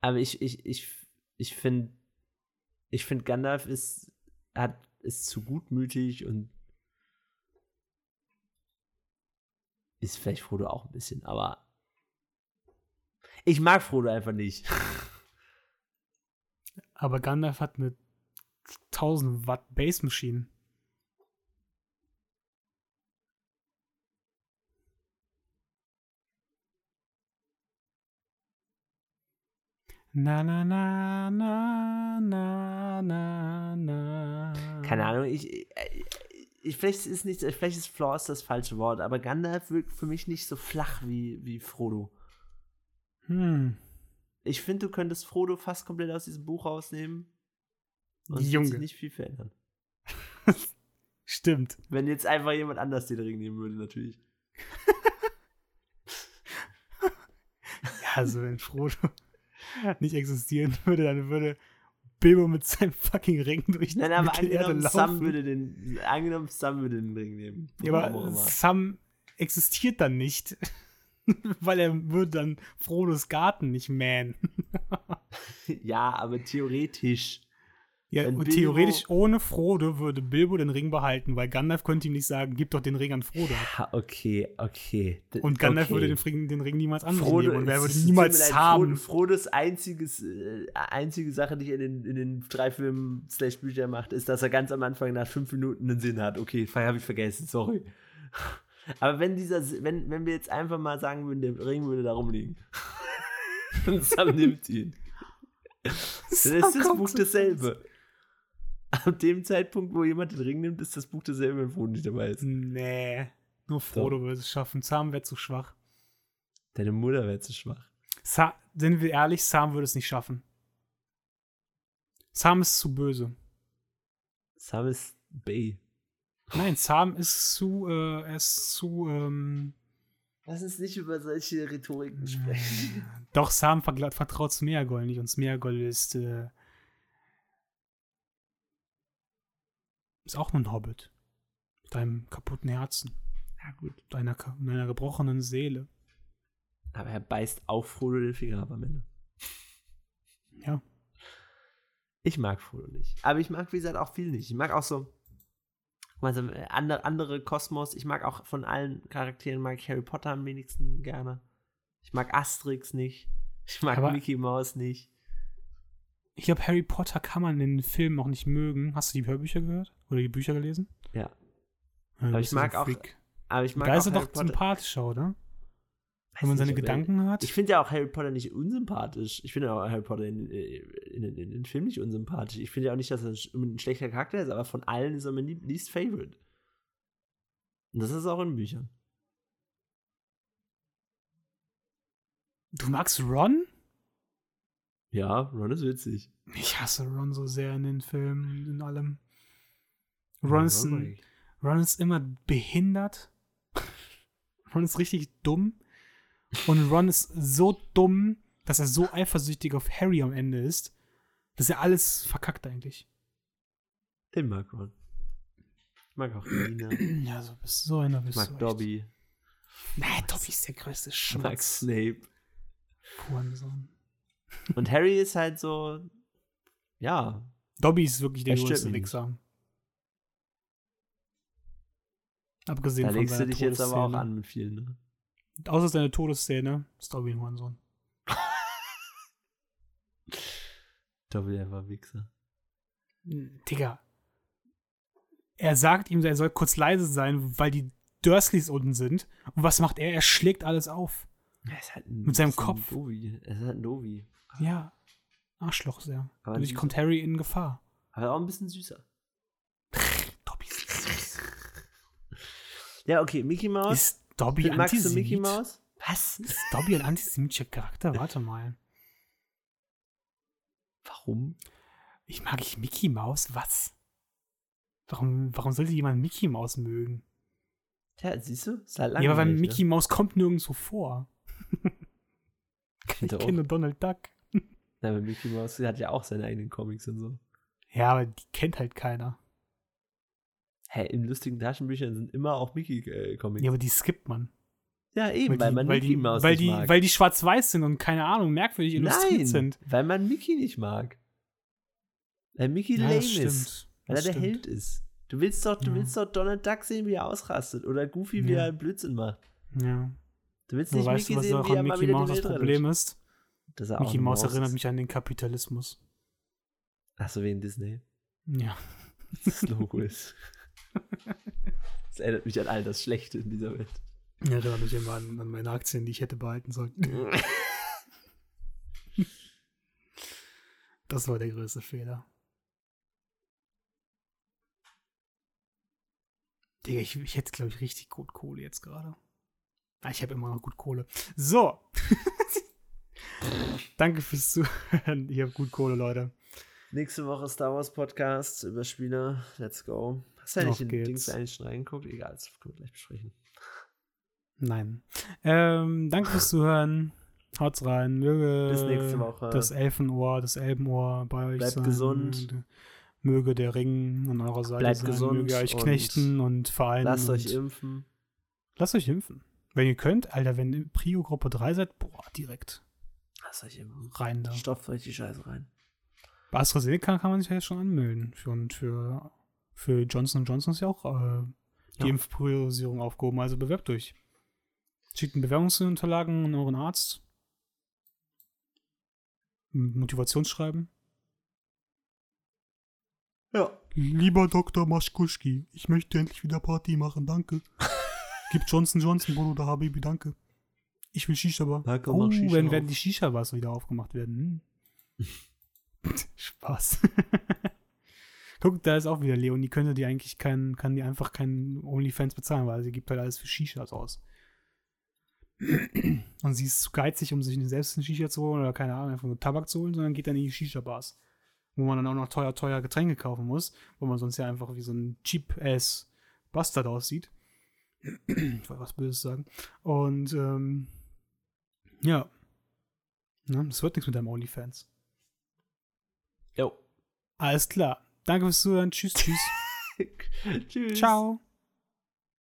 Aber ich, ich, ich, ich finde, ich finde Gandalf ist, hat, ist zu gutmütig und ist vielleicht Frodo auch ein bisschen, aber ich mag Frodo einfach nicht. (laughs)
Aber Gandalf hat eine 1000 Watt Base Machine. Na na na na na na na.
Keine Ahnung, ich, ich, ich vielleicht ist nicht, vielleicht ist Flaws das falsche Wort, aber Gandalf wirkt für mich nicht so flach wie, wie Frodo.
Hm.
Ich finde, du könntest Frodo fast komplett aus diesem Buch rausnehmen und es wird
Junge.
sich nicht viel verändern.
Stimmt.
Wenn jetzt einfach jemand anders den Ring nehmen würde, natürlich.
Ja, also wenn Frodo (laughs) nicht existieren würde, dann würde Bilbo mit seinem fucking Ring durch
Nein, aber
die Erde
angenommen
laufen.
Sam, würde den, angenommen, Sam würde den Ring nehmen.
Ja,
Warum
aber
auch immer.
Sam existiert dann nicht, (laughs) weil er würde dann Frodos Garten nicht mähen.
(laughs) ja, aber theoretisch.
Ja,
Wenn
und
Bilbo-
theoretisch ohne Frodo würde Bilbo den Ring behalten, weil Gandalf könnte ihm nicht sagen, gib doch den Ring an Frodo.
Ha, okay, okay. D-
Und Gandalf
okay.
würde den Ring, den Ring niemals an sich
Frodo,
nehmen und wer
es
würde
ist-
ihn
tut mir
niemals (laughs)
leid,
haben.
Frodo, Frodos einziges, äh, einzige Sache, die er in den, in den drei Filmen slash Büchern macht, ist, dass er ganz am Anfang nach fünf Minuten einen Sinn hat. Okay, habe ich vergessen, sorry. (laughs) Aber wenn dieser, S- wenn, wenn wir jetzt einfach mal sagen würden, der Ring würde da rumliegen. (laughs) Und Sam nimmt ihn. (laughs) Dann Ah, ist das
kommt
Buch
zu
dasselbe. Ab dem Zeitpunkt, wo jemand den Ring nimmt, ist das Buch dasselbe, wenn Frodo nicht dabei ist.
Nee, nur Frodo würde es schaffen. Sam wäre zu schwach.
Deine Mutter wäre zu schwach.
Sa sind wir ehrlich, Sam würde es nicht schaffen. Sam ist zu böse.
Sam ist Bay.
Nein, Sam ist zu, äh, er ist zu, ähm,
Lass uns nicht über solche Rhetoriken (laughs) sprechen.
Doch, Sam vergla- vertraut Smeagol nicht und Smeagol ist, äh, ist auch nur ein Hobbit. Mit einem kaputten Herzen,
Ja, gut.
mit einer, ka- mit einer gebrochenen Seele.
Aber er beißt auch Frodo den Finger ab am Ende.
Ja.
Ich mag Frodo nicht. Aber ich mag, wie gesagt, auch viel nicht. Ich mag auch so. guck mal, so andere, andere Kosmos. Ich mag auch von allen Charakteren mag ich Harry Potter am wenigsten gerne. Ich mag Asterix nicht. Ich mag
Aber-
Mickey Mouse nicht.
Ich glaube, Harry Potter kann man in den Filmen auch nicht mögen. Hast du die Hörbücher gehört? Oder die Bücher gelesen?
Ja.
Ja, du
Aber ich
bist so ein
mag auch-
Freak.
Aber ich mag
Da
auch
ist er
Harry
doch sympathischer, oder?
Weiß
Wenn man
nicht,
seine
aber
Gedanken hat.
Ich finde ja auch Harry Potter nicht unsympathisch. Ich finde ja auch Harry Potter in, in, in, in den Film nicht unsympathisch. Ich finde ja auch nicht, dass er sch- ein schlechter Charakter ist, aber von allen ist er mein lieb- least favorite. Und das ist auch in Büchern.
Du magst Ron?
Ja, Ron ist witzig.
Ich hasse Ron so sehr in den Filmen, in allem. Ron ist ein
Ron-
Ron ist immer behindert. (laughs) Ron ist richtig dumm. Und Ron ist so dumm, dass er so eifersüchtig auf Harry am Ende ist, dass er alles verkackt eigentlich. (clears throat)
Ich mag Ron. Ich mag
(clears throat)
auch Nina. Ich
Ja, so bist so einer bist du.
mag
echt.
Dobby.
Nee, Dobby ist der größte
Ich mag
Schmatz.
Snape.
Hurensohn.
Und Harry ist halt so. Ja.
Dobby ist wirklich der
Er stört
größte
mich nicht.
Wichser. Abgesehen
Da
von
legst du
seiner
dich jetzt aber auch
Todesszene.
an mit vielen, ne?
Außer seine Todesszene ist Obi Huanson.
Doppel-Ever-Wichser. Hm.
Digga. Er sagt ihm, er soll kurz leise sein, weil die Dursleys unten sind. Und was macht er? Er schlägt alles auf.
Er ist halt ein,
Mit seinem
ist ein
Kopf.
Dovi. Er ist halt ein Dovi.
Ja. Arschloch sehr.
Aber
Dadurch
die-
kommt Harry in Gefahr.
Aber auch ein bisschen süßer.
Dobby ist süß.
Ja, okay, Mickey Mouse.
Ist Dobby
Magst du
Antisemit?
Mickey Mouse? Was?
Ist Dobby ein antisemitischer Charakter? Warte mal.
Warum?
Ich mag ich Mickey Mouse? Was? Warum, warum sollte jemand Mickey Mouse mögen?
Tja, siehst du? Ist halt
ja, aber weil
langweilig,
Mickey Mouse kommt nirgendwo vor.
Ne?
(laughs) Ich
Ich auch.
kenne Donald Duck.
Nein, aber Mickey Mouse hat ja auch seine eigenen Comics und so.
Ja, aber die kennt halt keiner.
Hä, in lustigen Taschenbüchern sind immer auch Mickey-Comics.
Ja, aber die skippt man.
ja, eben, weil,
die,
man
weil
Mickey
die,
Mouse
weil
nicht
die,
mag.
Weil die schwarz-weiß sind und keine Ahnung, merkwürdig illustriert
Nein,
sind.
weil man Mickey nicht mag. Weil Mickey
Ja,
lame
das
ist.
stimmt.
Weil er
Das
der
stimmt.
Held ist. Du willst doch, du
Ja.
willst doch Donald Duck sehen, wie er ausrastet. Oder Goofy, wie
Ja.
er Blödsinn macht.
Ja.
Du willst
Aber
nicht
weißt du,
Mickey
was
sehen,
auch
wie er
an
mal
Mickey
wieder
Maus das
die Welt
Problem
rettet.
ist?
Dass er auch
Mickey
eine
Maus
Maus
erinnert
ist.
mich an den Kapitalismus.
Achso, wegen Disney.
Ja.
Das Logo ist. Das erinnert mich an all das Schlechte in dieser Welt.
Ja, da habe ich immer an, an meine Aktien, die ich hätte behalten sollen. Das war der größte Fehler. Digga, ich, ich hätte, glaube ich, richtig gut Kohle jetzt gerade. Ah, ich habe immer noch gut Kohle. So. (laughs) Danke fürs Zuhören. Ich habe gut Kohle, Leute.
Nächste Woche Star Wars Podcast über Spiele. Let's go. Hast du ja
Auf
nicht in
geht's.
Dings eigentlich schon reingeguckt? Egal, das können wir gleich besprechen.
Nein. Ähm, danke fürs Zuhören. Haut's rein. Möge
Bis nächste Woche.
das Elfenohr, das Elbenohr bei euch
Bleibt
sein.
gesund.
Möge der Ring an eurer Seite
Bleibt
sein.
gesund
Möge euch
und
knechten und vereinen.
Lasst euch
und
impfen.
Lasst euch impfen. Wenn ihr könnt, Alter, wenn ihr Prio-Gruppe 3 seid, boah, direkt
Lasst euch impfen.
rein da.
Stopft euch die Scheiße rein.
Bei AstraZeneca kann man sich ja jetzt schon anmelden. Für, und für, für Johnson Johnson ist ja auch äh, die
Ja.
Impfpriorisierung aufgehoben, also bewerbt euch. Schickt Bewerbungsunterlagen an euren Arzt. M- Motivationsschreiben.
Ja.
Lieber Dr. Maschkuschki, ich möchte endlich wieder Party machen, (laughs) danke. Gib Johnson Johnson, Bruder oder Habibi, danke. Ich will Shisha-Bar.
Na, komm,
Oh,
mach Shisha
wenn
auf.
werden die Shisha-Bars wieder aufgemacht werden. Hm. Spaß. (laughs) Guck, da ist auch wieder Leonie. Könnte die eigentlich keinen, kann die einfach keinen OnlyFans bezahlen, weil sie gibt halt alles für Shishas aus. Und sie ist zu geizig, um sich selbst eine Shisha zu holen oder keine Ahnung, einfach nur Tabak zu holen, sondern geht dann in die Shisha-Bars. Wo man dann auch noch teuer, teuer Getränke kaufen muss, wo man sonst ja einfach wie so ein cheap-ass Bastard aussieht. (clears throat) ich wollte was Böses sagen. Und, ähm, ja. Ne, das wird nichts mit deinem OnlyFans.
Jo.
Alles klar. Danke fürs Zuhören. Tschüss, tschüss.
(laughs) Tschüss.
Ciao.